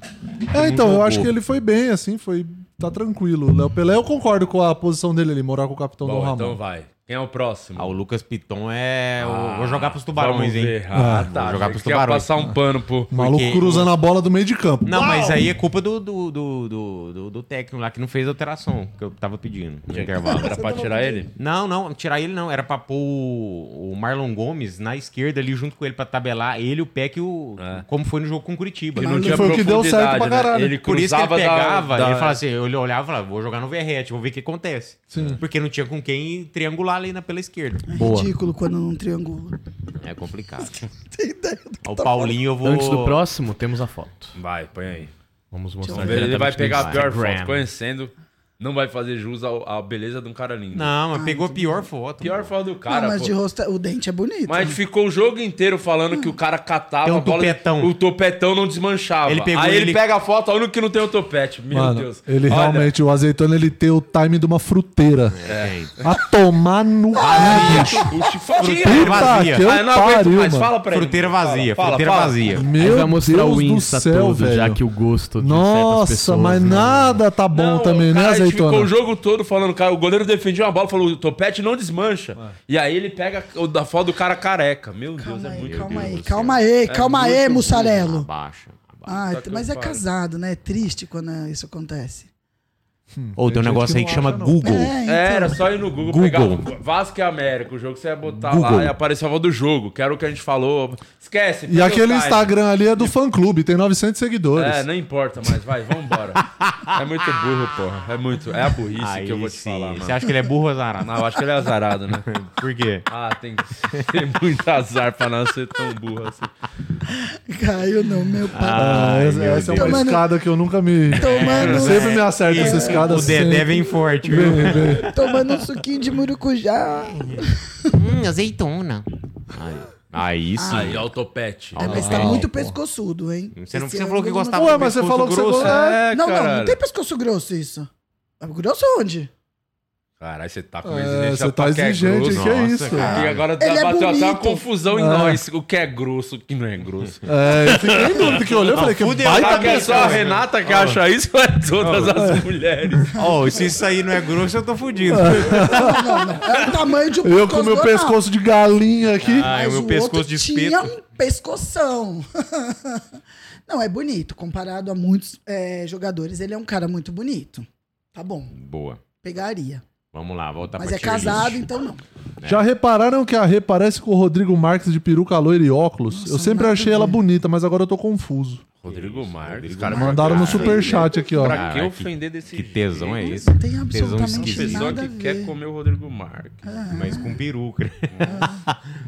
S3: É,
S4: não
S3: então, eu
S4: jogou.
S3: acho que ele foi bem, assim, foi. Tá tranquilo. O Léo Pelé, eu concordo com a posição dele ali, morar com o capitão Dom
S1: Bom,
S3: Ramon.
S1: então vai. Quem é o próximo?
S4: Ah, o Lucas Piton é.
S1: Ah,
S4: eu vou jogar pros tubarões,
S1: vamos
S4: hein?
S1: ver. Ah, tá.
S4: Vou jogar
S1: Achei
S4: pros
S1: que ia
S4: tubarões.
S1: passar um pano pro...
S3: O maluco
S4: Porque-
S3: cruzando a bola do meio de campo.
S4: Não,
S3: Uau!
S4: mas aí é culpa do, do, do, do, do- do técnico lá que não fez a alteração que eu tava pedindo no intervalo.
S1: Era pra tirar ele?
S4: Não, não, tirar ele não. Era pra pôr o, o Marlon Gomes na esquerda ali junto com ele pra tabelar ele, o Peck e o.
S1: É.
S4: Como foi no jogo com o Curitiba.
S3: não tinha Foi o que deu certo pra
S1: profundidade, né?
S3: caralho.
S1: Ele
S4: Por isso que ele
S1: cruzava da-
S4: pegava,
S1: da-
S4: ele falava assim, ele olhava e falava, vou jogar no Verrete, vou ver o que acontece. Porque não tinha com quem triangular ali na, pela esquerda.
S5: É ridículo quando não triangula.
S4: É complicado.
S5: Tem ideia do que
S4: Ó, O
S5: tá
S4: Paulinho eu vou...
S6: Antes do próximo, temos a foto.
S4: assim,
S1: Vai, põe aí.
S6: Vamos
S1: Vamos
S6: mostrar
S1: ver, Ele vai
S6: diretamente
S1: pegar
S6: do
S1: a pior
S6: Instagram.
S1: foto. Conhecendo, não vai fazer jus ao- à beleza de um cara lindo.
S4: Não, mas pegou a pior foto.
S1: Pior
S4: pô.
S1: foto do
S5: falando.
S1: cara,
S5: não, mas
S1: pô.
S5: de rosto, o dente é bonito.
S1: Mas ficou o jogo inteiro falando que o cara catava
S4: Tem um
S1: a bola e
S4: topetão.
S1: o topetão não desmanchava.
S4: Ele pegou
S1: Aí ele,
S4: ele-
S1: pega a foto, é o único que não tem o topete. Meu
S3: Mano,
S1: Deus.
S3: ele
S1: Olha,
S3: realmente, o azeitona, ele tem o time de uma fruteira.
S1: É,
S4: Tem.
S3: A tomar no.
S1: O chifradinho.
S3: Puta
S4: vazia.
S3: que eu
S1: Ah, eu não aguento
S3: pariu,
S1: mais.
S3: mano.
S1: Fala pra ele.
S4: Fruteira
S1: Fala,
S4: vazia,
S1: fala,
S4: fruteira
S1: fala.
S4: vazia.
S6: Aí
S3: Meu
S6: vai mostrar
S3: Deus
S6: o
S3: do
S6: Insta
S3: céu,
S6: todo,
S3: velho.
S6: já que o gosto de certas
S3: Nossa,
S6: pessoas né?
S3: mas
S6: não-
S3: nada tá bom
S1: Não,
S3: também,
S1: o
S3: né,
S1: cara Ficou o
S3: azeitona?
S1: jogo todo falando, cara, o goleiro defendia uma bola, falou, o topete não desmancha. E aí ele pega o da foto do cara careca. Meu Deus,
S5: Calma
S1: é
S5: aí,
S1: muito
S5: calma
S1: Deus
S5: aí,
S1: do céu.
S5: calma aí, calma
S1: muito
S5: aí,
S1: ruim.
S5: mussarelo.
S4: Abaixa. abaixa.
S5: Ah,
S1: Tá que
S5: mas
S1: eu
S5: é
S1: paro.
S5: casado, né? É triste quando é, isso acontece.
S4: Ou tem um
S3: gente
S4: negócio
S3: que
S4: aí
S3: não
S4: que chama
S3: acha, não.
S4: Google.
S5: É, então.
S1: É, era só ir no Google,
S4: Google.
S1: pegar Vasco e América, o jogo que você ia botar
S4: Google.
S1: lá e apareceu a foto do jogo, que era o que a gente falou. Esquece.
S3: E
S1: pega o
S3: aquele
S1: site.
S3: Instagram ali é do fã-clube, tem 900 seguidores.
S1: É, não importa mais, vai, vambora. é muito burro, porra. É muito. É a burrice que eu vou te
S4: sim.
S1: falar, mano.
S4: Você acha que ele é burro ou azarado?
S1: Não, eu acho que ele é azarado, né?
S4: Por quê?
S1: Ah, tem que ter muito azar pra não ser tão burro assim.
S5: Caiu no meu pau.
S3: Ah, essa essa é uma
S5: Deus.
S3: escada que eu nunca me.
S5: Tomando,
S3: Sempre me acerta essa
S4: É.
S3: escada.
S2: O Dedé vem forte, viu?
S5: tomando um suquinho de murucujá.
S4: Hum, azeitona. Aí, aí sim.
S1: Aí, autopet.
S5: É, mas tá muito pescoçudo, hein?
S4: Você, não,
S5: Esse
S4: você
S5: ano
S4: falou que
S5: mesmo-
S4: gostava
S3: Ué,
S4: do
S3: mas você
S4: pescoço
S3: falou que você
S4: grosso.
S3: gosta-
S1: É,
S5: Não, não, não
S1: caralho.
S5: tem pescoço grosso isso. É grosso onde?
S1: Caralho, você tá com uma
S3: É,
S1: exigência
S3: você tá
S1: pra que é
S3: exigente,
S1: grosso.
S3: que é
S4: Nossa,
S3: isso?
S4: cara.
S1: E agora
S5: Ele é
S1: bateu até uma
S5: bonito.
S1: confusão em
S3: Ah.
S1: nós. O que é grosso, o que não é grosso.
S3: É, eu fiquei em dúvida que eu olhei e falei que baita
S1: Será que é só a
S3: pessoa.
S1: Renata que acha isso ou é todas as mulheres?
S5: Ah.
S2: Ó, se isso aí não é grosso, eu tô fudido.
S5: Não, não, não. É o tamanho de um
S3: Eu com meu
S5: normal.
S3: pescoço de galinha aqui.
S4: Ah, é o
S5: Mas
S4: meu
S5: o
S4: pescoço
S5: outro
S4: de
S5: Tinha
S4: espeto.
S5: um pescoção. Não, é bonito. Comparado a muitos é, jogadores, ele é um cara muito bonito. Tá bom,
S4: Boa. Tá
S5: pegaria.
S4: Vamos lá, volta
S5: Mas
S4: pra
S5: é
S4: tier list.
S5: casado, então não.
S1: né?
S3: Já repararam que a Rê parece com o Rodrigo Marques de peruca loira e óculos? eu sempre achei ela bonita, mas agora eu tô confuso.
S1: Rodrigo Marques.
S4: Rodrigo
S1: cara,
S4: Marques.
S3: Mandaram no
S4: cara,
S3: superchat aqui, ó.
S1: Pra que
S4: Caraca,
S1: ofender desse
S4: Que tesão é esse?
S5: Não tem absolutamente
S1: Uma pessoa
S5: nada a
S1: que
S5: ver. Ah,
S1: quer comer o Rodrigo Marques.
S4: Mas com peruca. né?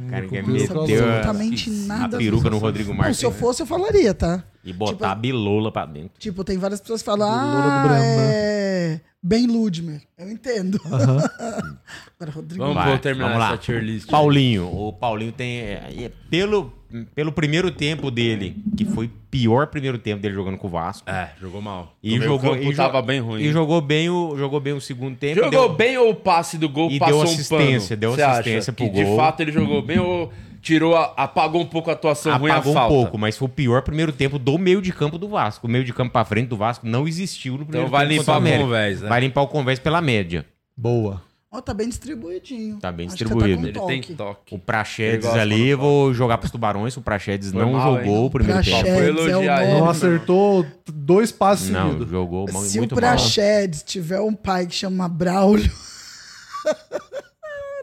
S4: O cara quer
S3: Com
S4: meter
S3: peruca
S4: a,
S5: absolutamente
S4: a
S5: Ah. nada a ver.
S4: peruca no Rodrigo
S5: Não,
S4: Marques
S5: se eu fosse, eu falaria, tá?
S4: e botar a bilola pra dentro.
S5: Tipo, tem várias pessoas que falam,
S3: Louro do
S5: ah,
S3: Brahma."
S5: é... Ben Ludmer. Eu entendo. Agora, Rodrigo
S1: Vamos
S4: Vai,
S1: vou terminar
S4: vamos lá.
S1: essa tier list.
S4: Paulinho, o Paulinho tem. é, é, pelo, pelo primeiro tempo dele, que foi o pior primeiro tempo dele jogando com o Vasco.
S1: É, jogou mal.
S4: E
S1: O
S4: jogou,
S1: meio-campo
S4: e
S1: tava
S4: jo-
S1: bem ruim.
S4: E jogou bem o, jogou bem o segundo tempo.
S1: Jogou
S4: deu-
S1: bem ou o passe do gol
S4: E
S1: passou um
S4: deu assistência,
S1: pano?
S4: deu
S1: Você acha
S4: assistência pro
S1: que De
S4: gol.
S1: fato ele jogou bem ou tirou a- apagou um pouco a atuação ruim a
S4: apagou
S1: falta?
S4: um pouco, mas foi o pior primeiro tempo do meio de campo do Vasco. O meio de campo pra frente do Vasco não existiu no primeiro
S1: Então vai
S4: tempo.
S1: limpar
S4: contra o
S1: o
S4: América.
S1: Convés, né?
S4: Vai limpar o Convés pela média.
S3: Boa.
S5: Ó, tá bem distribuidinho.
S4: Tá bem
S5: Acho que
S4: distribuído.
S5: Você
S1: Ele
S5: tá com
S1: tem
S5: toque.
S1: toque.
S4: O
S1: Ele
S4: Praxedes
S1: gosta
S4: ali,
S1: quando
S4: vou jogar pros tubarões. O Praxedes
S1: Foi
S4: não
S1: mal,
S4: jogou
S1: hein?
S4: o primeiro
S5: Praxedes.
S4: tempo.
S1: Foi
S5: Chedes,
S1: elogiar
S5: é o
S1: ele. né?
S5: nome.
S3: Não
S1: mano.
S3: acertou dois passes
S4: Não,
S3: seguidos.
S4: jogou mu-
S5: Se
S4: muito
S5: o
S4: mal.
S5: Praxedes tiver um pai que chama Braulio.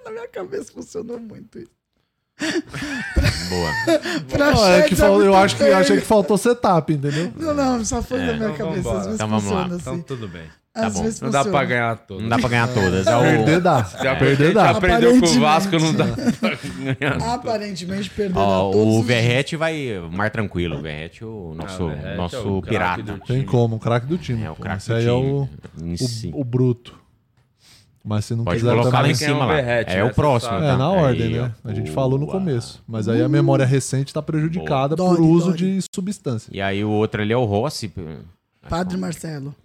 S5: Na minha cabeça funcionou muito isso.
S4: Boa.
S5: Praxedes.
S3: Não, é que fal-
S5: muito
S3: eu acho que,
S5: feio.
S3: achei que faltou setup, entendeu?
S5: Não, não, só foi na minha
S1: então
S5: cabeça.
S1: vambora.
S5: Às vezes
S4: Então vamos lá.
S5: funciona
S1: Então
S5: assim.
S1: tudo bem.
S5: Às
S4: bom.
S5: vezes
S1: Não dá pra
S5: funciona.
S1: ganhar tudo.
S4: Não dá pra ganhar todas. É o-
S3: Perder dá.
S1: Se a
S3: Perder
S1: gente
S3: dá.
S1: aprendeu com o
S5: Aparentemente.
S1: Vasco, não dá pra ganhar.
S5: Aparentemente perdeu
S4: Ó,
S5: todos
S4: o
S5: os dias.
S4: Verrete vai mais tranquilo. O Verrete, o nosso,
S1: Ah, é, é
S4: nosso
S1: o craque do
S4: pirata.
S1: time.
S3: Tem como, um craque do time.
S4: É, o
S3: pô.
S4: craque
S3: Esse
S4: do
S3: aí é o,
S4: time.
S3: o-
S4: Sim.
S3: o, bruto. Mas se não
S4: Pode
S3: quiser
S4: colocar lá
S3: também...
S4: em
S1: quem é o
S4: cima lá.
S1: Verrete,
S4: É
S1: né?
S4: o próximo.
S1: Você
S3: É,
S4: tá?
S3: na
S4: Aí,
S3: ordem, né?
S4: ó.
S3: A gente falou no
S4: Boa.
S3: começo. Mas aí a memória recente tá prejudicada
S5: Hum. Boa.
S3: por
S5: Dori,
S3: uso
S5: Dori.
S3: de substância.
S4: E aí o outro ali é o Rossi. Tá
S5: Padre Marcelo.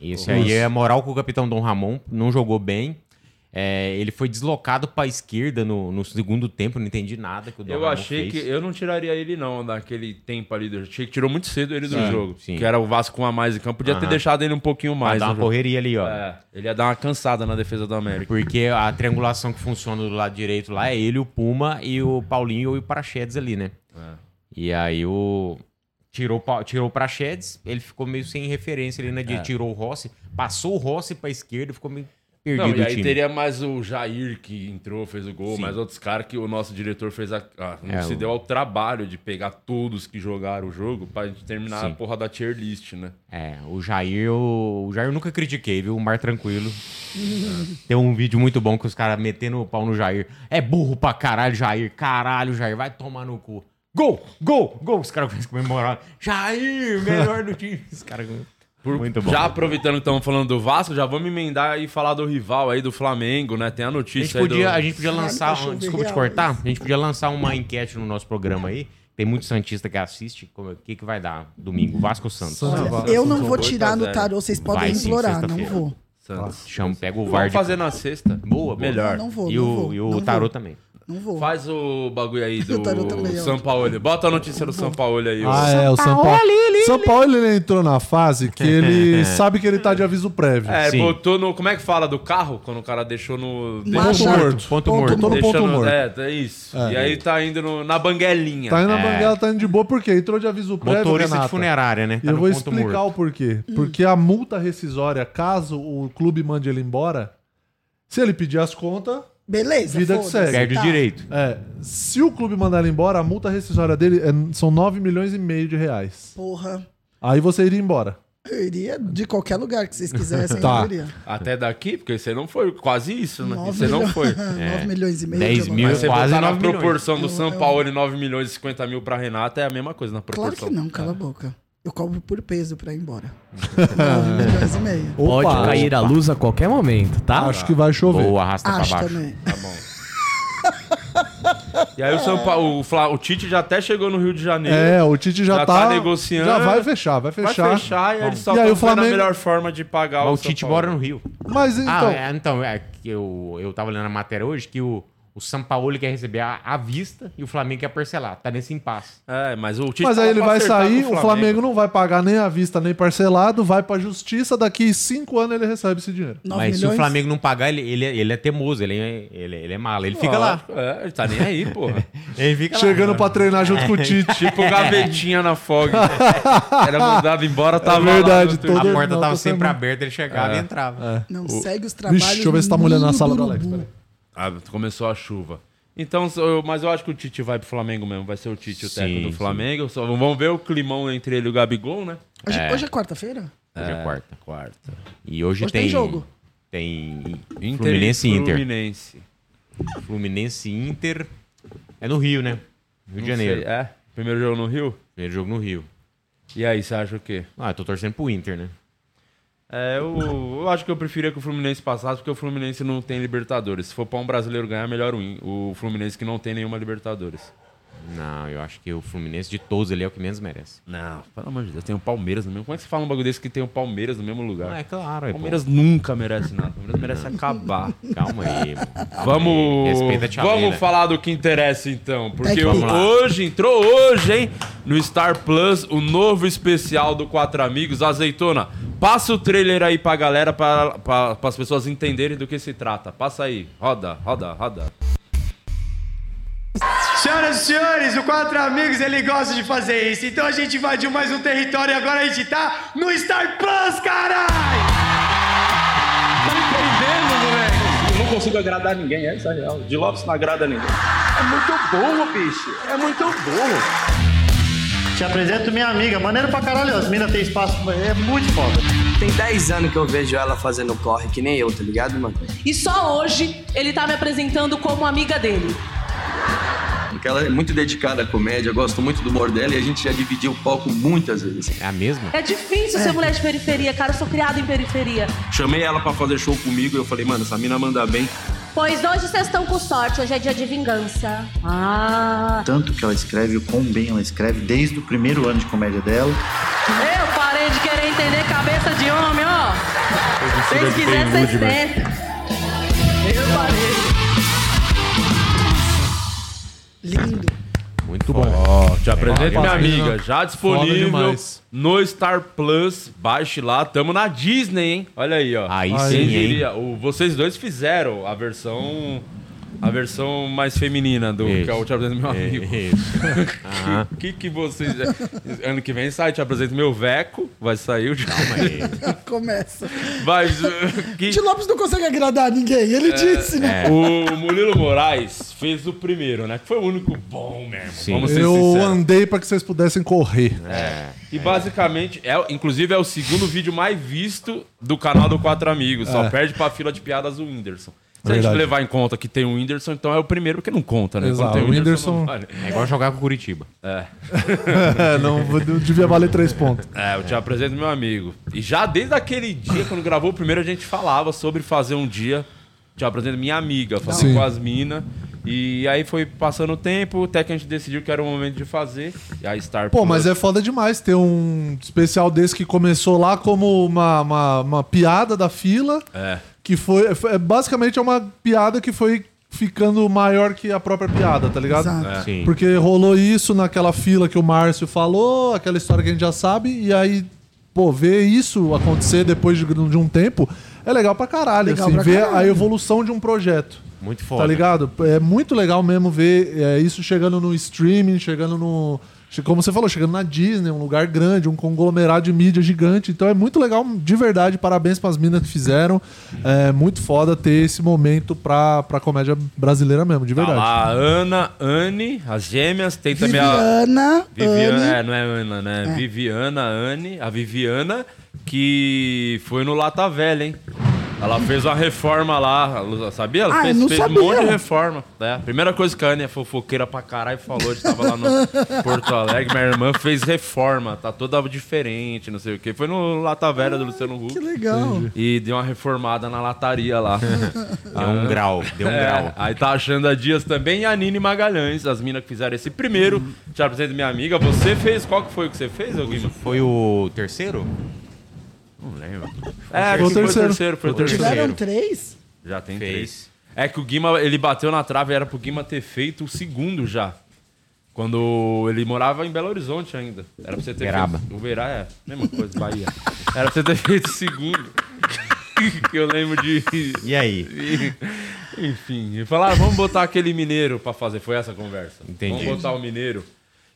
S4: Esse aí é moral com o capitão Dom Ramon. Não jogou bem. É, ele foi deslocado pra esquerda no, no segundo tempo. Não entendi nada que o Dom
S1: Eu
S4: Ramon
S1: achei
S4: fez.
S1: que. Eu não tiraria ele, não, daquele tempo ali. do- Achei que tirou muito cedo ele do
S4: Sim,
S1: jogo.
S4: sim.
S1: Que era o Vasco com a mais em campo. Podia ter
S4: Aham.
S1: deixado ele um pouquinho
S4: Vai
S1: mais.
S4: dar
S1: no
S4: uma
S1: jogo.
S4: correria ali, ó.
S1: É, ele ia dar uma cansada na defesa do América.
S4: Porque a triangulação que funciona do lado direito lá é ele, o Puma e o Paulinho e o Praxedes ali, né?
S1: É.
S4: E aí o. Tirou, o Pa- tirou o Praxedes, ele ficou meio sem referência ali, né?
S1: É.
S4: De, Tirou o Rossi, passou o Rossi pra esquerda e ficou meio perdido
S1: Não, e
S4: o
S1: aí
S4: time.
S1: teria mais o Jair que entrou, fez o gol, mais outros caras que o nosso diretor fez a. ah, não
S4: É,
S1: se
S4: o-
S1: deu ao trabalho de pegar todos que jogaram o jogo pra gente terminar
S4: Sim.
S1: a porra da tier list, né?
S4: É, o Jair, o, o Jair eu nunca critiquei, viu? O Mar Tranquilo. Tem um vídeo muito bom que os caras metendo o pau no Jair. É burro pra caralho, Jair. Caralho, Jair, vai tomar no cu. Gol, gol, gol. Os caras começam a comemorar. Jair, melhor do time. Os caras.
S1: Por-
S4: Muito bom.
S1: Já aproveitando que estamos falando do Vasco, já vamos emendar e falar do rival aí do Flamengo, né? Tem a
S4: A
S1: notícia
S4: gente, podia,
S1: aí.
S4: a
S1: Do...
S4: gente podia lançar.
S5: cachorro
S4: desculpa te
S5: real,
S4: cortar. A gente podia lançar uma enquete no nosso programa aí. Tem muito Santista que assiste. Como- é, O que, que vai dar domingo? Vasco ou Santos.
S3: Santos.
S5: Olha,
S3: Nossa,
S5: eu não
S1: são
S5: vou
S1: dois a
S5: tirar no
S1: zero.
S5: tarô, vocês podem
S4: Vai sim,
S5: implorar, não
S4: sexta-feira.
S5: vamos
S1: Santos.
S4: Chama, pega o VAR.
S1: Vamos
S4: de-
S1: fazer na sexta.
S4: Boa, boa.
S1: Melhor.
S5: Não vou,
S4: E
S5: um não
S4: o,
S5: vou,
S4: e o
S5: não
S4: Tarô
S5: vou.
S4: também.
S5: Não vou.
S1: Faz o bagulho aí do
S5: Eu tô- eu também, é ó.
S1: São Paulo. Bota a notícia do São Paulo aí.
S3: Ah, é, o São Paulo. São Paulo ele entrou na fase que ele sabe que ele tá de aviso prévio.
S1: É,
S4: Sim.
S1: botou no. Como é que fala do carro? Quando o cara deixou no.
S5: Mas-
S3: Ponto
S5: Chato.
S3: morto.
S4: Ponto morto.
S3: Tô no
S1: deixa
S3: ponto
S1: no-
S3: morto.
S1: É, é isso. E aí tá indo no- na banguelinha. É.
S3: Tá indo na banguela, tá indo de boa, porque entrou de aviso prévio.
S4: Motorista de
S3: Renata.
S4: funerária, né?
S3: E eu vou explicar o porquê. Porque a multa rescisória, caso o clube mande ele embora, se ele pedir as contas,
S5: Beleza,
S3: Vida que
S5: foda-se,
S3: segue.
S4: Perde
S5: tá.
S4: o direito.
S3: é, se o clube mandar ele embora, a multa rescisória dele é- são 9 milhões e meio de reais.
S5: Porra.
S3: Aí você iria embora.
S5: Eu iria de qualquer lugar que vocês quisessem,
S3: Tá.
S5: eu iria.
S1: Até daqui, porque você não foi quase isso, né?
S5: Nove
S1: Você não
S5: milhões-
S1: foi.
S5: nove milhões e meio.
S4: 10
S5: de
S4: É. mil.
S3: É,
S1: Mas você
S4: Quase
S1: botar na
S4: nove milhões.
S1: proporção do São Paulo 9 milhões e 50 mil pra Renata é a mesma coisa na
S5: Claro
S1: proporção.
S5: que não,
S4: É.
S5: cala a boboca. Eu cobro por peso pra ir embora. Nove milhões e
S4: Tá
S5: meio.
S6: Pode
S3: Opa,
S6: cair a luz a qualquer momento, tá?
S3: Acho que vai chover.
S4: Boa, arrasta
S5: Acho
S4: pra baixo.
S5: também.
S1: Tá bom. E aí o
S5: É.
S1: São Paulo, o, Fla- o Tite já até chegou no Rio de Janeiro.
S3: É, o Tite já,
S1: Já tá negociando.
S3: Já vai fechar, vai
S1: vai
S3: fechar.
S1: fechar, e aí eles só
S3: E aí
S1: tão
S3: o
S1: vendo a
S3: Flamengo-
S1: melhor forma de pagar
S4: Mas
S1: o
S4: Ah, o
S1: São
S4: Tite
S1: Paulo.
S4: mora no Rio.
S3: Mas então.
S4: ah, é, então, é que eu, eu tava lendo a matéria hoje que o, o Sampaoli quer receber a- à vista e o Flamengo quer parcelar. Tá nesse impasse.
S1: É, mas o Tite
S3: Mas
S1: tava
S3: aí ele
S1: pra
S3: vai
S1: acertar com
S3: sair, o Flamengo não vai pagar nem à vista nem parcelado, vai pra justiça, daqui cinco anos ele recebe esse dinheiro.
S5: Nove
S4: Mas se o
S5: milhões?
S4: Flamengo não pagar, ele, ele, é- ele é teimoso, ele é, ele, é- ele é mala. Ele fica lá.
S1: Lógico, É, ele tá nem aí, porra.
S4: Ele fica
S3: Chegando pra treinar junto com o Tite. É
S1: tipo gavetinha na fog. Era mandado embora, tava lá
S3: É verdade,
S1: no
S3: todo-
S1: Twitter.
S4: A porta
S3: Não,
S4: tava
S3: tô
S1: assim
S3: É.
S4: sempre
S3: sabendo.
S4: aberta, ele chegava e entrava.
S5: Não,
S1: O-
S5: segue os trabalhos.
S3: Vixe, deixa eu ver se tá molhando na
S5: do
S3: sala do Alex.
S5: urubu.
S3: peraí.
S1: Ah, começou a chuva. Então, sou eu- mas eu acho que o Tite vai pro Flamengo mesmo. Vai ser o Tite o
S4: Sim,
S1: técnico do
S4: sim.
S1: Flamengo. Só, vamos ver o climão entre ele e o Gabigol, né?
S5: Hoje é, hoje é quarta-feira?
S4: Hoje é quarta.
S1: Quarta.
S4: E hoje,
S5: Hoje
S4: tem,
S5: tem jogo.
S4: Tem
S1: Inter
S4: Fluminense
S1: e
S4: e Inter.
S1: Fluminense.
S4: Fluminense e Inter. É no Rio, né? Rio de
S1: Não sei,
S4: Janeiro.
S1: É? Primeiro jogo no Rio?
S4: Primeiro jogo no Rio.
S1: E aí, você acha o quê?
S4: Ah, eu tô torcendo pro Inter, né?
S1: É, eu, eu acho que eu preferia que o Fluminense passasse, porque o Fluminense não tem Libertadores. Se for pra um brasileiro ganhar, melhor o, In- o Fluminense que não tem nenhuma Libertadores.
S4: Não, eu acho que o Fluminense de todos ele é o que menos merece.
S1: Não, pelo amor de Deus, tem o Palmeiras no mesmo. Como é que você fala um bagulho desse que tem o Palmeiras no mesmo
S4: Ah,
S1: lugar?
S4: é claro. É
S1: O Palmeiras nunca merece nada. O Palmeiras merece acabar.
S4: Pô. Calma aí, mano.
S1: Vamos,
S4: Respeita a tia
S1: vamos
S4: Leila.
S1: falar do que interessa então, porque
S5: Vamos
S1: o-
S4: lá.
S1: hoje entrou hoje, hein, no Star Plus, o novo especial do Quatro Amigos, Azeitona. Passa o trailer aí pra galera para pra, as pessoas entenderem do que se trata. Passa aí. Roda, roda, roda.
S8: Senhoras e senhores, o Quatro Amigos ele gosta de fazer isso. Então a gente invadiu mais um território e agora a gente tá no Star Plus, caralho! Tá entendendo, moleque?
S9: não consigo agradar ninguém, essa é a real. De Lopes não agrada ninguém.
S8: É muito burro, bicho. É muito burro.
S10: Te apresento minha amiga, maneiro pra caralho, as minas têm espaço, é muito foda.
S11: Tem 10 anos que eu vejo ela fazendo corre, que nem eu, tá ligado, mano?
S12: E só hoje ele tá me apresentando como amiga dele.
S11: Porque ela é muito dedicada à comédia, eu gosto muito do humor dela e a gente já dividiu o palco muitas vezes.
S4: É a mesma?
S12: É difícil ser mulher de periferia, cara. Eu sou criada em periferia.
S11: Chamei ela pra fazer show comigo e eu falei, mano, essa mina manda bem.
S12: Pois hoje vocês estão com sorte, hoje é dia de vingança. Ah.
S10: Tanto que ela escreve, o quão bem ela escreve, desde o primeiro ano de comédia dela.
S12: Eu parei de querer entender cabeça de homem, ó. Se vocês quiserem, vocês tentam. Eu parei.
S5: Lindo.
S4: Muito bom.
S1: Te apresento minha
S3: Foda.
S1: amiga, já
S3: Foda
S1: disponível
S3: demais.
S1: no Star Plus. Baixe lá, tamo na Disney, hein? Olha aí, ó.
S4: Aí
S3: Aí.
S4: sim,
S1: Quem
S4: hein?
S1: diria? O, vocês dois fizeram a versão a versão mais feminina do
S4: Isso.
S1: que é o Te Apresento Meu Amigo.
S4: Isso. Aham.
S1: O que, que vocês. é? ano que vem sai, te apresento meu Veco. Vai sair o. Calma aí.
S5: Começa.
S4: É.
S1: Mas. uh, que-
S5: De Lopes não consegue agradar ninguém, ele
S4: É,
S5: disse, né?
S1: O Murilo Moraes fez o primeiro, né? Que foi o único bom mesmo. Vamos ser
S3: Eu
S1: sinceros.
S3: andei pra que vocês pudessem correr.
S1: E basicamente, é, inclusive, é o segundo vídeo mais visto do canal do Quatro Amigos. Só perde pra fila de piadas o Whindersson. Se a gente
S3: É. Verdade.
S1: levar em conta que tem o Whindersson, então é o primeiro que não conta, né? Quando
S3: Exato,
S1: tem
S3: o Whindersson-
S1: não vale.
S4: É igual jogar com o Curitiba.
S3: É, não não devia valer três pontos.
S1: É, eu te apresento meu amigo. E já desde aquele dia, quando gravou o primeiro, a gente falava sobre fazer um dia. Te apresento minha amiga, fazer
S3: Sim.
S1: com as minas. E aí foi passando o tempo, até que a gente decidiu que era o momento de fazer. E a Star
S3: Pô,
S1: Plus-
S3: mas é foda demais ter um especial desse que começou lá como uma, uma, uma piada da fila.
S1: É.
S3: Que foi. foi- é, Basicamente é uma piada que foi ficando maior que a própria piada, tá ligado?
S5: Exato.
S4: Sim.
S3: Porque rolou isso naquela fila que o Márcio falou, aquela história que a gente já sabe, e aí, pô, ver isso acontecer depois de, de um tempo é legal pra caralho.
S5: Legal
S3: assim,
S5: pra
S3: ver
S5: caralho.
S3: a evolução de um projeto.
S4: Muito
S3: Tá
S4: foda.
S3: ligado? É muito legal mesmo ver é, isso chegando no streaming, chegando no. che- Como você falou, chegando na Disney, um lugar grande, um conglomerado de mídia gigante. Então é muito legal, de verdade. Parabéns pras minas que fizeram. É muito foda ter esse momento pra, pra comédia brasileira mesmo, de
S1: Tá
S3: verdade.
S1: lá, a Ana, Anne, as gêmeas. Tem
S4: é
S1: também a.
S5: Viviana,
S1: Viviana,
S5: Anne, É.
S1: é, não é Ana, né? Viviana, Anne, a Viviana, que foi no Lata Velha, hein? Ela fez uma reforma lá, ela- sabia? Ela
S5: Ah,
S1: fez,
S5: eu não
S1: fez
S5: sabia.
S1: um monte de reforma. né? Primeira coisa que a Ania, fofoqueira pra caralho, falou, a gente tava lá no Porto Alegre, minha irmã fez reforma, tá toda diferente, não sei o quê. Foi no Lata Velha do Luciano Huck. Que
S5: legal.
S1: E deu uma reformada na lataria lá.
S4: Deu
S1: Ah.
S4: um grau, deu um grau.
S1: Aí tá achando a Dias também e a Nini Magalhães, as minas que fizeram esse primeiro. Te apresento minha amiga, você fez, qual que foi que você fez, ô Guima?
S4: Foi o terceiro?
S1: Não lembro. É,
S4: Foi o
S1: foi o
S4: terceiro.
S1: terceiro, foi o
S4: Tiveram
S5: Tiveram
S1: terceiro.
S5: três?
S1: Já tem três. É que o Guima, ele bateu na trave, era pro Guima ter feito o segundo já. Quando ele morava em Belo Horizonte ainda. Era pra você ter
S4: Uberaba.
S1: feito. Uberá é, mesma coisa, Bahia. Era pra você ter feito o segundo. que eu lembro de.
S4: E aí?
S1: Enfim, e falaram, vamos botar aquele mineiro pra fazer. Foi essa a conversa.
S4: Entendi.
S1: Vamos botar o mineiro.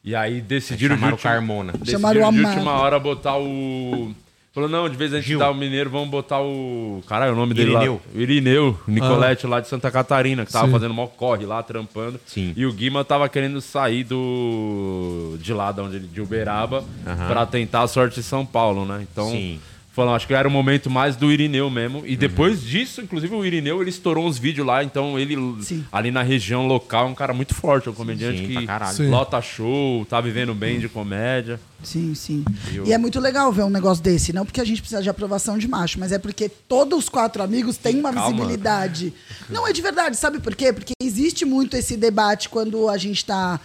S1: E aí decidiram
S4: Chamaram
S1: de última-
S4: Carmona.
S1: decidiram
S4: Chamaram o
S1: de
S4: Amado.
S1: última hora botar o. Falou, não, de vez a gente dá o mineiro, vamos botar o. Caralho, é o nome dele
S4: Irineu.
S1: lá. O Irineu, o Nicolete lá de Santa Catarina, que tava
S4: Ah. Sim.
S1: fazendo mó corre lá, trampando.
S4: Sim.
S1: E o Guima tava querendo sair do. de lá, de, onde ele, de Uberaba,
S4: Aham.
S1: pra tentar a sorte em São Paulo, né? Então.
S4: Sim. Uhum.
S1: Falando, acho que era o momento mais do Irineu mesmo. E depois disso, inclusive, o Irineu ele estourou uns vídeos lá. Então, ele, ali na região local, é um cara muito forte. É um comediante
S4: Sim, pra caralho. Uhum.
S1: que
S4: Sim.
S1: lota show, tá vivendo bem de comédia.
S5: Sim, sim. E é muito legal ver um negócio desse. Não porque a gente precisa de aprovação de macho, mas é porque todos os quatro amigos têm uma
S1: Calma.
S5: visibilidade. Não, é de verdade. Sabe por quê? Porque existe muito esse debate quando a gente tá.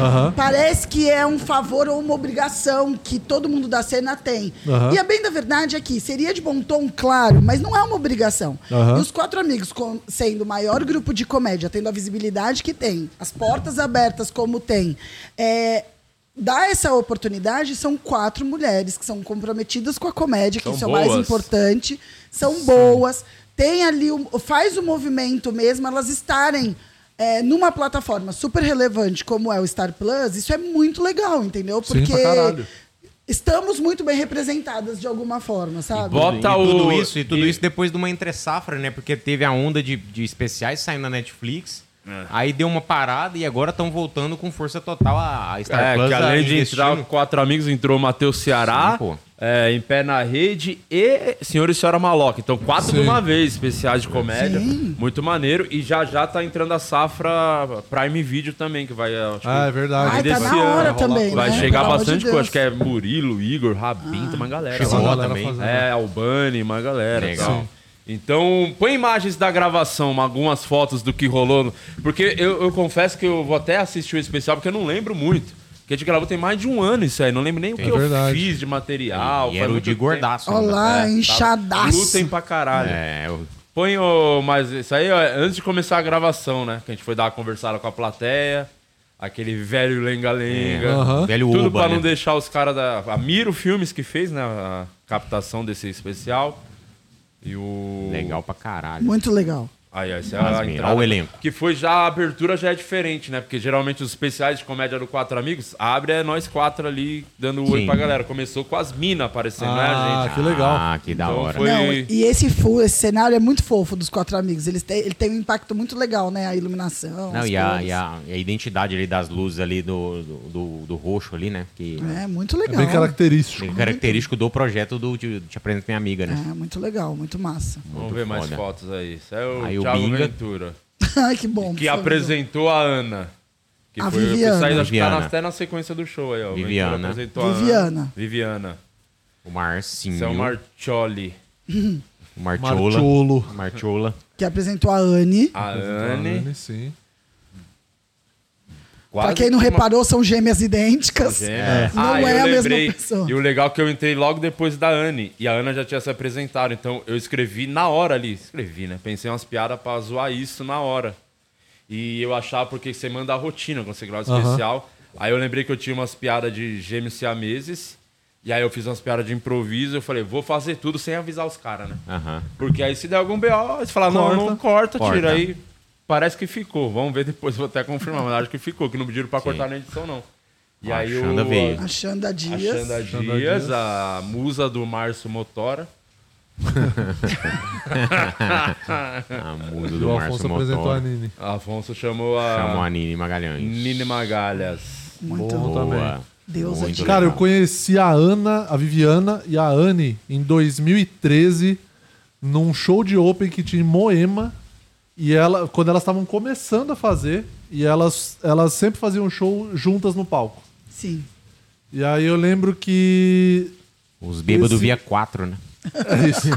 S3: Aham.
S5: Parece que é um favor ou uma obrigação que todo mundo da cena tem.
S3: Aham.
S5: E a bem da verdade é que seria de bom tom, claro, mas não é uma obrigação.
S3: Aham.
S5: E os quatro amigos, com- sendo o maior grupo de comédia, tendo a visibilidade que tem, as portas abertas como tem, é, dá essa oportunidade, são quatro mulheres que são comprometidas com a comédia, que
S13: São
S5: isso é o mais
S13: boas.
S5: importante, são boas, tem ali, um, faz o movimento mesmo, elas estarem é, numa plataforma super relevante como é o Star Plus, isso é muito legal, entendeu?
S1: Sim, pra
S5: Porque
S1: caralho.
S5: estamos muito bem representadas de alguma forma, sabe?
S1: Bota
S4: e tudo
S1: tá o-
S4: isso, e tudo isso depois de uma entre safra, né? Porque teve a onda de, de especiais saindo na Netflix.
S1: É.
S4: Aí deu uma parada e agora estão voltando com força total a a Star
S1: É,
S4: Plus.
S1: que
S4: a
S1: além de
S4: investir
S1: entrar
S4: no-
S1: quatro amigos, entrou o Matheus Ceará, é, Em Pé na Rede e Senhor e Senhora Maloca. Então, quatro de uma vez, especiais de comédia. Muito maneiro. E já já tá entrando a safra Prime Video também, que vai. Acho, que
S3: Ah, é verdade.
S1: vai
S3: Ai, tá
S1: desse
S3: na hora
S1: rolar.
S3: também,
S1: Vai
S3: né?
S1: chegar
S3: Pelo amor de
S1: bastante
S3: Deus.
S1: coisa. Acho que é Murilo, Igor, Rabin, tem uma galera.
S4: Chegou
S1: lá.
S4: também.
S1: É, Albani, uma galera.
S4: Legal.
S1: Sim. Então, põe imagens da gravação, algumas fotos do que rolou. no- Porque eu, eu confesso que eu vou até assistir o especial, porque eu não lembro muito. Porque a gente gravou tem mais de um ano isso aí. Não lembro nem o que
S4: É verdade. Ah,
S1: eu fiz de material.
S4: E era o de gordaço,
S5: Olha
S1: É,
S5: lá,
S1: inchadaço.
S5: inchadaço.
S1: Lutem pra caralho.
S4: É, eu...
S1: Põe o. Mas isso aí, ó, é antes de começar a gravação, né? Que a gente foi dar uma conversada com a plateia. Aquele velho lenga-lenga.
S4: É, aham. Velho
S1: Tudo
S4: oba,
S1: pra não
S4: né?
S1: deixar os caras da. A Miro Filmes que fez, né? A captação desse especial. E o.
S4: Legal pra caralho.
S5: Muito legal.
S1: Aí, ó, essa é
S4: Mas,
S1: a
S4: Miro,
S1: entrada.
S4: olha o elenco.
S1: Que foi já a abertura já é diferente, né? Porque geralmente os especiais de comédia do Quatro Amigos abre é nós quatro ali dando o oi
S4: Sim.
S1: pra galera. Começou com as minas aparecendo, né,
S4: Ah,
S1: gente?
S4: que legal. Ah, que da hora.
S1: Foi...
S5: Não, e esse, fu- esse cenário é muito fofo dos quatro amigos. Eles têm, ele tem um impacto muito legal, né? A iluminação.
S4: Não,
S5: as
S4: e a,
S5: cores.
S4: e, a, e a identidade ali das luzes ali do, do, do- do roxo ali, né? Que
S5: É, muito legal.
S4: bem
S3: característico.
S4: Bem característico do projeto do Te, te Apresento Minha Amiga, né?
S5: É, muito legal, muito massa.
S1: Vamos ver mais
S4: foda.
S1: fotos aí. Isso é o
S4: Aí o
S1: Thiago
S4: Binga.
S1: Ventura.
S5: Ai, que bom.
S1: Que
S5: foi
S1: apresentou a Ana. Que
S5: A
S1: foi
S5: Viviana.
S1: Saída, acho que tá na-
S4: Viviana.
S1: até na sequência do show aí, ó. O Ventura
S4: Viviana.
S1: Apresentou a Ana.
S5: Viviana.
S1: Viviana.
S4: O Marcinho.
S1: Isso é o Marcioli.
S5: legal.
S4: O Marchola.
S3: Marcholo.
S4: Marchola.
S5: Que apresentou a Anne.
S1: A
S3: Anne.
S1: Anne.
S3: sim.
S5: pra quem não
S1: uma-
S5: reparou, são gêmeas idênticas.
S1: É.
S5: Não
S1: ah,
S5: é
S1: eu
S5: a mesma
S1: lembrei.
S5: pessoa.
S1: E o legal é que eu entrei logo depois da Anne. E a Ana já tinha se apresentado. Então eu escrevi na hora ali. Escrevi, né? Pensei umas piadas pra zoar isso na hora. E eu achava porque você manda a rotina quando você grava
S3: Aham.
S1: especial. Aí eu lembrei que eu tinha umas piadas de gêmeos siameses. E aí eu fiz umas piadas de improviso. Eu falei, vou fazer tudo sem avisar os caras, né?
S4: Aham.
S1: Porque aí se der algum BO, você fala, não,
S4: Corta.
S1: não corta,
S4: Corta.
S1: tira aí. Parece que ficou. Vamos ver depois, vou até confirmar, mas acho que ficou, que não pediram pra cortar na edição, não. E
S4: A
S1: aí
S4: Xanda
S1: o,
S4: veio.
S5: A Xanda Dias.
S1: A Xanda
S4: Xanda
S1: Dias,
S4: Dias.
S1: a musa do Márcio Motora.
S4: A musa do E o Márcio Afonso apresentou Motora. a Nini.
S1: Afonso chamou a...
S4: Chamou a Nini Magalhães.
S1: Nini Magalhas.
S4: Muito Boa. bom.
S5: Deus é
S3: Cara, eu conheci a Ana, a Viviana e a Anne em 2013 num show de open que tinha em Moema. E ela, quando elas estavam começando a fazer, e elas, elas sempre faziam um show juntas no palco.
S5: Sim.
S3: E aí eu lembro que.
S4: Os bêbados
S3: Esse-
S4: via quatro, né?
S3: É isso.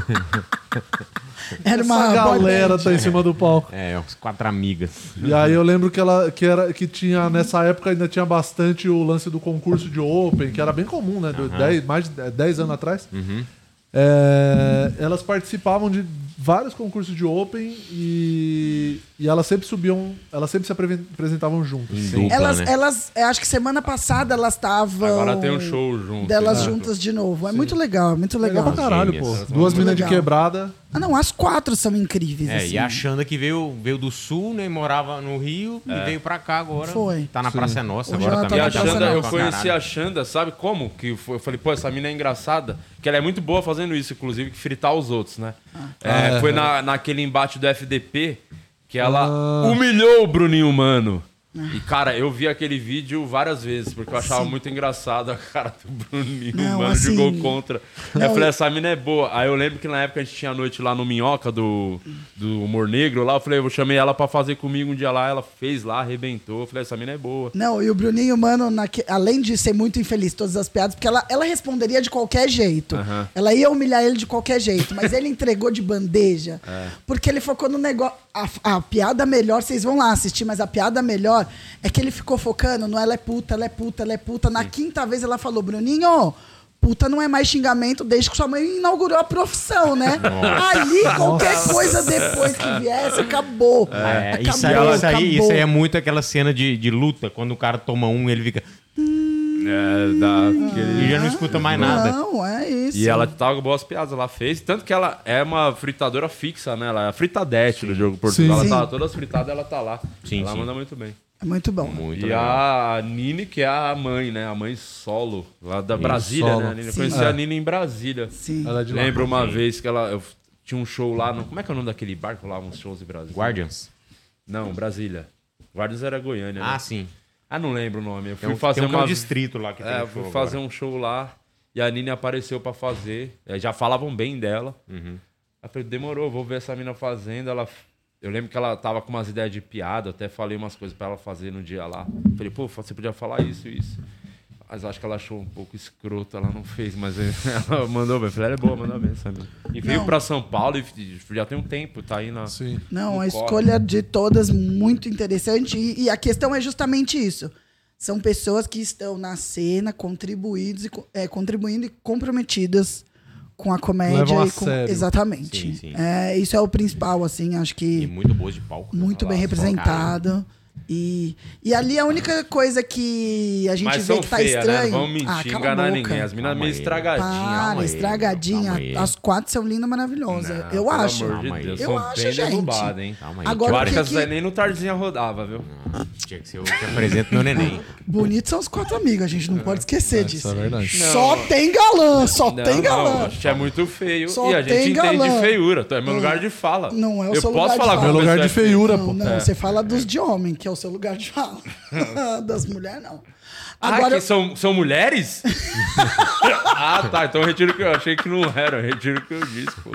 S5: Era
S3: uma galera tá em cima do palco.
S4: É, uns quatro amigas.
S3: E aí eu lembro que ela que era que tinha nessa época ainda tinha bastante o lance do concurso de open, que era bem comum, né? Do-
S4: Aham.
S3: dez- mais de 10 anos atrás.
S4: Uhum.
S3: É, elas participavam de vários concursos de Open e, e elas sempre subiam, elas sempre se apre- apresentavam juntas.
S4: né?
S5: elas, elas, eu acho que semana passada elas estavam.
S1: Agora tem um show junto,
S5: Delas
S1: né?
S5: juntas de novo. É muito legal, é muito legal.
S3: Legal pra caralho, pô. Duas
S5: Muito
S3: meninas de
S5: legal.
S3: quebrada.
S5: Ah, não, as quatro são incríveis.
S4: É,
S5: assim.
S4: e a Xanda que veio, veio do sul, né? Morava no Rio e veio pra cá agora.
S5: Foi.
S4: Tá na
S5: É. Sim.
S4: Praça é Nossa
S5: Hoje
S4: agora
S5: ela
S4: também.
S1: E a
S4: tá
S1: Xanda, eu
S4: pra
S1: conheci
S4: caralho.
S1: a Xanda, sabe como? Que eu fui- eu falei, pô, essa mina é engraçada. Que ela é muito boa fazendo isso, inclusive, que fritar os outros, né? É,
S13: Ah, é.
S1: foi na, naquele embate do FDP que ela
S13: Ah.
S1: humilhou o Bruninho Mano. E, cara, eu vi aquele vídeo várias vezes, porque eu achava muito engraçado a cara do Bruninho,
S13: Não,
S1: mano,
S13: assim-
S1: jogou contra. Aí eu
S13: Não,
S1: falei,
S13: e-
S1: essa mina é boa. Aí eu lembro que na época a gente tinha noite lá no Minhoca do, do Humor Negro, lá eu falei, eu chamei ela pra fazer comigo um dia lá, ela fez lá, arrebentou. Eu falei, essa mina é boa.
S5: Não, e o Bruninho, mano, naque- além de ser muito infeliz todas as piadas, porque ela, ela responderia de qualquer jeito.
S1: Aham.
S5: Ela ia humilhar ele de qualquer jeito, mas ele entregou de bandeja.
S13: É.
S5: Porque ele focou no negócio. A, a piada melhor, vocês vão lá assistir, mas a piada melhor é que ele ficou focando no ela é puta, ela é puta, ela é puta. Na quinta vez ela falou, Bruninho. Puta não é mais xingamento desde que sua mãe inaugurou a profissão, né?
S4: Nossa.
S5: Ali, qualquer
S4: Nossa.
S5: coisa depois que viesse, acabou.
S4: É,
S5: acabou,
S4: isso, aí, isso, aí, isso aí é
S5: acabou.
S4: muito aquela cena de, de luta, quando o cara toma um ele fica.
S1: É, dá aquele...
S4: E já não escuta mais
S1: nada.
S5: Não, é isso.
S1: E ela tava com boas piadas, ela fez. Tanto que ela é uma fritadora fixa, né? Ela é a fritadete do jogo português.
S5: Sim.
S1: Ela
S5: Sim.
S1: tá todas fritadas, ela tá lá.
S4: Sim,
S1: ela
S4: sim.
S1: manda muito bem.
S5: É muito bom.
S1: e a Nini, que é a mãe, né? A mãe solo, lá da
S13: Nini
S1: Brasília,
S13: solo.
S1: né? A Nini. Eu
S13: Sim.
S1: conheci
S13: É.
S1: a Nini em Brasília.
S5: Sim.
S13: Ela é de lá.
S1: Lembro uma
S13: Sim.
S1: vez que ela. Eu f- tinha um show lá no. Como é que é o nome daquele barco lá? Uns shows em Brasília?
S4: Guardians?
S1: Não, Brasília. Guardians era Goiânia, né?
S4: Ah, sim.
S1: Ah, não lembro o nome. Eu
S4: Tem
S1: fui
S4: um-
S1: fazer
S4: tem um que é um
S1: uma-
S4: distrito lá que tem
S1: É, eu
S4: show
S1: fui
S4: agora.
S1: fazer um show lá e a Nini apareceu pra fazer. É, Já falavam bem dela.
S4: Uhum.
S1: Ela falou, demorou, vou ver essa mina fazendo. Ela... Eu lembro que ela tava com umas ideias de piada, eu até falei umas coisas pra ela fazer no dia lá. Falei, pô, você podia falar isso e isso. Mas acho que ela achou um pouco escroto, ela não fez, mas ela mandou bem. Falei, ela é boa, mandou bem, sabe? E veio
S5: Não.
S1: pra São Paulo e já tem um tempo, tá aí na. Sim.
S5: Não, a escolha de todas muito interessante. E, e a questão é justamente isso. São pessoas que estão na cena contribuídos e, co- é, contribuindo e comprometidas com a comédia.
S4: Levam a
S5: e com-
S4: sério.
S5: Exatamente.
S4: Sim, sim.
S5: É, isso é o principal, assim, acho que.
S4: Muito boas de palco. né?
S5: muito bem
S4: Fala,
S5: representado. E, e ali a única coisa que a gente
S1: Mas
S5: vê
S1: são
S5: que tá
S1: feias, né?
S5: estranho. Ah,
S1: Não vamos mentir,
S5: cala a
S1: enganar
S5: boca. Ah,
S1: ninguém. As minas meio estragadinhas, calma
S5: Para,
S1: aí,
S5: estragadinha.
S1: calma aí.
S5: As quatro são lindas, maravilhosas.
S1: Ah,
S5: eu
S1: pelo
S5: acho.
S1: amor de Deus,
S5: eu
S1: são
S5: acho,
S1: bem
S5: gente.
S1: derrubadas, hein?
S4: Calma
S5: aí, Agora,
S1: eu
S5: o
S1: acho
S5: que
S1: que essas
S5: que-
S1: aí nem no Tarzinha rodava, viu?
S4: Tinha que ser eu que apresento meu neném.
S5: Bonitos são os quatro amigos, a gente não pode esquecer disso.
S4: é verdade.
S5: Só
S1: Não.
S5: tem galã, só tem galã.
S1: a gente é muito feio
S5: Só
S1: e a gente
S5: tem
S1: entende
S5: galã.
S1: de feiura. Então é meu
S5: Não.
S1: lugar de fala.
S5: Não é o
S1: eu
S5: seu
S1: posso
S5: lugar
S1: falar
S5: de
S1: como
S5: fala.
S1: a pessoa é feia.
S5: não, Não,
S1: É.
S5: você fala dos de homem, que é o seu lugar de fala. das mulheres, não.
S1: ah, que
S5: Agora,
S1: são, são mulheres? ah, tá. Então eu retiro o que eu achei que não era. Eu retiro o que eu disse, pô.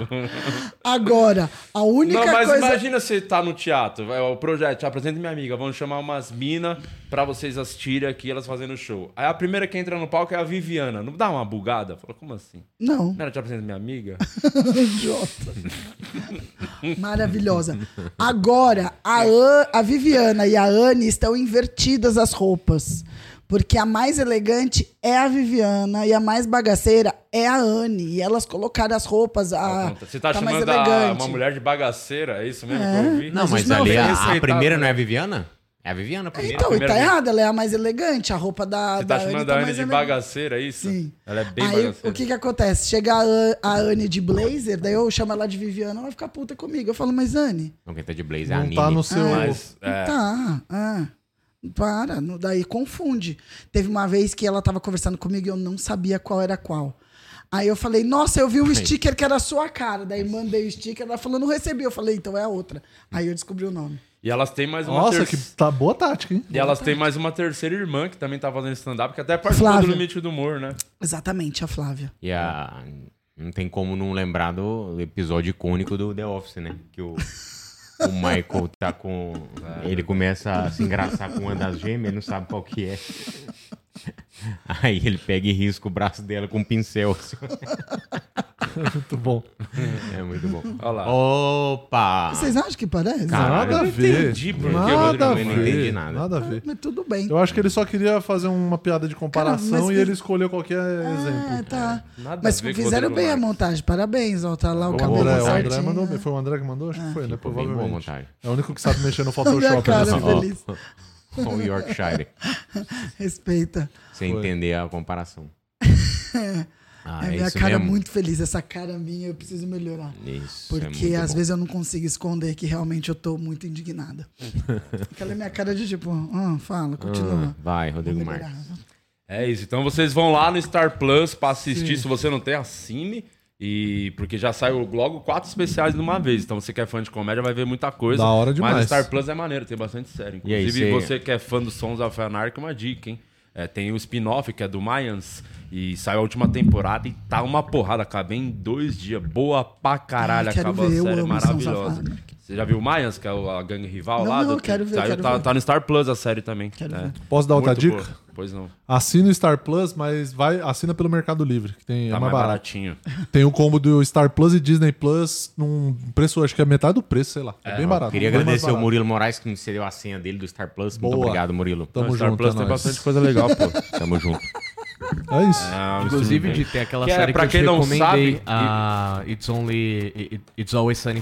S5: agora a única
S1: Não, mas
S5: coisa...
S1: imagina você tá no teatro, vai, ó, o projeto, apresenta minha amiga, vamos chamar umas mina pra vocês assistirem aqui, elas fazendo show. Aí a primeira que entra no palco é a Viviana. Não dá uma bugada? Fala, como assim?
S5: Não.
S1: Não era te apresenta minha amiga?
S5: Idiota. Maravilhosa. Agora, a, An- a Viviana e a Anne estão invertidas as roupas. Porque a mais elegante é a Viviana e a mais bagaceira é a Anne. E elas colocaram as roupas. A,
S1: Você tá,
S5: a Ah, mais
S1: chamando a,
S5: elegante.
S1: uma mulher de bagaceira, é isso mesmo
S5: É.
S1: que eu ouvi?
S4: Não, mas ali a, a primeira não é a Viviana? É a Viviana primeiro.
S5: né? Então, e tá errada, ela é a mais elegante. A roupa da.
S1: Você tá
S5: da
S1: chamando
S5: tá
S1: a Anne
S5: mais
S1: de
S5: elegante.
S1: bagaceira, é isso? Sim. Ela é bem
S5: Aí
S1: bagaceira.
S5: o que que acontece? Chega a, An- a Anne de blazer, daí eu chamo ela de Viviana, ela fica puta comigo. Eu falo, mas Anne,
S4: Não, quem tá de blazer é a
S3: Não
S4: Nini.
S3: tá no seu-
S4: Mas, é,
S5: Tá, ah, para, não- daí confunde. Teve uma vez que ela tava conversando comigo e eu não sabia qual era qual. Aí eu falei, nossa, eu vi um
S12: Ai.
S5: sticker que era a sua cara. Daí mandei o sticker, ela falou, não recebi. Eu falei, então é a outra. Aí eu descobri o nome.
S1: E elas têm mais uma
S3: Nossa,
S1: ter-
S3: que tá boa tática, hein?
S1: E elas têm mais uma terceira irmã que também tá fazendo stand-up, que até participou
S5: Flávia.
S1: do limite do humor, né?
S5: Exatamente, a Flávia.
S4: E a... não tem como não lembrar do episódio icônico do The Office, né? Que o, o Michael tá com. Ele começa a se engraçar com uma das gêmeas, não sabe qual que é. Aí ele pega e risca o braço dela com um pincel. assim.
S3: Muito bom.
S4: É muito bom.
S1: Olha lá. Ah.
S4: Opa!
S5: Vocês acham que parece?
S4: Caralho,
S3: nada
S4: eu
S3: a
S4: não
S3: ver.
S4: entendi por que o Rodrigo
S3: nada a ver.
S4: Mendes não entende nada.
S3: Nada a ver.
S5: Mas tudo bem.
S3: Eu acho que ele só queria fazer uma piada de comparação
S5: Cara, mas
S3: e
S5: que-
S3: ele escolheu qualquer exemplo.
S5: Tá.
S1: Nada
S5: Mas
S1: a ver com o
S5: fizeram
S1: Rodrigo
S5: bem a
S1: Marques.
S5: montagem. Parabéns, ó. Tá lá o
S3: O
S5: cabelo
S3: André, o André
S5: certinho.
S3: mandou bem. Foi o André que mandou? Acho
S5: Ah.
S3: que foi, né?
S4: Ficou bem boa a
S3: Provavelmente.
S4: montagem.
S3: É o único que sabe mexer
S5: Olha
S3: no
S5: a
S3: Photoshop. né?
S5: cara
S3: nessa
S5: do
S3: porra.
S5: feliz.
S4: Ó, o Yorkshire.
S5: Respeita.
S4: Sem entender a comparação. Ah,
S5: é
S4: é
S5: minha
S4: isso
S5: cara
S4: mesmo?
S5: muito feliz. Essa cara minha eu preciso melhorar.
S4: Isso, é
S5: Porque
S4: muito
S5: às
S4: bom.
S5: vezes eu não consigo esconder que realmente eu tô muito indignada. Aquela é minha cara de tipo, ah, fala, continua.
S4: Ah, vai, Rodrigo
S5: Vamos
S4: Marques.
S1: É isso. Então vocês vão lá no Star Plus pra assistir. Se você não tem, assine. E porque já saiu logo quatro especiais de uma vez. Então você que é fã de comédia vai ver muita coisa.
S3: Da hora
S1: Mas
S3: demais.
S1: o Star Plus é maneiro, tem bastante série.
S4: E aí,
S1: Inclusive,
S4: cê-
S1: você que é fã dos Sons of Anarchy, uma dica, hein? É, tem o spin-off, que é do Mayans, e saiu a última temporada e tá uma porrada. Acabei em dois dias. Boa pra caralho.
S5: Ah, quero
S1: Acabou
S5: ver, eu
S1: a série,
S5: amo Sons
S1: maravilhosa.
S5: of
S1: Você já viu o Mayans, que é o- a gangue rival
S5: Não,
S1: lá?
S5: não,
S1: do-
S5: eu quero ver, eu
S1: Saiu-
S5: quero
S1: tá,
S5: ver.
S1: tá no Star Plus a série também.
S5: Quero
S1: É.
S5: ver.
S3: Posso dar outra
S1: Muito boa.
S3: dica?
S1: Pois não.
S3: Assina o Star Plus, mas vai, assina pelo Mercado Livre, que tem,
S1: Tá
S3: é mais
S1: mais
S3: barato.
S1: baratinho.
S3: Tem o combo do Star Plus e Disney Plus num preço, acho que é metade do preço, sei lá. É, bem barato.
S4: Queria
S3: bem mais
S4: agradecer o
S3: barato.
S4: Murilo Moraes que me cedeu a senha dele do Star Plus. Muito
S3: Boa.
S4: obrigado, Murilo.
S3: Tamo
S1: Star
S3: junto,
S1: Plus
S3: é
S1: tem
S3: nóis.
S1: bastante coisa legal, pô.
S4: Tamo junto.
S3: É isso.
S4: Ah,
S6: Inclusive, de ter aquela
S1: Que é,
S6: série
S1: pra
S6: que
S1: quem
S6: eu te
S1: não
S6: recomendei,
S1: sabe,
S6: a It's Only... It- It's Always Sunny em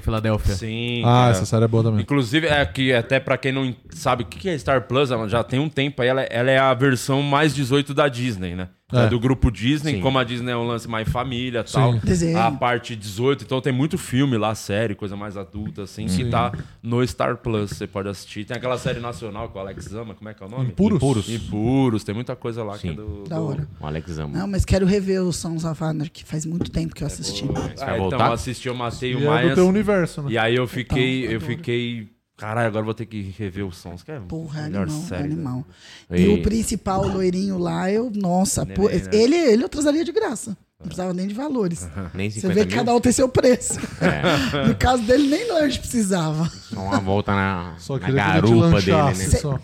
S6: Philadelphia.
S1: Sim.
S3: Ah,
S1: cara.
S3: essa série é boa também.
S1: Inclusive, é que até pra quem não sabe o que que é Star Plus, ela já tem um tempo aí, ela, ela é a versão mais 18 da Disney, né?
S3: É.
S1: É do grupo Disney,
S4: Sim.
S1: como a Disney é um lance mais família e tal.
S5: Desenho.
S1: A parte 18, então tem muito filme lá, série, coisa mais adulta, assim, que tá no Star Plus, você pode assistir. Tem aquela série nacional com o Alex Zama, como é que é o nome?
S3: Impuros?
S1: Impuros, Impuros, tem muita coisa lá que é do...
S5: Da
S1: do-
S5: hora.
S4: O Alex ama.
S5: Não, mas quero rever o Sons of Anarchy. Faz muito tempo
S4: É
S5: que eu assisti.
S4: Você
S1: Ah,
S4: vai
S1: então eu
S4: voltar?
S1: assisti, eu matei
S3: E
S1: o
S3: é do
S1: Mayans.
S3: teu universo, né?
S1: E aí eu fiquei,
S5: Então,
S1: eu
S5: adoro.
S1: fiquei. Caralho, agora eu vou ter que rever os sons. Que é
S5: Porra,
S1: a
S5: é
S1: melhor
S5: animal, é
S1: série. da-
S5: animal.
S4: E-
S5: E o principal loirinho lá, eu, nossa,
S1: Neném,
S5: pô,
S1: né?
S5: ele, ele eu trazaria de graça. Não precisava nem de valores.
S4: Nem
S5: Você
S4: 50
S5: vê que
S4: mil.
S5: cada um tem seu preço.
S4: É,
S5: No caso dele, nem lanche precisava.
S4: só uma volta na,
S3: Só
S4: na
S3: queria que ele te
S4: garupa dele, né?
S3: lanchasse. Só.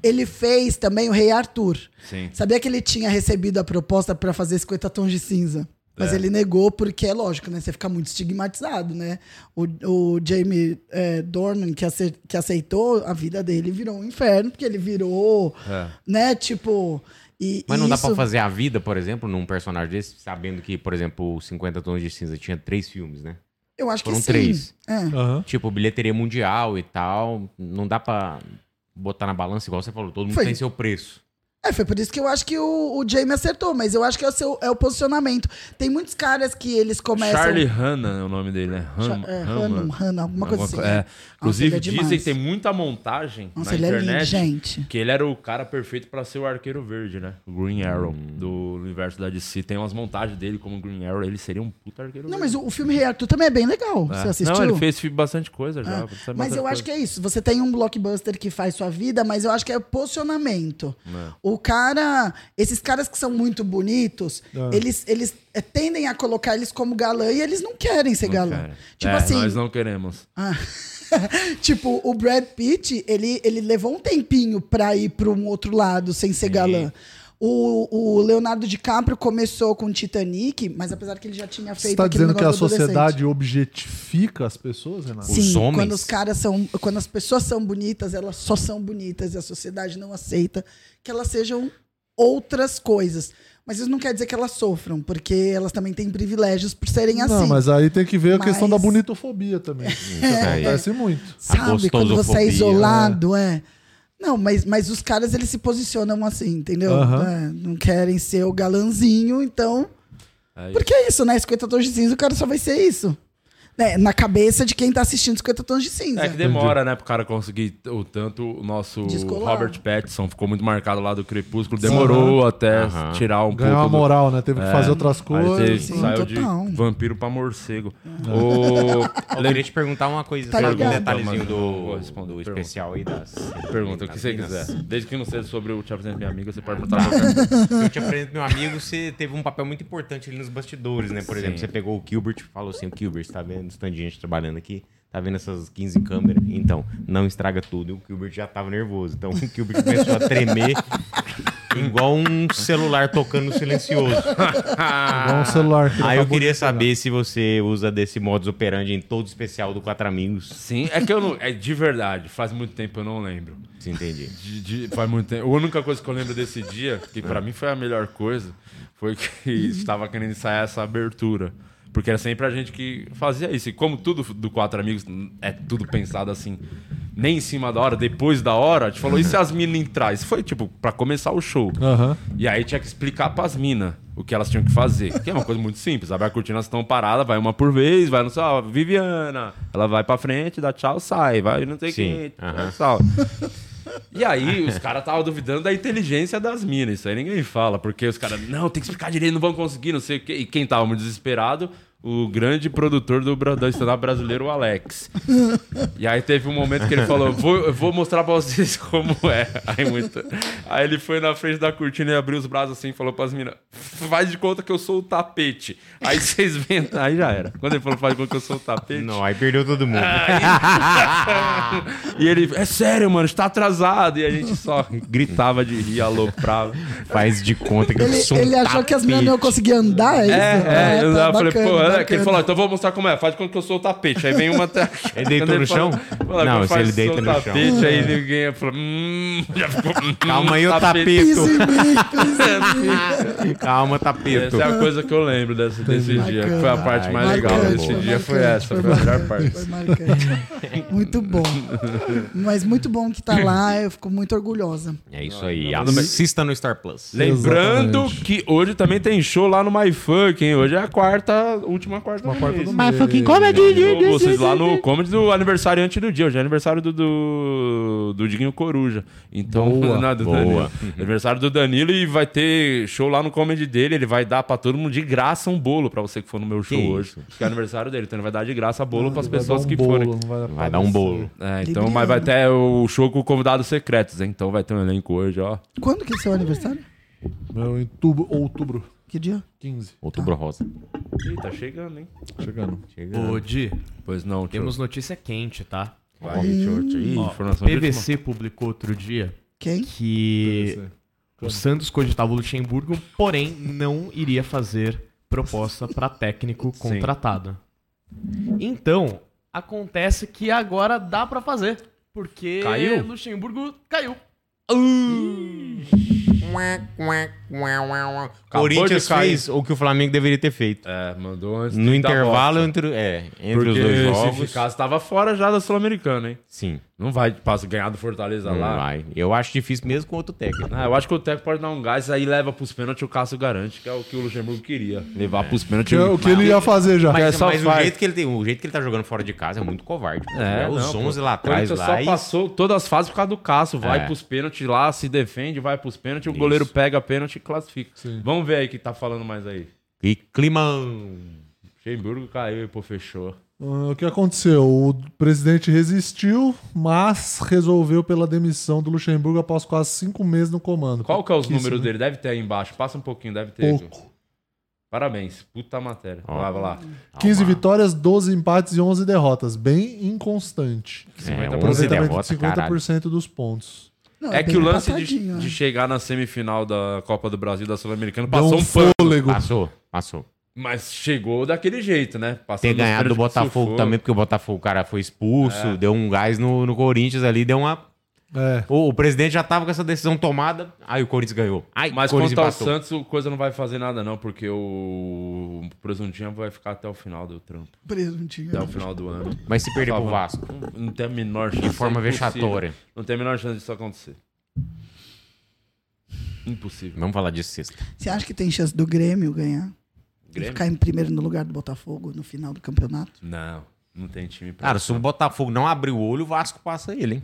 S5: Ele fez também o Rei Arthur.
S1: Sim.
S5: Sabia que ele tinha recebido a proposta pra fazer 50 tons de cinza. Mas ele negou porque é lógico, né? Você fica muito estigmatizado, né? O, o Jamie eh, Dornan, que, ace- que aceitou, a vida dele virou um inferno, porque ele virou,
S1: É.
S5: né? Tipo. E,
S4: Mas não
S5: e
S4: dá
S5: isso...
S4: pra fazer a vida, por exemplo, num personagem desse, sabendo que, por exemplo, o 50 Tons de Cinza tinha três filmes, né?
S5: Eu acho
S1: um
S4: Foram
S5: que sim.
S4: três.
S5: É.
S3: Aham.
S4: Tipo, bilheteria mundial e tal. Não dá pra botar na balança, igual você falou. Todo mundo
S5: Foi.
S4: tem seu preço.
S5: É, foi por isso que eu acho que o, o Jamie acertou, mas eu acho que é o, seu, é o posicionamento. Tem muitos caras que eles começam.
S1: Charlie Hanna é o nome dele, né?
S5: um Cha-
S1: Han,
S5: é,
S1: Hanna.
S5: Hanum, Hanum, alguma coisa assim.
S1: Alguma co-
S5: né?
S1: é. Inclusive,
S5: ele é
S1: dizem
S5: demais.
S1: que tem muita montagem
S5: Nossa,
S1: na
S5: ele é
S1: internet.
S5: lindo, gente.
S1: Que ele era o cara perfeito pra ser o arqueiro verde, né? O Green Arrow, do universo da DC. Tem umas montagens dele como Green Arrow. Ele seria um puta arqueiro
S5: Não,
S1: verde.
S5: mas o, o filme Rei Arthur também é bem legal.
S1: É.
S5: Você assistiu?
S1: Não, ele fez bastante coisa já.
S5: Ah,
S1: sabe
S5: Mas
S1: bastante
S5: eu acho
S1: coisa.
S5: que é isso. Você tem um blockbuster que faz sua vida, mas eu acho que é posicionamento.
S1: É.
S5: O cara. Esses caras que são muito bonitos,
S3: É.
S5: eles, eles eh, tendem a colocar eles como galã e eles não querem ser
S1: Não,
S5: galã.
S1: cara.
S5: Tipo
S1: É,
S5: assim.
S1: Nós não queremos.
S5: Ah. tipo, o Brad Pitt, ele, ele levou um tempinho pra ir pra um outro lado sem ser galã. O, o Leonardo DiCaprio começou com Titanic, mas apesar que ele já tinha
S3: Você
S1: tá
S5: feito.
S3: está
S5: tá aquele
S3: dizendo que a
S5: negócio do adolescente.
S3: sociedade objetifica as pessoas, Renato?
S4: Os
S5: Sim,
S4: homens?
S5: quando os caras são. Quando as pessoas são bonitas, elas só são bonitas e a sociedade não aceita que elas sejam outras coisas. Mas isso não quer dizer que elas sofram, porque elas também têm privilégios por serem assim.
S3: Não, mas aí tem que ver a questão da
S5: Mas-
S3: bonitofobia também. Isso acontece muito.
S5: Sabe, quando você é
S4: gostosofobia,
S5: isolado, é. Não, mas, mas os caras eles se posicionam assim, entendeu?
S3: Aham.
S5: É, não querem ser o galanzinho, então.
S1: É isso.
S5: Porque é isso, né? 50 tons de cinza, o cara só vai ser isso. né, na cabeça de quem tá assistindo 50 tons de cinza.
S1: É que demora, né, pro cara conseguir o tanto. O nosso
S5: Descolar.
S1: Robert Pattinson ficou muito marcado lá do Crepúsculo. Demorou
S3: Aham.
S1: até
S3: Aham.
S1: tirar um
S3: Ganhou
S1: pouco.
S3: a
S1: do-
S3: moral, né? Teve que fazer outras coisas.
S1: Aí teve-
S3: Sim,
S1: saiu
S3: total.
S1: de vampiro pra morcego.
S4: É.
S1: Ô,
S4: Eu queria te perguntar uma coisa,
S1: Tá
S4: só um
S1: ligado.
S4: detalhezinho
S1: Mas
S4: do-
S1: eu vou responder.
S4: do especial aí das
S1: Pergunta o que você
S4: vitaminas.
S1: quiser. Desde que não seja sobre o Te Apresento Minha Amiga, você pode perguntar
S4: Tá.
S1: qualquer coisa.
S4: Eu te apresento meu amigo, você teve um papel muito importante ali nos bastidores, né? Por
S1: Sim.
S4: exemplo, você pegou o Gilbert e falou assim: o Gilbert, tá vendo? Esse tanto de gente trabalhando aqui, tá vendo essas 15 câmeras? Então, não estraga tudo. E o Gilbert já tava nervoso. Então, o Gilbert começou a tremer. Igual um celular tocando silencioso. igual
S3: um celular que ele
S4: Aí eu
S3: acabou
S4: queria saber se você usa desse modus operandi em todo especial do Quatro Amigos.
S1: Sim, é que eu não. É de verdade, faz muito tempo eu não lembro.
S4: Sim, entendi.
S1: De- de- faz muito tempo. A única coisa que eu lembro desse dia, que pra mim foi a melhor coisa, foi que estava querendo ensaiar essa abertura. Porque era sempre a gente que fazia isso. E como tudo do Quatro Amigos é tudo pensado assim, nem em cima da hora, depois da hora, a gente falou, e se as minas entrar? Isso foi tipo, pra começar o show.
S3: Aham.
S1: E aí tinha que explicar pras minas o que elas tinham que fazer. Que é uma coisa muito simples. Abre a cortina, elas estão paradas, vai uma por vez, vai no sal, Viviana. Ela vai pra frente, dá tchau, sai. Vai não sei
S4: Sim,
S1: quem. Tchau. E aí os caras estavam duvidando da inteligência das minas. Isso aí ninguém fala, porque os caras, não, tem que explicar direito, não vão conseguir, não sei o quê. E quem tava muito desesperado, o grande produtor do, bra- do stand-up brasileiro, o Alex. E aí teve um momento que ele falou: vou, eu vou mostrar pra vocês como é. Aí, muito... aí ele foi na frente da cortina e abriu os braços assim e falou pras minas: faz de conta que eu sou o tapete. Aí vocês vêm. Aí já era. Quando ele falou, faz de conta que eu sou o tapete.
S4: Não, aí perdeu todo mundo.
S1: e ele, é sério, mano, está atrasado. E a gente só gritava de rir, aloprava.
S4: Faz de conta que um
S5: Ele,
S1: um
S5: ele achou que as meninas não conseguiam andar, é isso?
S1: É, é,
S5: Ah,
S1: eu
S5: tá,
S1: falei,
S5: bacana,
S1: pô, é, que
S5: bacana.
S1: ele falou, então eu vou mostrar como é, faz de conta que eu sou o tapete. Aí vem uma até.
S4: Ele deitou
S1: Quando
S4: no
S1: falou,
S4: chão?
S1: falou,
S4: Não,
S1: "Agora
S4: se
S1: faz
S4: ele
S1: o
S4: deita
S1: seu
S4: no chão. É.
S1: tapete", Aí ninguém falou, hum, já ficou. hum,
S4: Calma aí, ô
S1: tapete.
S4: tapeto.
S1: Calma,
S4: tapeto.
S1: Essa é a coisa que eu lembro desse, desse dia. que Foi a parte mais
S4: Ai,
S1: legal
S4: marcante,
S1: desse
S4: foi
S1: dia, foi
S5: marcante,
S1: essa, foi a melhor parte.
S5: Foi marcante. muito bom. Mas muito bom que tá lá, eu fico muito orgulhosa.
S4: É isso aí.
S1: Tudo bem.
S4: Assista no Star Plus.
S1: Lembrando que hoje também tem show lá no MyFunk, hein? Hoje é a quarta, última quarta. Uma
S3: quarta do
S1: My
S3: mês. Fucking
S1: Comedy.
S3: Comedy.
S1: Vocês lá no Comedy do aniversário antes do dia. Hoje é aniversário do, do, do Diguinho Coruja. Então,
S4: Boa.
S1: nada, do
S4: Boa.
S1: Danilo. Aniversário do Danilo e vai ter show lá no Comedy dele. Ele vai dar pra todo mundo de graça um bolo pra você que for no meu show hoje. Porque é aniversário dele, então ele vai dar de graça bolo pras
S3: vai
S1: pessoas
S3: dar um
S1: que
S3: bolo,
S1: forem.
S3: não vai dar pra
S4: Vai dar um bolo.
S1: É, então, mas vai ter o show com convidados secretos, hein? Então vai ter um elenco hoje, ó.
S5: Quando que é seu aniversário?
S3: Meu, em tubo, outubro.
S5: Que dia?
S3: 15.
S4: Outubro rosa.
S1: Ih, tá chegando, hein?
S3: Chegando.
S6: Ô, Di.
S1: Pois não,
S6: Temos notícia quente, tá?
S1: Vai, tio, tio. Ih,
S6: Ó,
S1: informação de
S6: PVC publicou outro dia
S5: Quem?
S6: que
S1: PVC.
S6: o Santos cogitava o Luxemburgo, porém não iria fazer proposta para técnico contratado. Então, acontece que agora dá para fazer, porque
S1: Caiu?
S6: Luxemburgo caiu.
S4: Corinthians
S1: de cair.
S4: fez o que o Flamengo deveria ter feito.
S1: É, mandou antes
S4: No
S1: de dar
S4: intervalo
S1: bosta.
S4: entre, é, entre
S1: Porque
S4: os dois
S1: Se
S4: jogos.
S1: ficasse, tava fora já da Sul-Americana, hein?
S4: Sim.
S1: Não vai passa, ganhar do Fortaleza
S4: Não
S1: lá.
S4: vai. Eu acho difícil mesmo com outro técnico.
S1: Ah, eu acho que o Teco pode dar um gás, aí leva pros pênaltis o Cássio garante, que é o que o Luxemburgo queria. Levar pros pênaltis.
S3: Que é o que ele ia fazer já.
S4: Mas,
S3: É, só
S4: mas o,
S3: faz.
S4: jeito que ele tem, o jeito que ele tá jogando fora de casa é muito covarde. pô.
S1: É,
S4: os
S1: não, pô.
S4: 11 lá atrás
S1: Corinthians
S4: lá
S1: só
S4: e-
S1: passou todas as fases por causa do Cássio. Vai
S4: É.
S1: pros pênaltis lá, se defende, vai pros pênaltis, o goleiro pega pênalti e classifica. Vamos ver aí o que tá falando mais aí.
S4: e clima...
S1: Luxemburgo caiu e pô, fechou.
S3: Ah, o que aconteceu? O presidente resistiu, mas resolveu pela demissão do Luxemburgo após quase cinco meses no comando.
S1: Qual que é os
S3: Pouquíssimo,
S1: números
S3: né?
S1: dele? Deve ter aí embaixo. Passa um pouquinho, deve ter. Pouco. Parabéns. Puta matéria. Vai, vai lá.
S3: 15 vitórias, 12 empates e 11 derrotas. Bem inconstante.
S1: É, 11
S3: Aproveitamento
S1: derrota,
S3: de 50% dos pontos.
S1: é que o lance de,
S3: né?
S1: de chegar na semifinal da Copa do Brasil da Sul-Americana
S3: Deu
S1: passou
S3: um
S1: um pano.
S3: fôlego.
S4: Passou, passou.
S1: Mas chegou daquele jeito, né? Passando
S4: Ter
S1: os
S4: ganhado do
S1: pênaltis com
S4: Botafogo
S1: sufoco.
S4: também, porque o Botafogo, o cara, foi expulso,
S1: É.
S4: deu um gás no, no Corinthians ali, deu uma...
S3: É.
S4: O, o presidente já tava com essa decisão tomada, aí o Corinthians ganhou. Aí
S1: Mas
S4: o Corinthians
S1: quanto ao
S4: empatou.
S1: Santos, o coisa não vai fazer nada, não, porque o Presuntinho vai ficar até o final do trampo.
S5: é. Presuntinho. né?
S1: Até o final do ano.
S4: Mas se perder
S1: Por
S4: pro
S1: favor.
S4: Vasco?
S1: Não tem a menor chance.
S4: De forma
S1: é impossível.
S4: vexatória.
S1: Não tem a menor chance disso acontecer. Impossível.
S4: Vamos falar disso sexta.
S5: Você acha que tem chance do Grêmio ganhar?
S1: Grêmio?
S5: Ficar em primeiro no lugar do Botafogo no final do campeonato.
S1: Não, não tem time pra.
S4: Cara, se o Botafogo não abrir o olho, o Vasco passa ele, hein?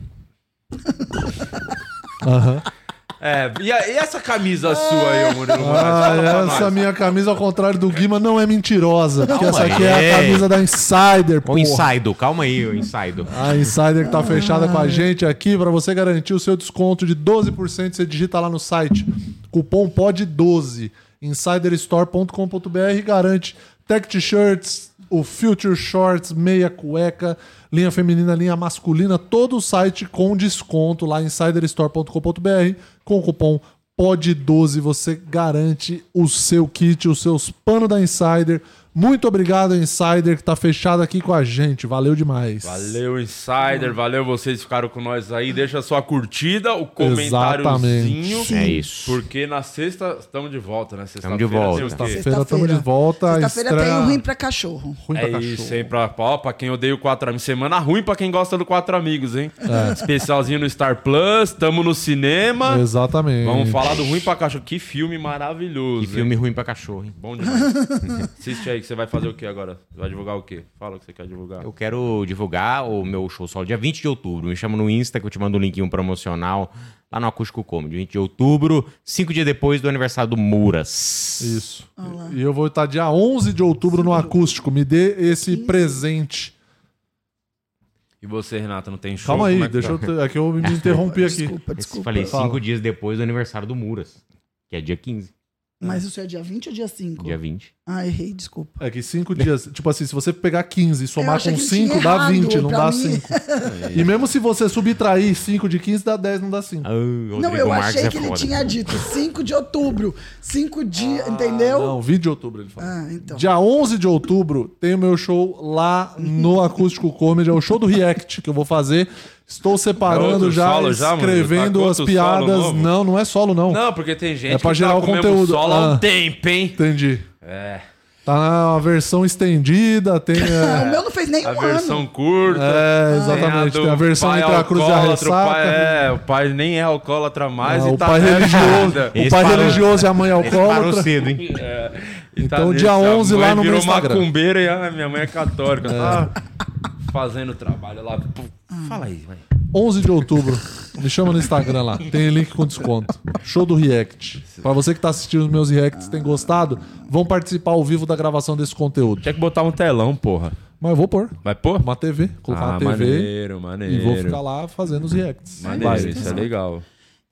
S1: É, e, a- e essa camisa sua aí, ô Murilo? Moraes? Fala pra
S3: Ah,
S1: nós.
S3: essa minha camisa, ao contrário do Guima, não é mentirosa. Porque
S4: Calma
S3: essa aqui é a
S4: aí.
S3: camisa da Insider,
S4: O
S3: porra.
S4: Insaido, calma aí, o Insaido.
S3: A Insider que tá fechada com a gente aqui. Pra você garantir o seu desconto de 12%, você digita lá no site. Cupom POD12. Insiderstore.com.br garante tech t-shirts, o Future Shorts, meia cueca, linha feminina, linha masculina. Todo o site com desconto lá insiderstore.com.br com o cupom POD12. Você garante o seu kit, os seus panos da Insider. Muito obrigado, Insider, que tá fechado aqui com a gente. Valeu demais.
S1: Valeu,
S3: Hum.
S1: Insider. Valeu vocês que ficaram com nós aí. Deixa sua curtida, o comentáriozinho.
S3: Exatamente. É
S4: isso.
S1: Porque na sexta estamos de volta, né? Sexta-feira.
S4: de volta.
S1: tem o quê?
S3: Sexta-feira estamos de volta.
S5: Sexta-feira tem um ruim pra cachorro.
S1: é
S3: tá
S1: isso, hein, pra, ó, pra quem odeia o Quatro Amigos. Semana ruim pra quem gosta do Quatro Amigos, hein?
S3: É.
S1: Especialzinho no Star Plus, tamo no cinema.
S3: Exatamente.
S1: Vamos falar do Ruim pra Cachorro. Que filme maravilhoso. Que
S4: filme ruim pra cachorro, hein?
S1: Bom demais. Assiste aí, que você vai fazer o que agora? Você vai divulgar o quê? Fala o que você quer divulgar.
S4: Eu quero divulgar o meu show solo dia 20 de outubro. Me chama no Insta que eu te mando um linkinho promocional lá no Acústico Comedy. 20 de outubro, cinco dias depois do aniversário do Muras.
S3: Isso. E eu vou estar dia 11 de outubro no acústico. Me dê esse presente.
S1: E você, Renata, não tem show?
S3: Calma aí,
S1: Como é que
S3: deixa
S1: tá?
S3: eu. Te... É que eu me interrompi aqui.
S4: Eu falei cinco dias depois do aniversário do Muras, que é dia 15,
S5: Mas isso é dia 20 ou dia 5?
S4: dia 20.
S5: Ah, errei, desculpa.
S3: É que cinco dias. Tipo assim, se você pegar 15 e
S5: Eu
S3: somar
S5: achei
S3: com
S5: que tinha
S3: 5, dá
S5: errado
S3: 20, não
S5: pra
S3: dá
S5: mim.
S3: 5.
S1: É
S3: E mesmo se você subtrair 5 de 15, dá 10, não dá
S1: Ah.
S3: 5.
S4: Ah,
S5: Não, eu
S4: é
S5: achei que ele tinha dito 5 de outubro. 5
S1: Ah,
S5: dias, entendeu?
S3: Não, 20 de outubro ele falou.
S5: Ah, então.
S3: Dia 11 de outubro tem o meu show lá no Acústico Comedy. É o show do React que eu vou fazer. Estou
S1: É
S3: separando
S1: outro
S3: já,
S1: solo já, mano?
S3: escrevendo
S1: Tá com
S3: as
S1: outro solo
S3: piadas.
S1: novo?
S3: Não, não é solo, não.
S1: Não, porque tem gente
S3: É pra
S1: que
S3: gerar
S1: tá
S3: o
S1: com o mesmo
S3: conteúdo.
S1: solo há um
S3: Ah.
S1: tempo, hein?
S3: Entendi.
S1: É.
S3: Tá na versão estendida, tem.
S5: Ah, O
S3: É,
S5: meu não fez nem
S1: A
S5: um
S1: versão
S5: ano.
S1: curta.
S3: É, exatamente. Tem a versão
S1: pai
S3: entre a cruz e a
S1: alcoólatra, o
S3: ressaca.
S1: pai- é, o pai nem é alcoólatra mais
S3: Não,
S1: e
S3: o
S1: tá
S3: pai
S1: nessa
S3: religioso-
S1: onda.
S3: o Esse pai parou- religioso e a mãe é
S1: Esse
S3: alcoólatra.
S1: parou É, e tá
S3: Então,
S1: nesse,
S3: dia
S1: a
S3: 11 lá
S1: mãe
S3: no meu
S1: virou
S3: Instagram.
S1: macumbeira e ah, minha mãe é católica. Tá fazendo trabalho lá. Pô, Fala aí, vai.
S3: 11 de outubro. Me chama no Instagram lá. Tem link com desconto. Show do React. Pra você que tá assistindo os meus Reacts e tem gostado, vão participar ao vivo da gravação desse conteúdo.
S1: Tinha que botar um telão, porra.
S3: Mas eu vou pôr.
S1: Vai pôr?
S3: Uma TV. Colocar
S1: Ah,
S3: uma TV.
S1: maneiro, maneiro.
S3: E vou ficar lá fazendo os Reacts.
S1: Maneiro,
S3: Vai.
S1: isso é legal.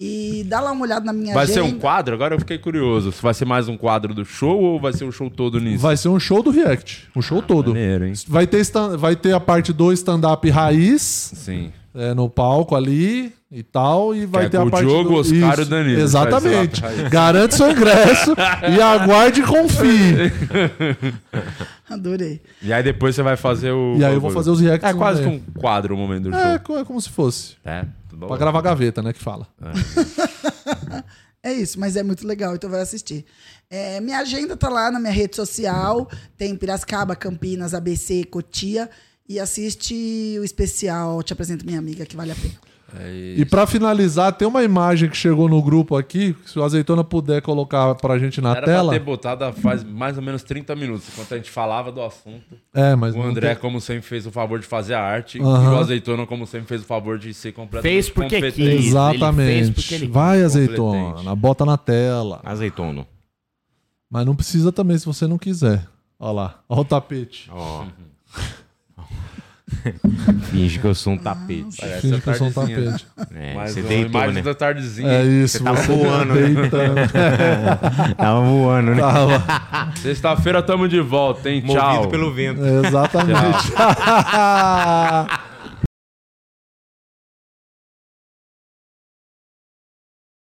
S5: E dá lá uma olhada na minha
S1: Vai ser
S5: agenda.
S1: um quadro? Agora eu fiquei curioso. Vai ser mais um quadro do show ou vai ser o show todo nisso?
S3: Vai ser um show do React. Um show todo.
S1: Maneiro, hein?
S3: Vai ter, stand- vai ter a parte do stand-up raiz.
S1: Sim.
S3: é, no palco ali e tal. E vai
S1: é
S3: ter
S1: com
S3: a
S1: o
S3: parte
S1: Diogo, Oscar e o Danilo,
S3: Exatamente.
S1: faz lá.
S3: Garante seu ingresso e aguarde e confie.
S5: Adorei.
S1: E aí depois você vai fazer o.
S3: E aí eu vou fazer os reacts
S1: É quase que
S3: no meio.
S1: um quadro o momento do
S3: É,
S1: jogo.
S3: co- é como se fosse.
S1: É, tudo
S3: Pra gravar gaveta, né, que fala.
S5: É isso, mas é muito legal, então vai assistir. É, minha agenda tá lá na minha rede social, tem Piracicaba, Campinas, ABC, Cotia. E assiste o especial Te Apresento Minha Amiga, que vale a pena.
S3: E pra finalizar, tem uma imagem que chegou no grupo aqui, que se o Azeitona puder colocar pra gente na
S1: Era
S3: tela.
S1: pra ter botado há faz mais ou menos 30 minutos, enquanto a gente falava do assunto.
S3: É, mas
S1: O
S3: não
S1: André,
S3: tem-
S1: como sempre, fez o favor de fazer a arte.
S3: Aham.
S1: E o Azeitona, como sempre, fez o favor de ser completamente
S6: Fez porque
S1: competente.
S6: quis.
S3: Exatamente. Vai,
S1: Competente.
S3: azeitona. Bota na tela.
S4: Azeitono.
S3: Mas não precisa também se você não quiser. Olha lá. Olha o tapete.
S4: Ó. Finge que eu sou um
S5: Ah,
S4: tapete.
S1: Parece
S3: Finge
S1: a
S3: que eu sou um
S1: tardezinha, né?
S3: tapete.
S4: É,
S1: Mais
S4: você
S1: uma
S4: deitou,
S1: imagem
S4: né?
S1: da tardezinha.
S3: É isso,
S4: Você tava
S3: você
S4: voando,
S3: deitando.
S4: né? tava voando,
S3: Tá
S4: né?
S3: Tava.
S1: Sexta-feira tamo de volta, hein?
S4: Movido
S1: Tchau.
S4: pelo vento.
S3: Exatamente.